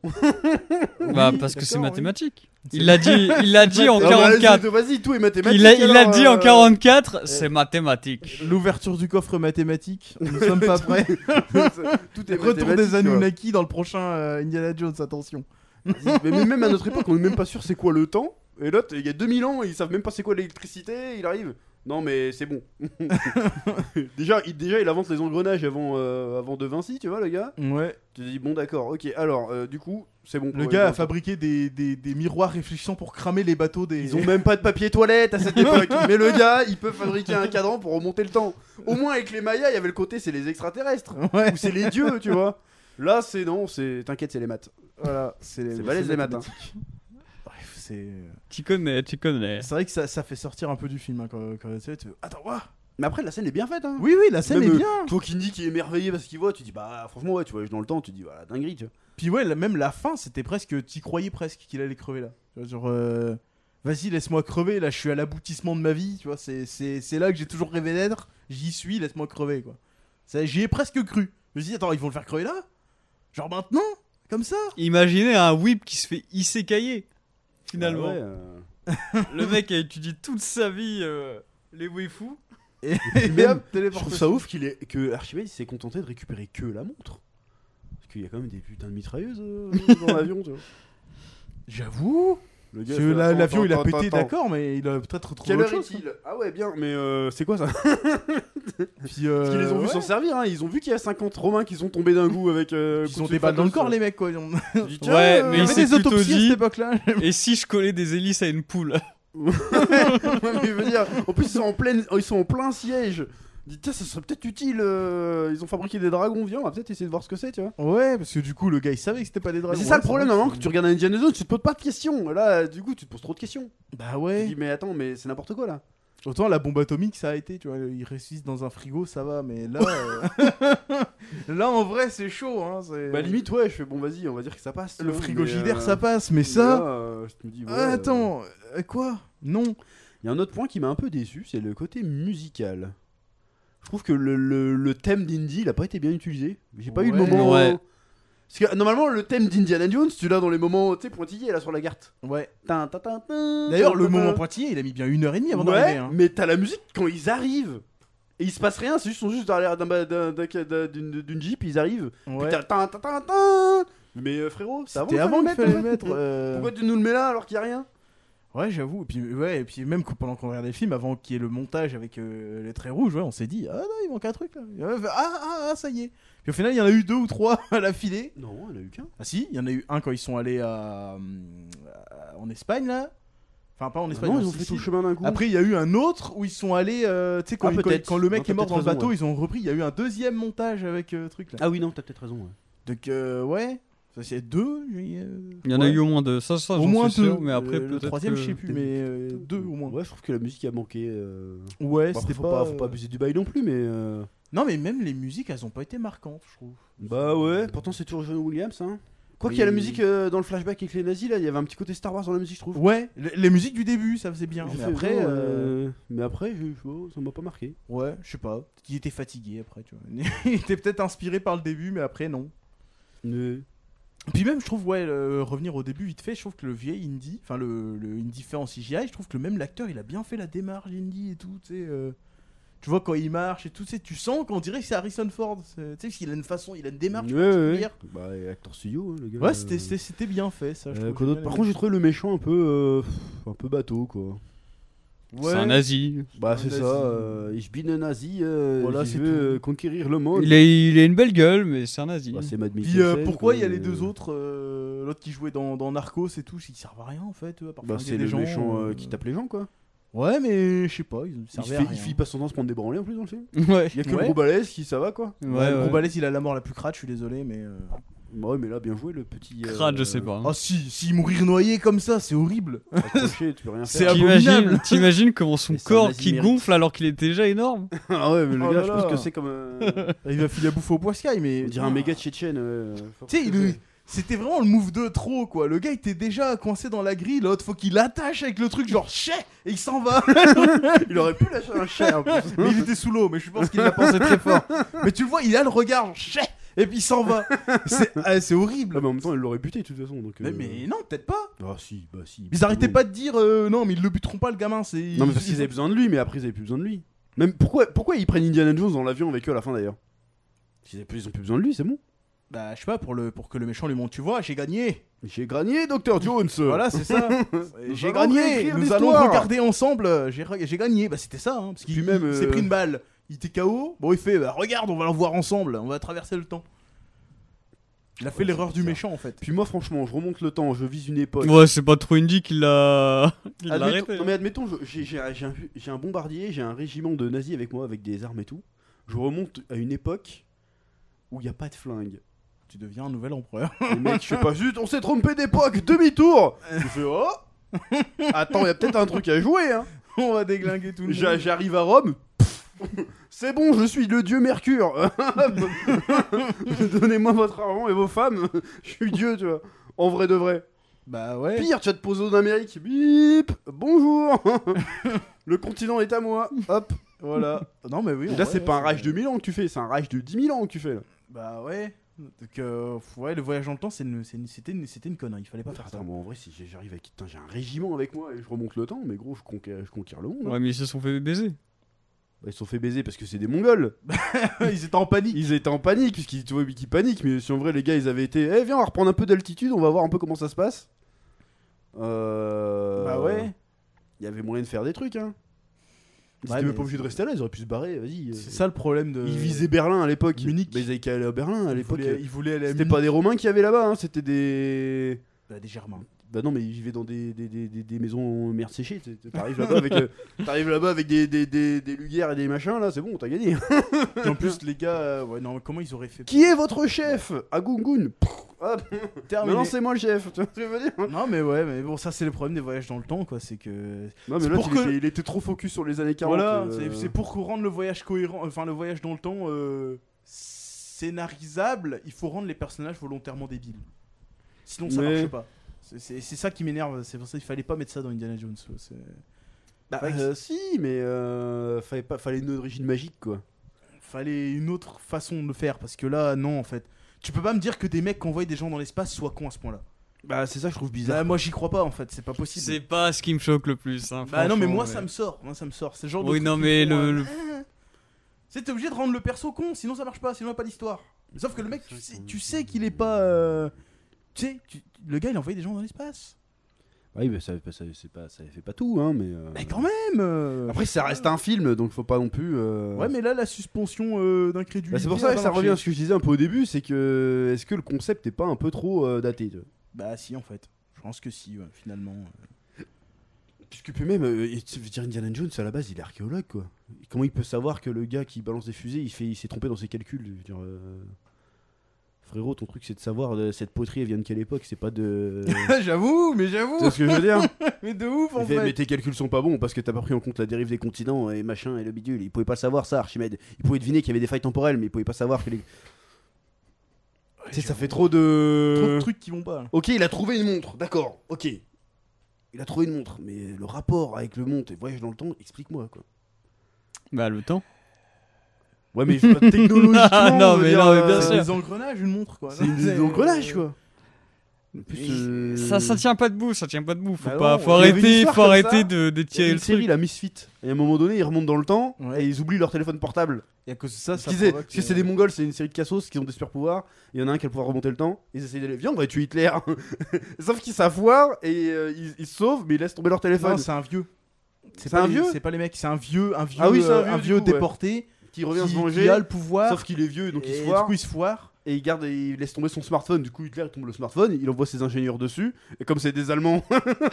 C: Bah,
A: Oui,
C: parce que c'est
A: d'accord, oui.
C: mathématique.
A: C'est-
C: Il l'a dit, il l'a dit en
B: Ah bah,
C: 44.
B: vas-y, Vas-y, tout est mathématique.
C: Il a, il a
B: alors,
C: dit en
B: euh,
C: 44, c'est mathématique.
A: L'ouverture du coffre mathématique, nous ne sommes pas prêts.
B: tout est
A: Retour
B: mathématique,
A: des
B: quoi.
A: Anunnaki dans le prochain euh, Indiana Jones, attention.
B: Vas-y. Mais- Mais même à notre époque, on est même pas sûr c'est quoi le temps. Et l'autre, il y a 2000 ans, ils savent même pas c'est quoi l'électricité, il arrive. Non, mais c'est bon. déjà, il, déjà, il avance les engrenages avant, euh, avant De Vinci, tu vois, le gars.
A: Ouais.
B: Tu te dis, bon, d'accord, ok. Alors, euh, du coup, c'est bon.
A: Le
B: pour
A: gars
B: les
A: a fabriqué des, des, des miroirs réfléchissants pour cramer les bateaux des.
B: Ils ont même pas de papier toilette à cette époque. Mais le gars, il peut fabriquer un cadran pour remonter le temps. Au moins avec les Mayas, il y avait le côté c'est les extraterrestres
A: Ouais.
B: ou c'est les dieux, tu vois. Là, c'est non, c'est t'inquiète, c'est les maths. Voilà, c'est balèze les maths. hein.
A: Bref, c'est. euh,
C: Tu connais, tu connais.
A: C'est vrai que ça, ça fait sortir un peu du film hein, quand, quand tu sais, tu fais, Attends, ouah
B: Mais après, la scène est bien faite. Hein.
A: Oui, oui, la scène
B: Même,
A: est
B: euh,
A: bien.
B: Toi qui dis qu'il est émerveillé parce qu'il voit, tu dis bah franchement ouais, tu voyages dans le temps, tu dis voilà dinguerie, tu vois.
A: Puis ouais, la- même la fin, c'était presque. T'y croyais presque qu'il allait crever là. Tu vois, Genre. euh, Vas-y, laisse-moi crever, là je suis à l'aboutissement de ma vie, tu vois, c'est- c'est c'est là que j'ai toujours rêvé d'être, j'y suis, laisse-moi crever, quoi. Ça, J'y ai presque cru. Je me suis dit, attends, ils vont le faire crever là Genre maintenant Comme ça
C: Imaginez un whip qui se fait isécailler, finalement.
B: Ah ouais, euh,
C: Le mec a étudié toute sa vie euh, les waifus.
A: Et,
B: puis même,
A: hop, téléportation.
B: Je trouve ça ouf qu'il est que Archimède il s'est contenté de récupérer que la montre. Parce qu'il y a quand même des putains de mitrailleuses euh, dans l'avion, tu vois.
A: J'avoue
B: Le
A: Parce
B: gars,
A: que
B: il fait,
A: la-
B: attends,
A: L'avion il a
B: attends,
A: pété,
B: attends,
A: d'accord, mais il a peut-être retrouvé
B: Quelle
A: autre
B: heure
A: chose.
B: est-il Ah ouais, bien, mais euh, c'est quoi ça
A: quoi. Puis, euh,
B: Parce qu'ils les ont vus
A: ouais.
B: s'en servir, hein. ils ont vu qu'il y a 50 Romains qui sont tombés d'un coup avec. euh,
A: Ils
B: coup
A: ont
B: de
A: des balles dans le corps,
B: fantôme.
A: les mecs, quoi. Ils ont-
B: Tu dis, tiens,
C: Ouais,
B: euh,
C: mais il
A: avait
C: s'est
A: des
C: plutôt
A: autopsies à
C: dit-
A: cette époque-là.
C: Et si je collais des hélices à une poule
B: ouais, mais je veux dire, en plus ils sont en plein, ils sont en plein siège. Dis, tiens, ça serait peut-être utile. euh, Ils ont fabriqué des dragons, viens, on va peut-être essayer de voir ce que c'est, tu vois.
A: Ouais, parce que du coup, le gars il savait que c'était pas des
B: Mais
A: dragons.
B: c'est ça le
A: Ouais,
B: problème,
A: vrai
B: normalement,
A: que
B: quand tu regardes Indiana Jones, tu te poses pas de questions. Là, du coup, tu te poses trop de questions.
A: c'est- Bah
B: Tu
A: ouais.
B: dis, mais attends, mais c'est n'importe quoi là.
A: Autant la bombe atomique, ça a été, tu vois, il ressuscite dans un frigo, ça va, mais là. euh, là en vrai, c'est chaud, hein. c'est-
B: Bah, limite, ouais, je fais bon, vas-y, on va dire que ça passe. tu
A: Le
B: vois,
A: frigo
B: mais,
A: frigogidaire,
B: euh,
A: ça passe, mais
B: mais
A: ça.
B: là, euh, je me dis, ouais,
A: Ah,
B: euh,
A: Attends, euh, quoi Non.
B: Il y a un autre point qui m'a un peu déçu, c'est le côté musical. Je trouve que le, le- le thème d'Indy, il a pas été bien utilisé. J'ai pas eu de
A: Ouais.
B: moment.
C: Ouais.
B: Parce que normalement, le thème d'Indiana Jones, tu l'as dans les moments, tu sais, pointillés là sur la carte.
A: Ouais.
B: Tin, tin, tin, tin,
A: D'ailleurs,
B: tin,
A: le
B: tin,
A: moment
B: tin.
A: pointillé, il a mis bien une heure et demie avant
B: Ouais,
A: d'arriver. hein.
B: mais t'as la musique quand ils arrivent. Et il se passe rien, c'est juste, ils sont juste derrière d'un ba- d'un- d'un- d'un- d'une d'une jeep, ils arrivent.
A: Ouais.
B: Puis t'as le tin, tin, tin, tin. Mais euh, frérot, c'est
A: C'était avant
B: de
A: qu'il
B: faire
A: fallait
B: en
A: le
B: fait.
A: mettre. euh,
B: Pourquoi tu nous le mets là alors qu'il y a rien
A: Ouais, j'avoue. Et puis, ouais, et puis même que pendant qu'on regardait le film, avant qu'il y ait le montage avec euh, les traits rouges, ouais, on s'est dit Ah non, il manque un truc là. Et on a fait, Ah, ah, ah, ça y est. Puis au final, il y en a eu deux ou trois à la filée.
B: Non, il y en a eu qu'un.
A: Ah si, il y en a eu un quand ils sont allés à, hum, à- en Espagne là. Enfin, pas en
B: Ah
A: Espagne.
B: non,
A: en
B: ils ont fait tout
A: Sicile.
B: le chemin d'un coup.
A: Après, il y a eu un autre où ils sont allés. euh, tu sais, quand,
B: Ah,
A: ils- quand-
B: peut-être.
A: quand le
B: Non,
A: mec
B: t'as
A: est mort dans le
B: peut-être raison,
A: bateau,
B: ouais.
A: ils ont repris. Il y a eu un deuxième montage avec euh, truc là.
B: Ah oui, non, t'as peut-être raison. ouais.
A: Donc, euh, ouais. Ça, c'est deux. j'ai, euh,
C: Il y en a
A: ouais.
C: eu au moins deux. Ça,
B: Ah,
C: ça,
A: Au
C: j'en
A: moins deux.
C: suis sûr, mais après,
A: Euh, le
C: peut-être
A: troisième,
C: que-
A: je sais plus, mais euh, deux au moins.
B: Ouais, je trouve que la musique a manqué. euh.
A: Ouais,
B: Bah,
A: c'était
B: faut Mm. pas,
A: pas.
B: faut pas abuser du bail non plus, mais. euh,
A: Non, mais même les musiques, elles ont pas été marquantes, je trouve.
B: Bah ouais, pourtant c'est toujours John Williams, hein. Quoi
A: Oui.
B: qu'il y a la musique euh, dans le flashback avec les nazis, là, il y avait un petit côté Star Wars dans la musique, je trouve.
A: Ouais, les, les musiques du début, ça faisait bien.
B: J'ai
A: Mais
B: fait,
A: après,
B: genre,
A: euh,
B: euh, mais après, je- je- oh, ça m'a pas marqué.
A: ouais, je sais pas. Il était fatigué après, tu vois. Il était peut-être inspiré par le début, mais après, non.
B: Mais-
A: Puis même, je trouve, ouais, le- revenir au début vite fait, je trouve que le vieil Indy, enfin le, le Indy fait en CGI, je trouve que le même l'acteur, il a bien fait la démarche Indy et tout, tu sais. euh, tu vois, quand il marche et tout, tu sais, tu sens qu'on dirait que c'est Harrison Ford. c'est- Tu sais, qu'il a une façon, il a une
B: Ouais,
A: démarche. tu vois, tu peux
B: ouais.
A: dire.
B: Bah, et acteur studio, hein, le gars.
A: Ouais,
B: euh,
A: c'était- c'était c'était bien fait, ça. je
B: euh,
A: trouve,
B: quoi
A: j'ai
B: d'autre Par
A: bien aimé.
B: contre, j'ai trouvé le méchant un peu. euh, pff, un peu bateau, quoi.
C: C'est un nazi.
B: Bah,
A: Un
B: c'est
A: nazi.
B: ça. euh, ich bin un nazi. euh,
A: Voilà,
B: je
A: c'est
B: veux euh, conquérir le monde.
C: Il a, il a une belle gueule, mais c'est un nazi.
B: Bah, c'est Mad
A: Puis
B: Mikkelsen,
A: euh, pourquoi
B: quoi,
A: il y a les
B: euh,
A: deux autres, euh, l'autre qui jouait dans, dans Narcos et tout, ils servent à rien en fait, euh, à part
B: Bah,
A: flinguer
B: c'est
A: des
B: le
A: gens,
B: méchant euh,
A: euh,
B: qui tape les gens, quoi.
A: Ouais, mais je sais pas, ils
B: Il,
A: servaient
B: se
A: à
B: fait,
A: rien.
B: il finit pas son temps à se prendre des branlés en plus dans le film.
C: Ouais.
B: Il y a que
A: Ouais.
B: le gros balèze qui ça va quoi.
A: Ouais, le gros balèze, il a la mort la plus crade, je suis désolé, mais. euh,
B: Bah ouais, mais là bien joué le petit. euh,
C: Crade, je sais pas. hein.
A: Ah si, si mourir noyé comme ça, c'est horrible.
B: accroché, tu peux rien
A: C'est
B: faire.
C: T'imagines,
A: abominable.
C: t'imagines comment son
B: Et c'est un
C: corps
B: nazi
C: qui
B: mérite.
C: gonfle alors qu'il est déjà énorme
B: ah ouais, mais le
A: Oh
B: gars,
A: là
B: je pense
A: là.
B: que c'est comme. euh,
A: Ah, Il va filer à bouffer au poids Sky, mais.
B: on dirait un méga tchétchène. ouais, faut
A: Tu sais,
B: que-
A: il- C'était vraiment le move de trop quoi. Le gars il était déjà coincé dans la grille, l'autre faut qu'il attache avec le truc genre chais et il s'en va.
B: il aurait pu lâcher un chat en plus.
A: mais il était sous l'eau, mais je pense qu'il l'a pensé très fort. Mais tu le vois, il a le regard genre chais et puis il s'en va. C'est ah, c'est horrible.
B: Là, mais en même temps, il l'aurait buté de toute façon. Donc,
A: Mais,
B: euh,
A: mais non, peut-être pas.
B: Ah si, bah si.
A: Ils arrêtaient
B: bon.
A: pas de dire euh, non, mais ils le buteront pas le gamin. C'est
B: Non, mais parce qu'ils avaient besoin de lui, mais après ils avaient plus besoin de lui. Même pourquoi, pourquoi ils prennent Indiana Jones dans l'avion avec eux à la fin d'ailleurs Parce qu'ils avaient plus- Ils ont plus besoin de lui, c'est bon.
A: Bah, je sais pas, pour, le, pour que le méchant lui montre, tu vois, j'ai gagné.
B: J'ai gagné, Docteur Jones.
A: Voilà, c'est ça.
B: Euh. Nous
A: j'ai
B: allons
A: gagné.
B: réécrire
A: Nous allons
B: l'histoire.
A: regarder ensemble. euh, J'ai re- j'ai gagné. Bah, c'était ça. hein, parce
B: Puis
A: qu'il
B: même,
A: il
B: euh,
A: s'est pris une balle. Il était KO. Bon, il fait, bah, regarde, on va le voir ensemble. On va traverser le temps. Il a fait
B: Ouais,
A: l'erreur
B: c'est
A: du
B: bizarre.
A: méchant, en fait.
B: Puis moi, franchement, je remonte le temps, je vise une époque.
C: Ouais, c'est pas trop Indy qui l'a. qui l'a
B: Admettons-
C: arrêté.
B: non, mais admettons, je- j'ai j'ai un, j'ai un- j'ai un bombardier, j'ai un régiment de nazis avec moi, avec des armes et tout. Je remonte à une époque où il n'y a pas de flingue.
A: Tu deviens un nouvel empereur.
B: Les mecs, je sais pas, zut, on s'est trompé d'époque, demi-tour Je fais, oh Attends, il y a peut-être un truc à jouer, hein
A: on va déglinguer tout le
B: J'a-
A: monde.
B: J'arrive à Rome, pff, c'est bon, je suis le dieu Mercure Donnez-moi votre argent et vos femmes, je suis dieu, tu vois, en vrai de vrai.
A: Bah, ouais.
B: Pire, chat poseau d'Amérique. Bip Bonjour Le continent est à moi. Hop, voilà.
A: Ah, Non, mais oui.
B: Et
A: en
B: là,
A: vrai,
B: c'est pas un rage
A: c'est-
B: de 1000 ans que tu fais, c'est un rage de 10 000 ans que tu fais. Là.
A: Bah, ouais. Donc, euh, ouais, le voyage dans le temps, c'est une- c'est une- c'était une, c'était une connerie. Il fallait pas faire ça.
B: Attends, moi, en vrai, si j'arrive avec. Putain, j'ai un régiment avec moi et je remonte le temps, mais gros, je conquiers, je conquiers le monde. hein.
C: Ouais, mais ils se sont fait baiser.
B: Bah, ils se sont fait baiser parce que c'est des Mongols.
A: Ils étaient en panique.
B: Ils étaient en panique, puisqu'ils tu vois, qu'ils paniquent, mais si en vrai, les gars, ils avaient été. Eh, viens, on va reprendre un peu d'altitude, on va voir un peu comment ça se passe. Euh.
A: Bah, ouais.
B: Il y avait moyen de faire des trucs, hein. Ils
A: Ouais,
B: étaient même
A: mais-
B: pas obligés de rester là, ils auraient pu se barrer, vas-y.
A: C'est
B: euh,
A: ça le problème de.
B: Ils visaient Berlin à l'époque.
A: Munich.
B: Mais ils avaient qu'à aller à Berlin à
A: Ils
B: l'époque.
A: voulaient- ils voulaient aller à
B: C'était
A: Munich.
B: pas des Romains qui avaient là-bas, hein, c'était des.
A: Bah, des Germains.
B: Bah non, mais ils vivaient dans des, des, des, des, des maisons merde séchées. t'es- t'es- T'arrives là-bas avec, euh, t'arrives là-bas avec des, des, des, des luguères et des machins, là, c'est bon, t'as gagné.
A: Et en plus, les gars, euh, ouais, non, mais comment ils auraient fait
B: qui est votre chef À Gungun. Pff, Hop,
A: Terminé.
B: maintenant c'est moi le chef. Tu vois ce que je veux dire
A: Non, mais ouais, mais bon, ça, c'est le problème des voyages dans le temps, quoi. C'est que.
B: Non, mais
A: C'est
B: là,
A: pour
B: il,
A: que-
B: était, il était trop focus sur les années 40.
A: voilà,
B: euh,
A: c'est- c'est pour qu'on rende le voyage cohérent, enfin, le voyage dans le temps euh, scénarisable, il faut rendre les personnages volontairement débiles. Sinon, ça
B: Mais-
A: marche pas. C'est- C'est c'est ça qui m'énerve, c'est pour ça qu'il fallait pas mettre ça dans Indiana Jones. ouais, c'est-
B: Bah,
A: Ouais,
B: euh, si, mais euh, fallait, pas, fallait une origine magique, quoi.
A: Fallait une autre façon de le faire, parce que là, non, en fait. Tu peux pas me dire que des mecs qui envoient des gens dans l'espace soient cons à ce point-là.
B: Bah, c'est ça, je trouve bizarre.
A: Là, moi, j'y crois pas, en fait, c'est pas possible.
C: C'est pas ce qui me choque le plus. Hein,
A: Bah non mais moi
C: franchement,
A: ça me sort, moi ça me sort, c'est le genre de
C: Oui,
A: truc
C: non,
A: qui
C: mais
A: me font,
C: le-
A: euh,
C: le-
A: Ah. C'est t'es obligé de rendre le perso con, sinon ça marche pas, sinon y a pas d'histoire. Sauf que le mec, tu sais, tu sais qu'il est pas euh, tu sais, tu- le gars il a envoyé des gens dans l'espace.
B: Oui, mais ça, ça, c'est pas, ça fait pas tout, hein, mais. euh,
A: Mais quand même. euh,
B: Après, ça reste un film, donc faut pas non plus. euh,
A: Ouais, mais là la suspension euh, d'incrédulité.
B: Bah, c'est pour ça
A: a
B: que
A: pas
B: ça
A: marché.
B: revient à ce que je disais un peu au début, c'est que est-ce que le concept est pas un peu trop euh, daté tu vois
A: Bah si en fait. Je pense que si ouais, finalement. euh.
B: Puisque puis même, euh, et tu veux dire Indiana Jones à la base, il est archéologue quoi. Et Comment il peut savoir que le gars qui balance des fusées, il fait, il s'est trompé dans ses calculs je veux dire, euh, Frérot, ton truc c'est de savoir euh, cette poterie elle vient de quelle époque, c'est pas de. tu
A: j'avoue, mais j'avoue,
B: vois ce que je veux dire
A: mais de ouf
B: Il fait, Mais tes calculs sont pas bons parce que t'as pas pris en compte la dérive des continents et machin et le bidule. Il pouvait pas savoir ça, Archimède. Il pouvait deviner qu'il y avait des failles temporelles, mais il pouvait pas savoir que les. Tu sais, ça fait trop de.
A: Trop de trucs qui vont pas. là.
B: Ok, il a trouvé une montre, d'accord, ok. Il a trouvé une montre, mais le rapport avec le monde et voyage dans le temps, explique-moi quoi.
C: Bah, le temps.
B: Ouais, mais c'est pas technologiquement.
C: Ah, non,
B: je veux
C: mais
B: dire,
C: non, mais bien
B: euh,
A: C'est
C: sûr.
A: des engrenages, une montre quoi.
B: C'est une- un engrenage quoi. En plus, euh,
C: Ça, ça tient pas debout, ça tient pas debout. Faut,
A: Bah
C: pas,
A: non,
C: faut
B: il y avait une
C: arrêter,
B: histoire
C: faut
B: comme
C: arrêter
B: ça.
C: de, de
B: Il y a
C: tirer
B: une
C: le
B: série,
C: truc.
B: la Misfit. Et à un moment donné, ils remontent dans le temps
A: Ouais.
B: et ils oublient leur téléphone portable.
A: Et à cause de ça,
B: Parce
A: ça
B: qu'ils étaient-
A: provoque, euh,
B: parce que c'est des Mongols, c'est une série de cassos qui ont des super pouvoirs. Il y en a un qui a le pouvoir de remonter le temps. Ils essayent d'aller, viens, on va tuer Hitler. Sauf qu'ils s'affoirent et euh, ils, ils se sauvent, mais ils laissent tomber leur téléphone.
A: Non, c'est un vieux.
B: C'est
A: pas
B: un
A: les-
B: vieux
A: C'est pas les mecs, c'est un vieux, un vieux,
B: Ah oui, c'est un
A: euh,
B: vieux,
A: un
B: du
A: vieux
B: coup, ouais.
A: déporté
B: qui revient
A: qui,
B: se
A: qui
B: venger.
A: a le pouvoir.
B: Sauf qu'il est vieux, donc il se
A: et
B: foire.
A: du coup, il se foire.
B: Et il garde, il laisse tomber son smartphone. Du coup, Hitler il tombe le smartphone, il envoie ses ingénieurs dessus. Et comme c'est des Allemands,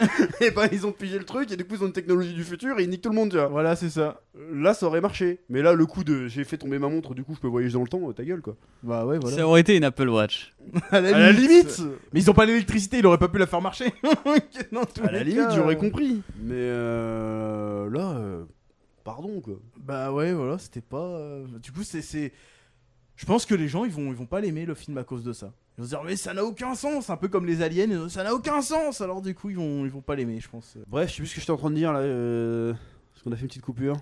B: et ben ils ont pigé le truc. Et du coup, ils ont une technologie du futur et ils niquent tout le monde. Tu vois.
A: Voilà, c'est ça.
B: Là, ça aurait marché. Mais là, le coup de j'ai fait tomber ma montre, du coup, je peux voyager dans le temps. euh, Ta gueule, quoi.
A: Bah ouais, voilà.
C: Ça aurait été une Apple Watch.
A: À la,
B: À la limite,
A: Mais ils ont pas l'électricité, il aurait pas pu la faire marcher. Non, tous
B: à la
A: les
B: limite,
A: cas,
B: j'aurais
A: euh,
B: compris. Mais euh, là, euh, pardon, quoi.
A: Bah ouais, voilà, c'était pas. euh, Du coup, c'est- c'est. Je pense que les gens, ils vont, ils vont pas l'aimer le film à cause de ça. Ils vont se dire, mais ça n'a aucun sens, un peu comme les aliens, euh, ça n'a aucun sens. Alors du coup, ils vont, ils vont pas l'aimer, je pense.
B: Bref, je sais plus ce que j'étais en train de dire là. euh, Parce qu'on a fait une petite coupure.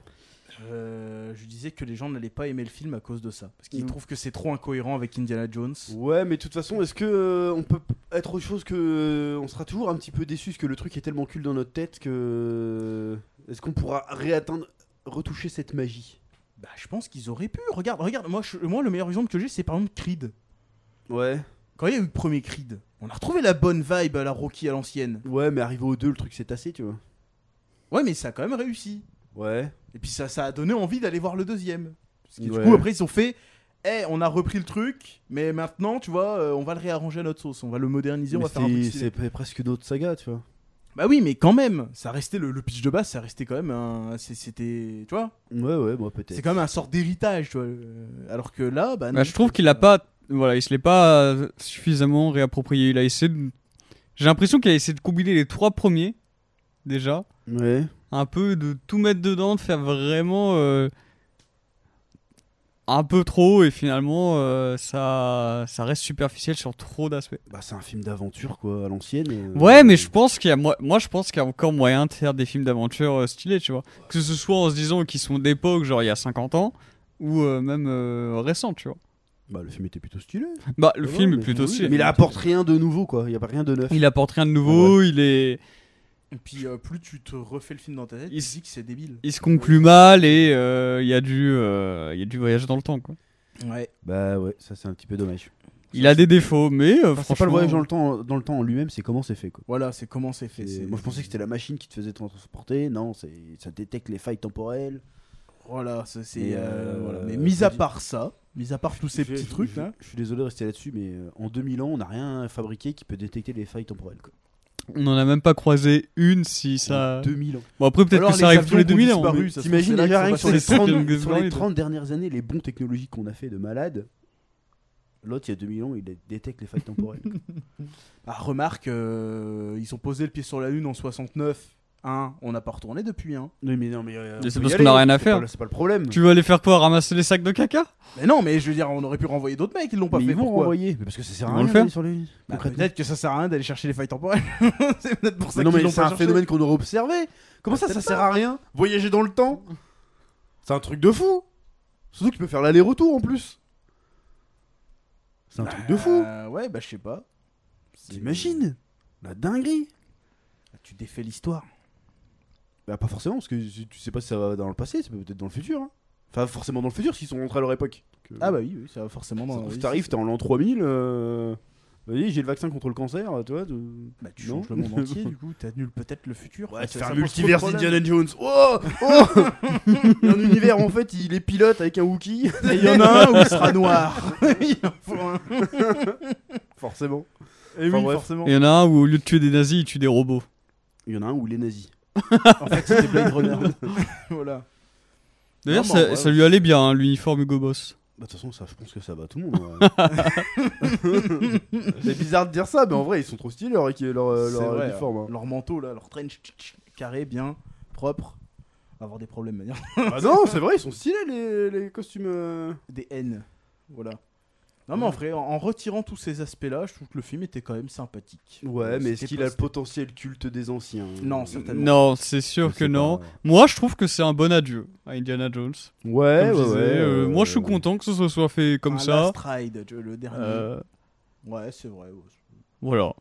A: Euh, je disais que les gens n'allaient pas aimer le film à cause de ça, parce qu'ils
B: Mm.
A: trouvent que c'est trop incohérent avec Indiana Jones.
B: Ouais, mais de toute façon, est-ce que euh, on peut p- être autre chose que euh, on sera toujours un petit peu déçu parce que le truc est tellement cul dans notre tête que est-ce qu'on pourra réatteindre retoucher cette magie
A: Bah, je pense qu'ils auraient pu. Regarde, regarde, moi, je- moi le meilleur exemple que j'ai, c'est par exemple Creed.
B: Ouais.
A: Quand il y a eu le premier Creed, on a retrouvé la bonne vibe à la Rocky à l'ancienne.
B: Ouais, mais arrivé au 2, le truc s'est tassé, tu vois.
A: Ouais, mais ça a quand même réussi.
B: Ouais.
A: Et puis ça, ça a donné envie d'aller voir le deuxième. Parce que
B: Ouais.
A: du coup, après, ils ont fait. Eh, on a repris le truc, mais maintenant, tu vois, euh, on va le réarranger à notre sauce, on va le moderniser, on
B: Mais
A: va faire un peu de
B: c'est-
A: stylé.
B: c'est presque une autre saga, tu vois.
A: Bah oui, mais quand même, ça restait le, le pitch de base, ça restait quand même un. c'est- C'était. Tu vois
B: Ouais, ouais, moi
A: C'est
B: peut-être.
A: quand même un sort d'héritage, tu vois. euh, Alors que là, bah. non.
C: Bah, je trouve qu'il a pas, voilà, il se l'est pas euh, suffisamment réapproprié. Il a essayé de- j'ai l'impression qu'il a essayé de combiner les trois premiers, déjà,
B: Ouais.
C: un peu de tout mettre dedans, de faire vraiment euh, un peu trop, et finalement, euh, ça, ça reste superficiel sur trop d'aspects.
B: Bah, c'est un film d'aventure, quoi, à l'ancienne. et, euh,
C: Ouais, mais je pense qu'il y a moi, moi je pense qu'il y a encore moyen de faire des films d'aventure euh, stylés, tu vois. Que ce soit en se disant qu'ils sont d'époque, genre il y a 50 ans ou euh, même euh, récent, tu vois.
B: Bah, le film était plutôt stylé.
C: Bah le
B: Ouais,
C: film est
B: mais-
C: plutôt
B: oui,
C: stylé.
B: Mais il apporte rien de nouveau, quoi. Il y a pas rien de neuf.
C: Il apporte rien de
B: Ah
C: nouveau, il est
A: Et puis, euh, plus tu te refais le film dans ta tête,
C: Il
A: tu te dis que c'est débile.
C: il se conclut mal et euh, il y a du euh, il y a du voyage dans le temps quoi.
A: Ouais.
B: Bah, ouais, ça c'est un petit peu dommage.
C: Il a des défauts mais
B: Enfin,
C: euh,
B: Ah, c'est
C: franchement
B: pas le voyage dans le temps, dans le temps en lui-même, c'est comment c'est fait, quoi.
A: Voilà, c'est comment c'est fait.
B: C'est-
A: c'est-
B: Moi je pensais que c'était la machine qui te faisait transporter, non, c'est- ça détecte les failles temporelles.
A: Voilà, ça, c'est.
B: Mais,
A: euh,
B: euh,
A: voilà. Mais
B: euh,
A: mis à
B: dis-
A: part ça, mis à part tous ces
B: Je-
A: petits
B: je-
A: trucs
B: je,
A: hein. là.
B: je suis désolé de rester là-dessus, mais euh, en 2000 ans, on n'a rien fabriqué qui peut détecter les failles temporelles. Quoi.
C: On en a même pas croisé une si ça
B: En 2000 ans.
C: Bon après peut-être
A: Alors,
C: que ça
A: les
C: arrive tous les
A: avions qui ont
C: 2000 ans.
A: disparu.
C: mais-
A: oui, ça se trouve,
B: T'imagines
A: c'est là
B: déjà
A: que
B: rien que sur
A: sont
B: les
C: passés les
B: 30,
C: Scorpions
B: sur les
C: Grid.
B: 30 dernières années, les bons technologiques qu'on a fait de malade. L'autre, il y a 2000 ans, il dé- détecte les failles temporelles. quoi.
A: Ah, remarque, euh, ils ont posé le pied sur la lune en 69. Hein, on n'a pas retourné depuis. Hein.
B: oui, mais non, mais. euh,
C: Mais c'est
B: on peut
C: parce
B: y
C: qu'on a
B: aller,
C: rien à
B: c'est
C: faire.
B: pas le- C'est pas le problème.
C: Tu veux aller faire quoi Ramasser les sacs de caca
A: Mais non, mais je veux dire, on aurait pu renvoyer d'autres mecs, ils l'ont pas
B: mais
A: fait.
B: ils vont
A: pourquoi
B: renvoyer. Mais parce que ça sert
C: Ils
B: à
C: vont le
B: rien
C: faire.
B: d'aller sur les lunes,
A: Bah,
B: concrètement.
A: peut-être que ça sert à rien d'aller chercher les failles temporelles. c'est peut-être pour ça
B: Mais non,
A: qu'ils
B: mais
A: l'ont
B: c'est
A: pas
B: un
A: cherché.
B: phénomène qu'on aurait observé. Comment ça, ça sert à rien Voyager dans le temps C'est un truc de fou Surtout que tu peux faire l'aller-retour en plus C'est un truc de fou
A: Euh, ouais, bah je sais pas. C'est-
B: T'imagines La dinguerie
A: Tu défais l'histoire.
B: Bah, pas forcément, parce que tu sais pas si ça va dans le passé, ça peut peut-être dans le futur. hein. Enfin, forcément dans le futur, s'ils sont rentrés à leur époque. Donc, euh,
A: Ah bah oui, oui, ça va forcément
B: ça se
A: dans
B: trouve,
A: oui,
B: t'arrives,
A: c'est-
B: t'es en l'an 3000. euh, Vas-y, j'ai le vaccin contre le cancer, tu vois. tu-
A: Bah tu
B: Non.
A: changes le monde entier du coup, t'annules peut-être le futur.
B: Ouais, tu
A: Ça-
B: fais
A: ça
B: un
A: pose trop de
B: multiverse
A: problèmes.
B: Indiana Jones. Oh, oh Il y a un univers en fait, il est pilote avec un Wookie.
A: Et Il y en a un où il sera noir. Il en faut un.
B: Forcément. Enfin,
A: Et Eh oui,
B: bref.
A: forcément.
C: Il y en a un où au lieu de tuer des nazis, il tue des robots.
B: Il y en a un où il est nazi.
A: En fait, c'était Blade Runner. voilà.
C: D'ailleurs,
A: Non, mais
C: ça,
A: ouais.
C: ça lui allait bien, hein, l'uniforme Hugo Boss.
B: Bah, de toute façon, ça, je pense que ça va tout le monde. ouais. c'est bizarre de dire ça, mais en vrai, ils sont trop stylés leur, leur,
A: C'est
B: leur
A: vrai,
B: uniforme. hein.
A: Leur manteau là, leur trench tch, tch, carré, bien, propre. On va Avoir des problèmes, manière.
B: Ah non, c'est vrai, ils sont stylés les, les costumes. euh.
A: Des haines. Voilà. Non mais en vrai, en- en retirant tous ces aspects-là, je trouve que le film était quand même sympathique.
B: Ouais, mais est-ce
A: Euh, C'était
B: qu'il a le
A: posté-
B: potentiel culte des anciens
A: Non, certainement.
C: Non, c'est sûr
B: Je
C: que
B: sais
C: non.
B: pas.
C: Moi, je trouve que c'est un bon adieu à Indiana Jones.
B: Ouais, ouais,
C: Comme je disais,
B: ouais,
C: euh,
B: ouais,
C: moi, je suis
B: ouais.
C: content que ce soit- soit fait comme
A: Un
C: ça.
A: Last Ride, tu vois, le dernier.
C: Euh,
A: Ouais, c'est vrai. ouais.
C: voilà.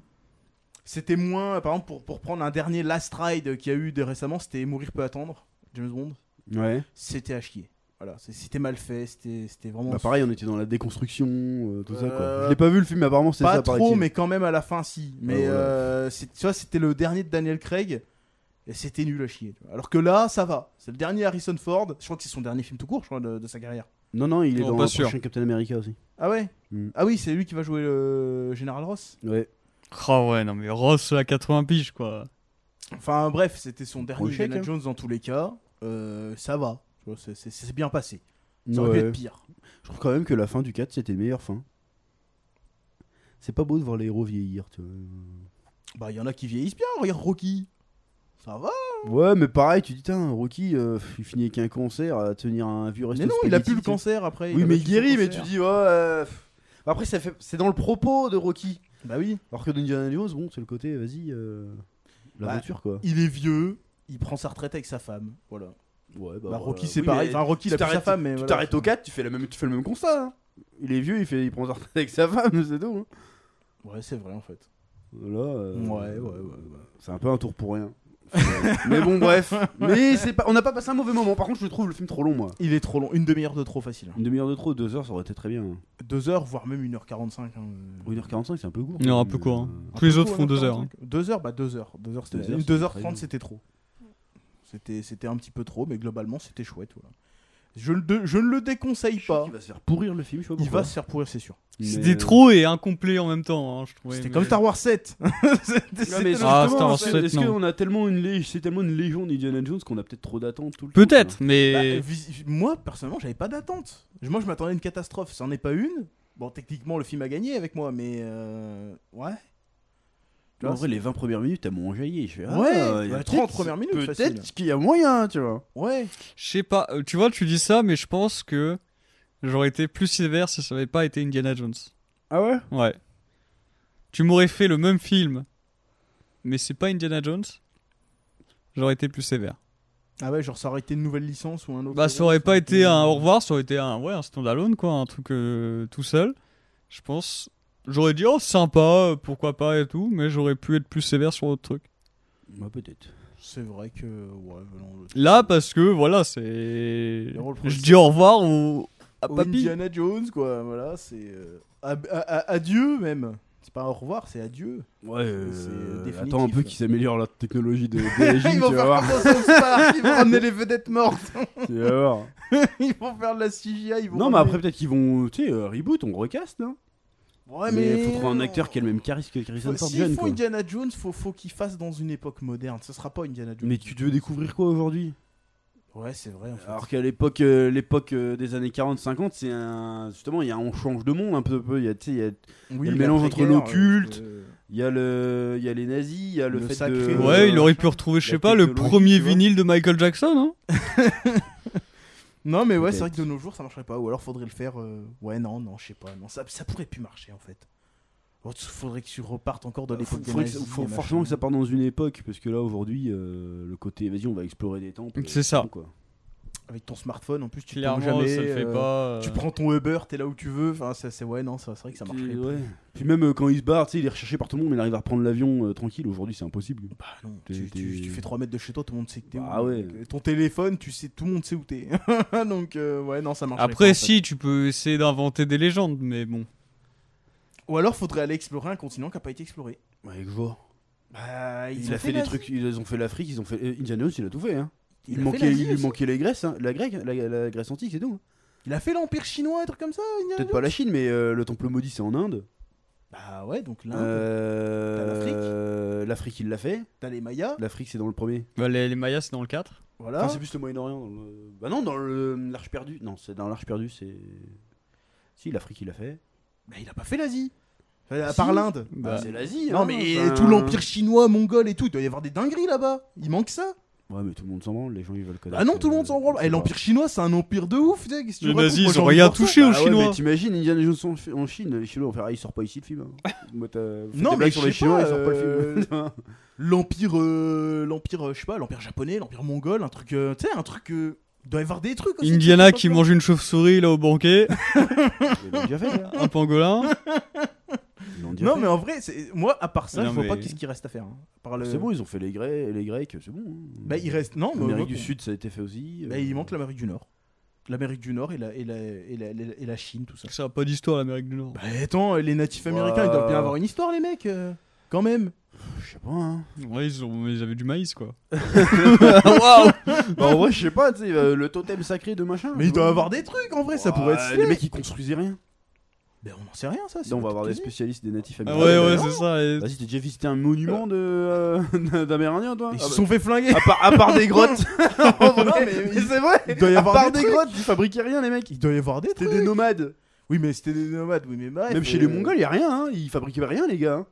A: C'était moins, par exemple, pour, pour prendre un dernier Last Ride qu'il y a eu de récemment, c'était Mourir peut attendre, James Bond.
B: Ouais.
A: C'était à chier. Voilà, c'est- c'était mal fait, c'était c'était vraiment.
B: Bah pareil, on était dans la déconstruction, euh, tout ça quoi.
A: Euh,
B: Je l'ai pas vu le film, mais apparemment c'est
A: pas
B: ça.
A: trop,
B: paraît-il.
A: mais quand même à la fin, si. Mais
B: Ah, voilà.
A: euh, c'est- tu vois, c'était le dernier de Daniel Craig et c'était nul à chier. tu vois. Alors que là, ça va. C'est le dernier Harrison Ford. Je crois que c'est son dernier film tout court, je crois, de, de sa carrière.
B: Non, non, il est
C: Non,
B: dans
C: pas
B: le
C: sûr.
B: prochain Captain America aussi.
A: Ah ouais
B: Mm.
A: Ah oui, c'est lui qui va jouer le Général Ross.
B: Ouais.
C: Ah ouais, non mais Ross à 80 piges, quoi.
A: Enfin bref, c'était son dernier
B: Gros chèque,
A: Indiana
B: hein.
A: Jones dans tous les cas. Euh, ça va. Tu vois, c'est- C'est c'est bien passé. Ça aurait pu être pire.
B: Je trouve quand même que la fin du 4 c'était une meilleure fin. C'est pas beau de voir les héros vieillir, tu vois.
A: Bah, il y en a qui vieillissent bien. Regarde Rocky. Ça va.
B: Ouais, mais pareil, tu dis, tiens, Rocky, euh, pff, il finit avec un cancer, à tenir un vieux resto
A: Mais non, il a
B: spaghetti,
A: plus le
B: tu sais.
A: cancer après.
B: Oui,
A: a
B: mais
A: battu
B: il
A: son
B: guérit, mais
A: cancer.
B: tu dis, ouais. euh, pff. Après, ça fait... c'est dans le propos de Rocky.
A: Bah oui.
B: Alors que Indiana Jones, bon, c'est le côté, vas-y, euh, l'aventure quoi.
A: Il est vieux. Il prend sa retraite avec sa femme. Voilà.
B: Ouais,
A: Bah,
B: voilà.
A: Rocky, c'est
B: euh, Oui,
A: pareil.
B: mais-
A: Enfin, Rocky, il a
B: tu
A: plus sa
B: t'arrêtes-
A: femme, mais.
B: Tu
A: voilà.
B: t'arrêtes au 4, tu fais, la même, tu fais le même constat. hein. Il est vieux, il, fait, il prend sa retraite avec sa femme, c'est tout. hein.
A: Ouais, c'est vrai en fait.
B: Là, euh,
A: Ouais, ouais, ouais, ouais.
B: C'est un peu un tour pour rien. mais bon, bref. Mais c'est pas... on n'a pas passé un mauvais moment. Par contre, je trouve le film trop long, moi.
A: Il est trop long, une demi-heure de trop facile.
B: Une demi-heure de trop, hein. deux heures, ça aurait été très bien.
A: Deux heures, voire même 1h45. hein.
B: Ou 1h45, c'est un peu court.
C: Non, un peu court, hein.
A: Un
C: Tous
A: peu
C: les autres
A: court,
C: font deux
A: 1h45.
C: heures, hein.
A: Deux heures, bah deux heures. Deux heures, c'était
B: Deux heures,
A: une
B: c'est
A: deux heures
B: très
A: trente,
B: bien.
A: c'était trop. C'était, c'était un petit peu trop, mais globalement, c'était chouette. voilà. Je, ne de- je ne le déconseille pas.
B: Il va se faire pourrir le film, je sais pas
A: Il
B: pourquoi.
A: va se faire pourrir, c'est sûr.
B: Mais-
C: C'était trop et incomplet en même temps, hein, je trouvais.
A: euh, c'était
C: mais-
A: comme Star Wars 7. C'était-
B: Non,
A: c'était
B: mais
A: le-
C: Ah,
B: justement,
C: Star Wars
B: c'est-
C: 7,
B: Est-ce
C: non.
B: qu'on a tellement une lég- c'est tellement une légion d'Indiana Jones qu'on a peut-être trop d'attentes tout le temps,
C: Peut-être,
A: Bah,
C: mais.
A: vis- moi, personnellement, j'avais pas d'attente. Je- Moi, je m'attendais à une catastrophe. Ça n'en est pas une. Bon, techniquement, le film a gagné avec moi, mais. euh, Ouais.
B: quoi. En vrai, les 20 premières minutes, elles m'ont enjaillé. Je fais, ah,
A: Ouais,
B: il y a
A: bah, 30
B: peut-être-
A: premières minutes,
B: Peut-être
A: facile.
B: qu'il y a moyen, tu vois.
A: Ouais.
C: Je sais pas, euh, tu vois, tu dis ça, mais je pense que j'aurais été plus sévère si ça avait pas été Indiana Jones.
B: Ah ouais
C: Ouais. Tu m'aurais fait le même film, mais c'est pas Indiana Jones. J'aurais été plus sévère.
A: Ah ouais, genre, ça aurait été une nouvelle licence ou un autre.
C: Bah, ça aurait pas été un au revoir, ça aurait été un, ouais, un standalone, quoi, un truc euh, tout seul. Je pense. J'aurais dit, oh, sympa, euh, pourquoi pas et tout, mais j'aurais pu être plus sévère sur autre truc.
B: Bah, peut-être.
A: C'est vrai que. Ouais, bah non, le-
C: Là, parce que, voilà, c'est.
A: Les rôles
C: Je dis au revoir au... à
A: Au
C: Papy.
A: Indiana Jones, quoi. Voilà, c'est. euh, ab- a- a- Adieu, même. C'est pas au revoir, c'est adieu.
B: Ouais, euh,
A: C'est, euh, définitif.
B: attends un peu qu'ils améliorent la technologie de DLJ, tu vas voir.
A: comme dans South Park, ils vont ramener les vedettes mortes.
B: Tu vas voir.
A: Ils vont faire de la CGI, ils vont.
B: Non, mais
A: ramener-
B: après, peut-être qu'ils vont, tu sais, euh, reboot, on recast, non
A: Ouais,
B: Mais faut trouver un acteur qui a le même
A: cas.
B: charisme que Harrison Ford
A: S'ils
B: jeune,
A: font
B: quoi.
A: Indiana Jones, faut, faut qu'ils fassent dans une époque moderne. Ce sera pas Indiana Jones.
B: Mais tu veux découvrir quoi aujourd'hui
A: Ouais, c'est vrai. En fait.
B: Alors qu'à l'époque euh, l'époque euh, des années 40-50, c'est un justement il y a on change de monde un peu peu, il y a tu sais, il y a-
A: oui,
B: le mélange entre
A: l'après-guerre,
B: l'occulte,
A: euh,
B: il y a le il y a les nazis, il y a le,
A: Le
B: fait
A: sacré.
B: de
C: Ouais,
A: Euh,
C: il aurait pu retrouver, je
B: la
C: sais pas, le
B: technologie,
C: premier
B: tu vois.
C: vinyle de Michael Jackson. Hein
A: Non, mais ouais, c'est vrai
B: Peut-être.
A: que de nos jours, ça marcherait pas. Ou alors, faudrait le faire. euh, Ouais, non, non, je sais pas. Non, ça, ça pourrait plus marcher en fait. Oh, tu- Faudrait que tu repartes encore dans
B: Euh, Faut-
A: l'époque des
B: faudrait que-
A: nazis,
B: faut
A: des
B: forcément que
A: machins.
B: ça parte dans une époque parce que là aujourd'hui euh, le côté vas-y on va explorer des temples.
C: C'est ça.
B: quoi.
A: Avec ton smartphone, en plus, tu tombes
C: Clairement,
A: jamais.
C: ça le fait
A: euh,
C: pas.
A: Tu prends ton Uber, t'es là où tu veux. Enfin, ça, c'est ouais, non, ça- c'est vrai que ça marcherait.
B: Puis, ouais. Puis même euh, quand il se barre, tu sais, il est recherché par tout le monde, mais il arrive à reprendre l'avion euh, tranquille. Aujourd'hui, c'est impossible.
A: Bah non,
B: T'es-
A: tu, tu-
B: t'es-
A: tu fais 3 mètres de chez toi, tout le monde sait que t'es
B: Bah
A: où.
B: ouais.
A: Donc, Ton téléphone, tu sais, tout le monde sait où t'es. Donc, euh, ouais, non, ça marche.
C: Après, si, tu peux essayer d'inventer des légendes, mais bon.
A: Ou alors, faudrait aller explorer un continent qui a pas été exploré.
B: Ouais, je vois.
A: Bah,
B: Il a fait des trucs, ils ont fait l'Afrique, ils ont fait euh, Indiana Jones, il a tout fait. Hein. Il,
A: Il a fait
B: manquait,
A: l'Asie
B: il lui
A: aussi.
B: manquait les Grèces, hein, la, Grec, la, la Grèce antique, c'est tout. hein.
A: Il a fait l'Empire chinois, un truc comme ça. Indiana
B: Peut-être
A: Jones.
B: pas la Chine, mais euh, le temple maudit, c'est en Inde.
A: Bah ouais, donc là,
B: Euh,
A: T'as l'Afrique.
B: euh, L'Afrique, il l'a fait.
A: t'as les Mayas.
B: L'Afrique, c'est dans le premier.
C: Bah, les, les Mayas, c'est dans le 4.
A: Voilà.
B: Enfin, Ah, c'est plus le Moyen-Orient. dans le- Bah non, dans le- l'Arche perdue. Non, c'est dans l'Arche perdue, c'est. Si, l'Afrique, il l'a fait.
A: Mais Bah, il a pas fait l'Asie. Enfin, À
B: Si.
A: part l'Inde.
B: Bah,
C: Bah,
B: c'est l'Asie.
A: Non,
B: hein,
A: mais
B: enfin.
A: tout l'Empire chinois, mongol et tout, il doit y avoir des dingueries là-bas. Il manque ça.
B: Ouais, mais tout le monde s'en branle, les gens, ils veulent connaître.
A: Bah non, tout le monde s'en branle.
B: euh,
A: Et l'Empire chinois, c'est un empire de ouf. tu sais, qu'est-ce que tu
C: Les
A: racontes
C: nazis,
A: Moi,
C: ils
A: j'ai
C: ont
A: envie de
C: rien
A: voir ça.
C: touché aux
B: Bah ouais, mais
C: Chinois.
B: t'imagines, Indiana Jones en Fi- en Chine, les Chinois vont faire Ah, il sort pas ici le film. hein. Bah, t'as- faites des
A: Non, mais
B: blagues sur
A: je
B: les
A: sais
B: Chinois,
A: pas,
B: ils sortent pas le film.
A: l'empire euh, l'empire euh, je sais pas l'empire japonais l'empire mongol un truc euh, tu sais un truc euh, il doit y avoir des trucs aussi,
C: Indiana
A: tu sais,
C: qui
A: pas
C: mange une chauve-souris là au banquet,
B: Ils l'ont déjà fait, ça.
C: un pangolin.
B: Ils l'ont
A: plein.
B: déjà
A: non
B: fait.
A: mais en vrai c'est moi à part ça
C: Non,
A: je vois
C: mais-
A: pas qu'est-ce qui reste à faire hein. par le
B: C'est bon, ils ont fait les, Grecs, les Grecs, c'est bon. hein.
A: bah il reste non mais
B: L'Amérique
A: moi,
B: du
A: pour-
B: Sud, ça a été fait aussi.
A: bah,
B: euh.
A: il manque l'Amérique du Nord l'Amérique du Nord et la et la, et la, et la- et la Chine tout ça
C: Ça a pas d'histoire, l'Amérique du Nord.
A: bah attends les natifs américains ils doivent bien avoir une histoire les mecs euh, quand même
B: Je sais pas, hein.
C: Ouais, ils, ont- ils avaient du maïs quoi.
B: Waouh Bah, en vrai, je sais pas, tu sais, euh, le totem sacré de machin.
A: mais il doit y avoir des trucs en vrai ça pourrait être
B: Les
A: stylé.
B: mecs, ils construisaient rien.
A: ben on en sait rien ça c'est
B: on va
A: pas
B: avoir
A: tout
B: des
A: dit.
B: spécialistes des natifs
C: Ah
B: américains.
C: ouais, ouais,
B: d'ailleurs.
C: c'est ça. et-
B: Vas-y, t'as déjà visité un monument de, euh, d'Amérindiens, toi
A: ils
B: Ah
A: se
B: bah,
A: sont fait flinguer
B: à, part, à part des grottes. En vrai, mais c'est vrai.
A: il doit y
B: À
A: avoir
B: part
A: des
B: des,
A: trucs.
B: grottes, ils fabriquaient rien, les mecs.
A: il doit y avoir des
B: C'était
A: trucs
B: des nomades.
A: oui mais c'était des nomades oui mais bref
B: Même chez
A: euh,
B: les Mongols, y a rien, hein. Ils fabriquaient rien, les gars. hein.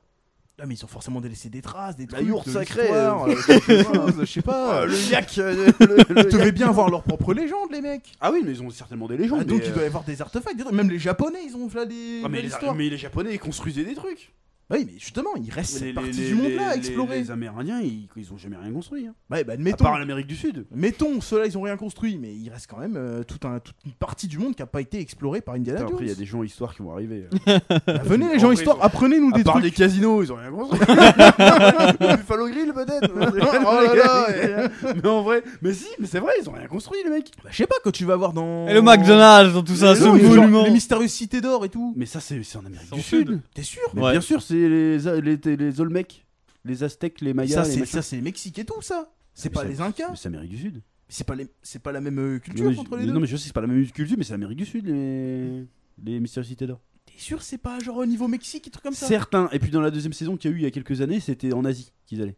A: Ah mais ils ont forcément délaissé des traces, des
B: La
A: trucs,
B: yourte
A: de
B: sacrée,
A: l'histoire,
B: euh,
A: euh, quelque chose, je sais pas.
B: Ah, le yak. euh, le-
A: Ils
B: le-
A: devaient bien avoir leur propre légende les mecs.
B: Ah oui, mais ils ont certainement des légendes.
A: Ah, donc
B: mais,
A: il
B: euh,
A: doit y avoir des artefacts, des trucs. même les japonais ils ont là des
B: Ah, mais,
A: belles
B: les,
A: histoires.
B: mais les Japonais ils construisaient des trucs.
A: Oui, mais justement, il reste
B: Les-
A: cette
B: les-
A: partie
B: les-
A: du monde
B: les-
A: là à
B: les-
A: explorer.
B: Les Amérindiens, ils, ils ont jamais rien construit. Hein.
A: Ouais, bah,
B: À
A: admettons,
B: part l'Amérique du Sud.
A: mettons ceux-là, ils ont rien construit, mais il reste quand même euh, tout un, toute une partie du monde qui a pas été explorée par Indiana
B: Putain,
A: Jones.
B: Après, il y a des gens histoire qui vont arriver. euh.
A: Bah, venez les gens
B: Après, ils
A: histoire,
B: ont-
A: apprenez-nous
B: À
A: des
B: part
A: trucs.
B: des casinos, ils ont rien construit.
A: Le Buffalo Grill peut-être.
B: Oh là là, mais en vrai, mais si, mais c'est vrai, ils ont rien construit, les mecs.
A: Bah, je sais pas quand tu vas voir dans.
C: Et le McDonald's dans tout ça,
B: Mais
C: ce
A: Non, il y a genre
C: monument.
A: Les mystérieuses cités d'or et tout.
B: Mais ça, c'est c'est en Amérique
C: C'est
B: du
C: en
B: Sud.
C: Sud.
A: T'es sûr
B: Mais
C: Ouais.
B: bien sûr, c'est les, A- les, les, les Olmecs, les Aztèques, les Mayas.
A: Ça
B: les
A: c'est
B: machins. Ah,
A: ça c'est les Mexiques et tout ça. C'est
B: Mais
A: pas
B: ça-
A: les Incas.
B: Mais c'est Amérique du Sud.
A: C'est pas les c'est pas la même euh,
B: non,
A: culture
B: mais, je-
A: entre les
B: mais
A: deux.
B: non, mais je sais, c'est pas la même culture, mais c'est Amérique du Sud, les, les Mystérieuses Cités d'Or.
A: T'es sûr c'est pas genre au niveau Mexique et trucs comme ça.
B: Certains, et puis dans la deuxième saison qu'il y a eu il y a quelques années, c'était en Asie qu'ils allaient.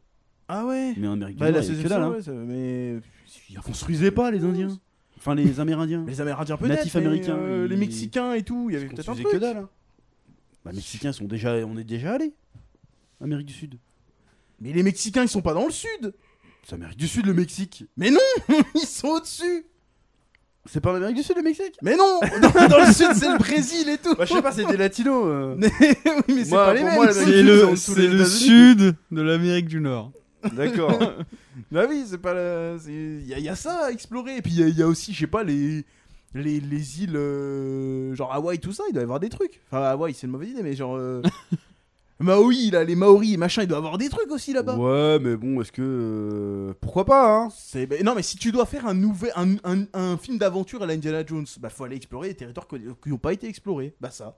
A: Ah ouais.
B: Mais en Amérique
A: Bah,
B: du
A: la
B: Sud, c'est
A: saison
B: que dalle.
A: ça,
B: hein.
A: ouais, ça- mais
B: Ils construisaient pas, les Indiens. Enfin, les Amérindiens.
A: Les Amérindiens peut-être.
B: Natifs
A: mais,
B: américains,
A: euh,
B: ils-
A: les Mexicains et tout. Il y avait
B: Ils
A: peut-être un
B: construisaient
A: truc.
B: que dalle. hein. Bah, Mexicains sont déjà, on est déjà allés. Amérique du Sud.
A: Mais les Mexicains ils sont pas dans le sud.
B: C'est Amérique du Sud, le Mexique.
A: Ils sont au dessus.
B: C'est pas en Amérique du Sud, le Mexique.
A: Mais non. Dans, dans le sud c'est le Brésil et tout.
B: Bah, je sais pas, c'est des latinos. euh.
A: Mais oui, mais c'est
B: Moi,
A: pas Ah, les
B: pour
A: mêmes.
B: moi, la
A: c'est-
B: Mexique, c'est
C: C'est
B: en
C: le,
B: dessous
C: c'est
B: des
C: le
B: États-Unis.
C: sud de l'Amérique du Nord.
B: D'accord.
A: Bah oui, c'est pas la. Il y, a- y a ça à explorer. Et puis il y, a aussi, je sais pas, les. Les, les îles. euh, genre Hawaï, tout ça, il doit y avoir des trucs. Enfin, Hawaï, c'est une mauvaise idée, mais genre. euh, Maui, là, les Maoris et machin, il doit y avoir des trucs aussi là-bas.
B: Ouais, mais bon, est-ce que. euh, Pourquoi pas, hein
A: C'est- bah, non, mais si tu dois faire un, nouvel, un, un- un film d'aventure à la Indiana Jones, bah faut aller explorer les territoires que- qui n'ont pas été explorés. Bah ça.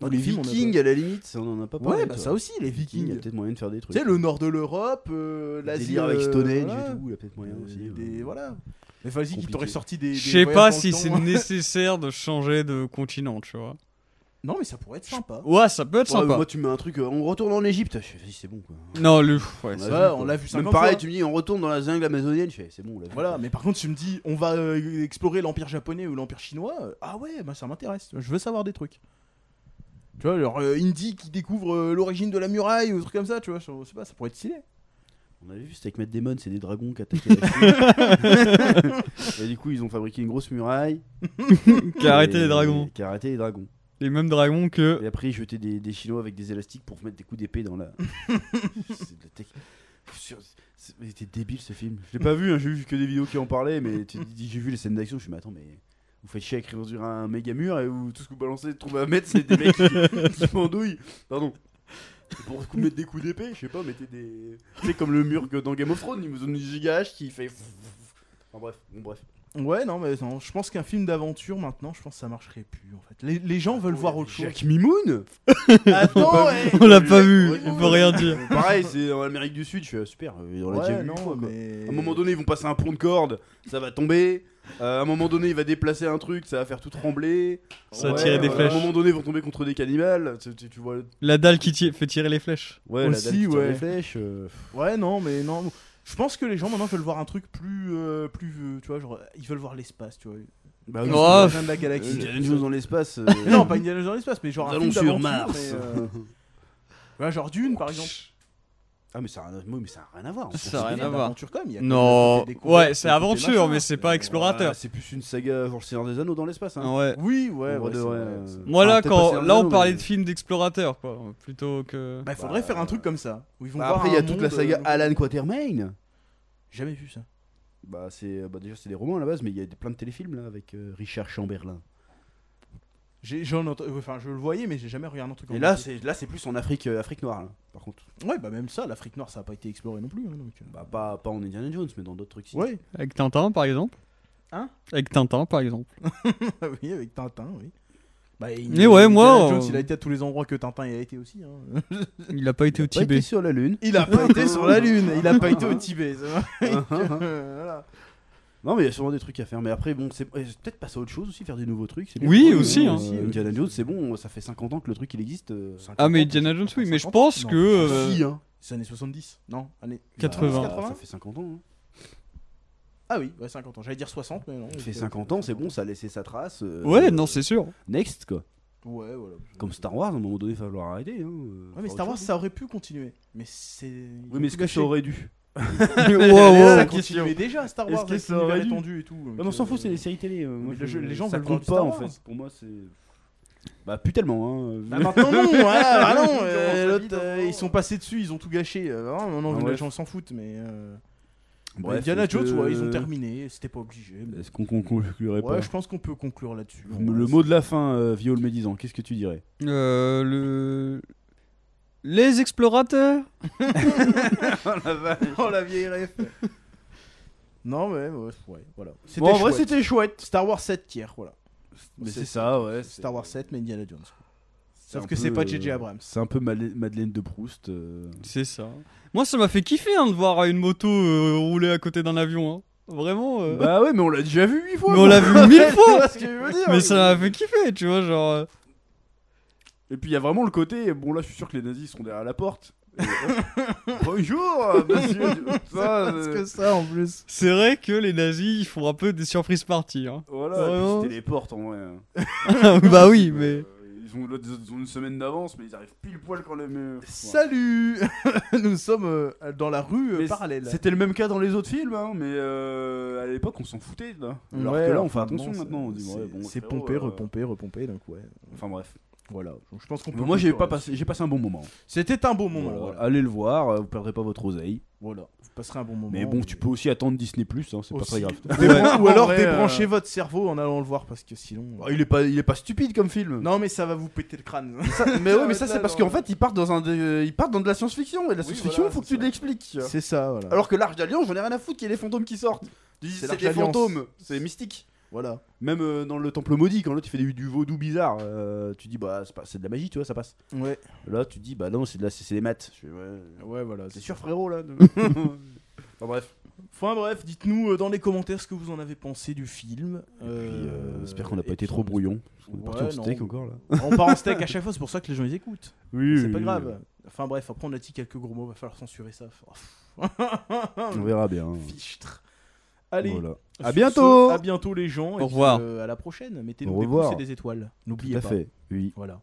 A: Dans les, films, on a-
B: à la limite, ça, Ah, on en a pas
A: Ouais,
B: parlé.
A: bah
B: toi.
A: ça aussi, les
B: Vikings, il y a
A: Vikings.
B: peut-être moyen de faire des trucs.
A: Tu sais, le nord de l'Europe, euh,
B: Le
A: l'Asie.
B: délire avec
A: euh,
B: Stone Age
A: voilà.
B: et tout, il y a peut-être moyen
A: Euh,
B: aussi.
A: des-
B: euh.
A: voilà. Mais vas-y, qui
B: compliqué.
A: t'aurait sorti des. hein. des
C: Je sais
A: voyages
C: pas
A: dans le
C: si c'est
A: temps.
C: nécessaire de changer de continent, tu vois.
A: Non, mais ça pourrait être sympa.
C: Ouais, ça peut être
B: Ouais,
C: sympa.
B: Moi, tu me mets un truc, euh, on retourne en Égypte. Je fais, vas-y, c'est bon quoi.
C: Non, le.
A: ça,
C: Ouais, ça-
B: quoi.
A: on l'a vu 50
B: Même pareil,
A: fois.
B: tu me dis, on retourne dans la jungle amazonienne. Je fais, c'est bon, on l'a vu.
A: Voilà, mais par contre, tu me dis, on va euh, explorer l'Empire japonais ou l'Empire chinois. euh, Ah ouais, bah ça m'intéresse. Je veux savoir des trucs. Tu vois, genre euh, Indy qui découvre euh, l'origine de la muraille ou des trucs comme ça, tu vois. Je je sais pas, ça pourrait être stylé.
B: On avait vu, c'était avec Matt Damon, c'est des dragons qui attaquent la Chine. Et du coup, ils ont fabriqué une grosse muraille.
C: qui a arrêté
B: Et-
C: les dragons.
B: Qui a arrêté les dragons.
C: Les mêmes dragons que.
B: Et après, ils jetaient des, des chinois avec des élastiques pour mettre des coups d'épée dans la. c'est de la tech. Sur- c'est- mais C'était débile ce film. Je l'ai pas vu, hein, j'ai vu que des vidéos qui en parlaient, mais tu- j'ai vu les scènes d'action. Je me suis dit, mais attends, mais vous faites chier à écrire sur un méga mur et vous, tout ce que vous balancez, trouver à mettre, c'est des mecs qui, qui m'andouillent. Pardon. Et Pour le coup, mettre des coups d'épée, je sais pas, mettez des. Tu sais, comme le mur que dans Game of Thrones, ils vous donnent une giga hache qui fait. Enfin bref, bon bref.
A: Ouais, non, mais non, je pense qu'un film d'aventure maintenant, je pense que ça marcherait plus en fait. Les, les
B: Ah
A: gens veulent voir autre chose.
B: Jack Mimoun
A: Attends, hey
C: On l'a pas vu,
B: Ouais,
C: on peut rien dire.
B: Euh, Pareil, c'est en Amérique du Sud, je suis super, euh, on l'a
A: Ouais,
B: déjà vu.
A: non,
B: quoi, quoi.
A: mais-
B: À un moment donné, ils vont passer un pont de corde, ça va tomber. Euh, à un moment donné, il va déplacer un truc, ça va faire tout trembler.
C: Ça
A: va tirer des
B: euh, À un
C: flèches.
B: moment donné, ils vont tomber contre des cannibales. Tu, tu- tu vois,
C: La dalle qui ti- fait tirer les flèches.
B: ouais,
A: Aussi,
B: la dalle qui tire
A: ouais.
B: des flèches. euh,
A: Ouais, non, mais non. Je pense que les gens maintenant veulent voir un truc plus. euh, plus euh, tu vois, genre, ils veulent voir l'espace, tu vois.
B: Bah,
C: Oh,
B: oui,
A: Guardians
C: pff,
A: de la
B: euh,
A: galaxie.
B: Indiana Jones dans l'espace. euh,
A: Non, pas Indiana Jones dans l'espace, mais genre
B: Nous
A: un
B: allons
A: film
B: sur
A: d'aventure,
B: Mars.
A: mais, euh, voilà, genre Dune, par exemple.
B: ah, mais ça a rien, moi, mais ça a rien à voir.
C: Ça a rien à
A: C'est
C: voir.
A: d'aventure quand même, il y a quand même
C: Non.
A: des découvertes,
C: Ouais, c'est
A: des
C: aventure,
A: machins.
C: mais c'est pas
B: Voilà,
C: explorateur.
B: c'est plus une saga, genre le Seigneur des Anneaux dans l'espace. Hein.
C: Ouais.
A: Oui, ouais,
B: En
A: ouais,
B: vrai de
A: c'est
B: vrai,
A: vrai,
B: euh,
A: c'est vrai.
B: Moi,
C: Voilà,
B: peut-être pas
C: quand
B: Cyrano,
C: là on
B: mais-
C: parlait de films d'explorateurs, quoi, plutôt que.
A: Bah, faudrait
B: Bah,
A: faire un truc comme ça. où ils vont
B: Bah,
A: voir
B: après, il y a
A: un
B: toute la
A: monde,
B: saga
A: euh,
B: Alan Quatermain.
A: Jamais vu ça.
B: Bah, c'est bah, déjà c'est des romans à la base, mais il y a des- plein de téléfilms là avec euh, Richard Chamberlain.
A: J'ai- j'en entends- Enfin, je le voyais, mais j'ai jamais regardé un truc
B: Et
A: en
B: là
A: entier.
B: c'est là c'est plus en Afrique euh, Afrique noire là, par contre.
A: Ouais, bah, même ça, l'Afrique noire, ça a pas été exploré non plus. hein, donc, euh,
B: Bah pas, pas en Indiana Jones mais dans d'autres trucs. si.
A: Ouais,
C: Avec Tintin, par exemple.
A: Hein
C: Avec Tintin, par exemple.
A: Ah oui, avec Tintin, oui. Bah, il-
C: Mais ouais,
A: Indiana
C: moi,
A: Jones,
C: euh,
A: il a été à tous les endroits que Tintin y a été aussi. hein.
C: Il a pas été au
B: Ouais, t'es
C: Tibet.
B: sur la lune.
A: Il a pas été sur la Lune, il a pas été au Tibet. c'est vrai. Euh, voilà.
B: non mais il y a sûrement des trucs à faire mais après bon c'est ouais, c'est peut-être passer à autre chose aussi faire des nouveaux trucs. c'est bien.
C: Oui,
B: Ouais,
C: aussi,
B: euh,
C: hein.
B: Indiana Jones c'est bon ça fait 50 ans que le truc il existe. euh,
C: Ah, mais Indiana Jones, oui, mais je
A: 50,
C: pense
A: non.
C: que. euh,
B: si, hein.
A: C'est années 70, non années...
C: 80.
B: Bah, ça fait 50 ans. hein.
A: Ah oui, ouais, 50 ans. J'allais dire 60, mais non. Euh,
B: Ça
A: ok.
B: fait 50 ans c'est bon ça a laissé sa trace. euh,
C: Ouais, non, c'est sûr.
B: Next quoi.
A: Ouais, voilà.
B: Comme Star Wars à un moment donné il va falloir arrêter. hein, euh,
A: Ouais, mais
B: faire
A: Star
B: autre
A: Wars,
B: chose.
A: ça aurait pu continuer. Mais c'est. ils
B: Oui mais
A: ont tout
B: est-ce que
A: gâché.
B: ça aurait dû
C: Wow,
A: Mais
C: wow.
A: ça
B: la
A: continuait déjà Star
B: Est-ce
A: Wars
B: que
A: avec
B: ça aurait
A: l'univers
B: dû
A: étendu et tout.
B: Non, on s'en fout, c'est des séries télé. euh, moi,
A: Mais le
B: je-
A: jeu- les gens
B: ça
A: veulent voir
B: compte
A: du
B: pas
A: Star
B: en
A: Wars.
B: fait. Pour moi, c'est. Bah, plus tellement, hein.
A: Bah maintenant non, voilà, ah non,
B: Durant
A: euh,
B: sa vie,
A: l'autre,
B: dans-
A: euh, ils sont passés dessus, ils ont tout gâché. euh, vraiment, non, non,
B: Ah,
A: les
B: bref.
A: gens s'en foutent, mais. euh,
B: Bref,
A: Indiana
B: est-ce
A: Jones,
B: que-
A: ouais, ils ont terminé, c'était pas obligé. mais-
B: Est-ce qu'on con- conclurait
A: Ouais,
B: pas
A: je pense qu'on peut conclure là-dessus.
B: Le mot de la fin, euh, Viol Médisant, qu'est-ce que tu dirais
C: Euh, le... Les explorateurs
A: Oh la vieille ref Non, mais ouais, ouais, voilà. C'était
B: Bon, en vrai,
A: chouette.
B: c'était chouette.
A: Star Wars 7 tiers, voilà.
B: Mais
A: C'est-
B: c'est ça, ouais. c'est-
A: Star Wars 7, mais Indiana Jones. Sauf
B: un
A: que c'est
B: peu,
A: pas
B: euh,
A: JJ Abrams.
B: C'est un peu Madele- Madeleine de Proust. euh.
C: C'est ça. Moi, ça m'a fait kiffer hein, de voir euh, une moto euh, rouler à côté d'un avion. hein. Vraiment. euh,
B: Bah ouais, mais on l'a déjà vu huit fois.
C: Mais on l'a vu mille fois
A: ce que je veux
B: Euh.
A: dire
C: Mais ça m'a fait kiffer, tu vois, genre... euh,
B: Et puis il y a vraiment le côté, bon là je suis sûr que les nazis sont derrière la porte. Et, hop, Bonjour, monsieur. Ça,
A: Parce
B: euh,
A: que ça en plus.
C: C'est vrai que les nazis, ils font un peu des surprises parties. Hein.
B: Voilà, et puis
C: Vraiment
B: c'était les portes en vrai. hein.
C: bah oui, mais...
B: Euh, Ils ont, l'autre- ils ont une semaine d'avance, mais ils arrivent pile poil quand euh, le mur.
A: Salut Nous sommes euh, dans la rue euh,
B: Mais
A: parallèle.
B: C'était le même cas dans les autres films, hein, mais euh, à l'époque on s'en foutait. Là. Alors
A: Ouais,
B: que là
A: alors
B: on fait
A: que
B: attention
A: bon,
B: maintenant. On
A: c'est-
B: dit, ouais, bon,
A: C'est
B: frérot,
A: pompé,
B: euh,
A: repompé, repompé, donc ouais.
B: Enfin bref.
A: Voilà. Donc, je pense qu'on peut.
B: Moi j'ai
A: conclure
B: pas
A: là-dessus.
B: passé, j'ai passé un bon moment.
A: C'était un bon moment.
B: Voilà,
A: Voilà.
B: Allez le voir, euh, vous perdrez pas votre oseille.
A: Voilà. Vous passerez un bon moment.
B: Mais bon, tu peux aussi attendre Disney Plus, hein, c'est pas
A: Aussi.
B: très grave.
A: Débran- Ou
B: En
A: alors
B: vrai,
A: débranchez votre cerveau en allant le voir parce que sinon.
B: Oh, il est pas, il est pas stupide comme film.
A: Non mais ça va vous péter le crâne.
B: mais ouais, mais
A: Ça
B: ça
A: va être
B: c'est
A: là,
B: parce
A: genre.
B: qu'en fait ils partent dans un, dé- ils partent dans de la science-fiction et la
A: Oui,
B: science-fiction,
A: voilà,
B: faut que
A: c'est
B: tu
A: ça.
B: l'expliques.
A: C'est ça. Voilà.
B: Alors que l'Arche d'Alliance, j'en ai rien à foutre qu'il y ait les fantômes qui sortent. Ils disent,
A: C'est
B: C'est
A: l'Arche
B: des
A: d'Alliance.
B: fantômes, c'est mystique.
A: voilà.
B: Même euh, dans le Temple maudit, quand l'autre il fait du, du vaudou bizarre, euh, tu dis bah c'est pas- c'est de la magie, tu vois, ça passe.
A: Ouais.
B: Là tu dis bah non, c'est de la- c'est c'est des maths. Je fais, ouais,
A: Ouais voilà.
B: Ah, T'es sûr frérot là de- Enfin bref.
A: Enfin bref, dites-nous euh, dans les commentaires ce que vous en avez pensé du film. Euh,
B: J'espère qu'on n'a
A: et
B: pas été
A: puis,
B: trop
A: on-
B: brouillon. On est
A: Ouais,
B: parti en steak
A: non.
B: encore là.
A: On part en steak à chaque fois, c'est pour ça que les gens les écoutent.
B: Oui,
A: c'est pas grave. Enfin bref, après on a dit quelques gros mots, va falloir censurer ça.
B: On verra bien.
A: Fichtre. Allez,
B: Voilà.
A: sur
B: À bientôt.
A: ce, à bientôt les gens. et
C: Au
A: puis,
C: revoir.
A: euh, à la prochaine. Mettez-nous
B: Au
A: des
B: revoir.
A: pouces et des étoiles.
B: Tout
A: N'oubliez
B: à
A: pas.
B: fait. Oui.
A: Voilà.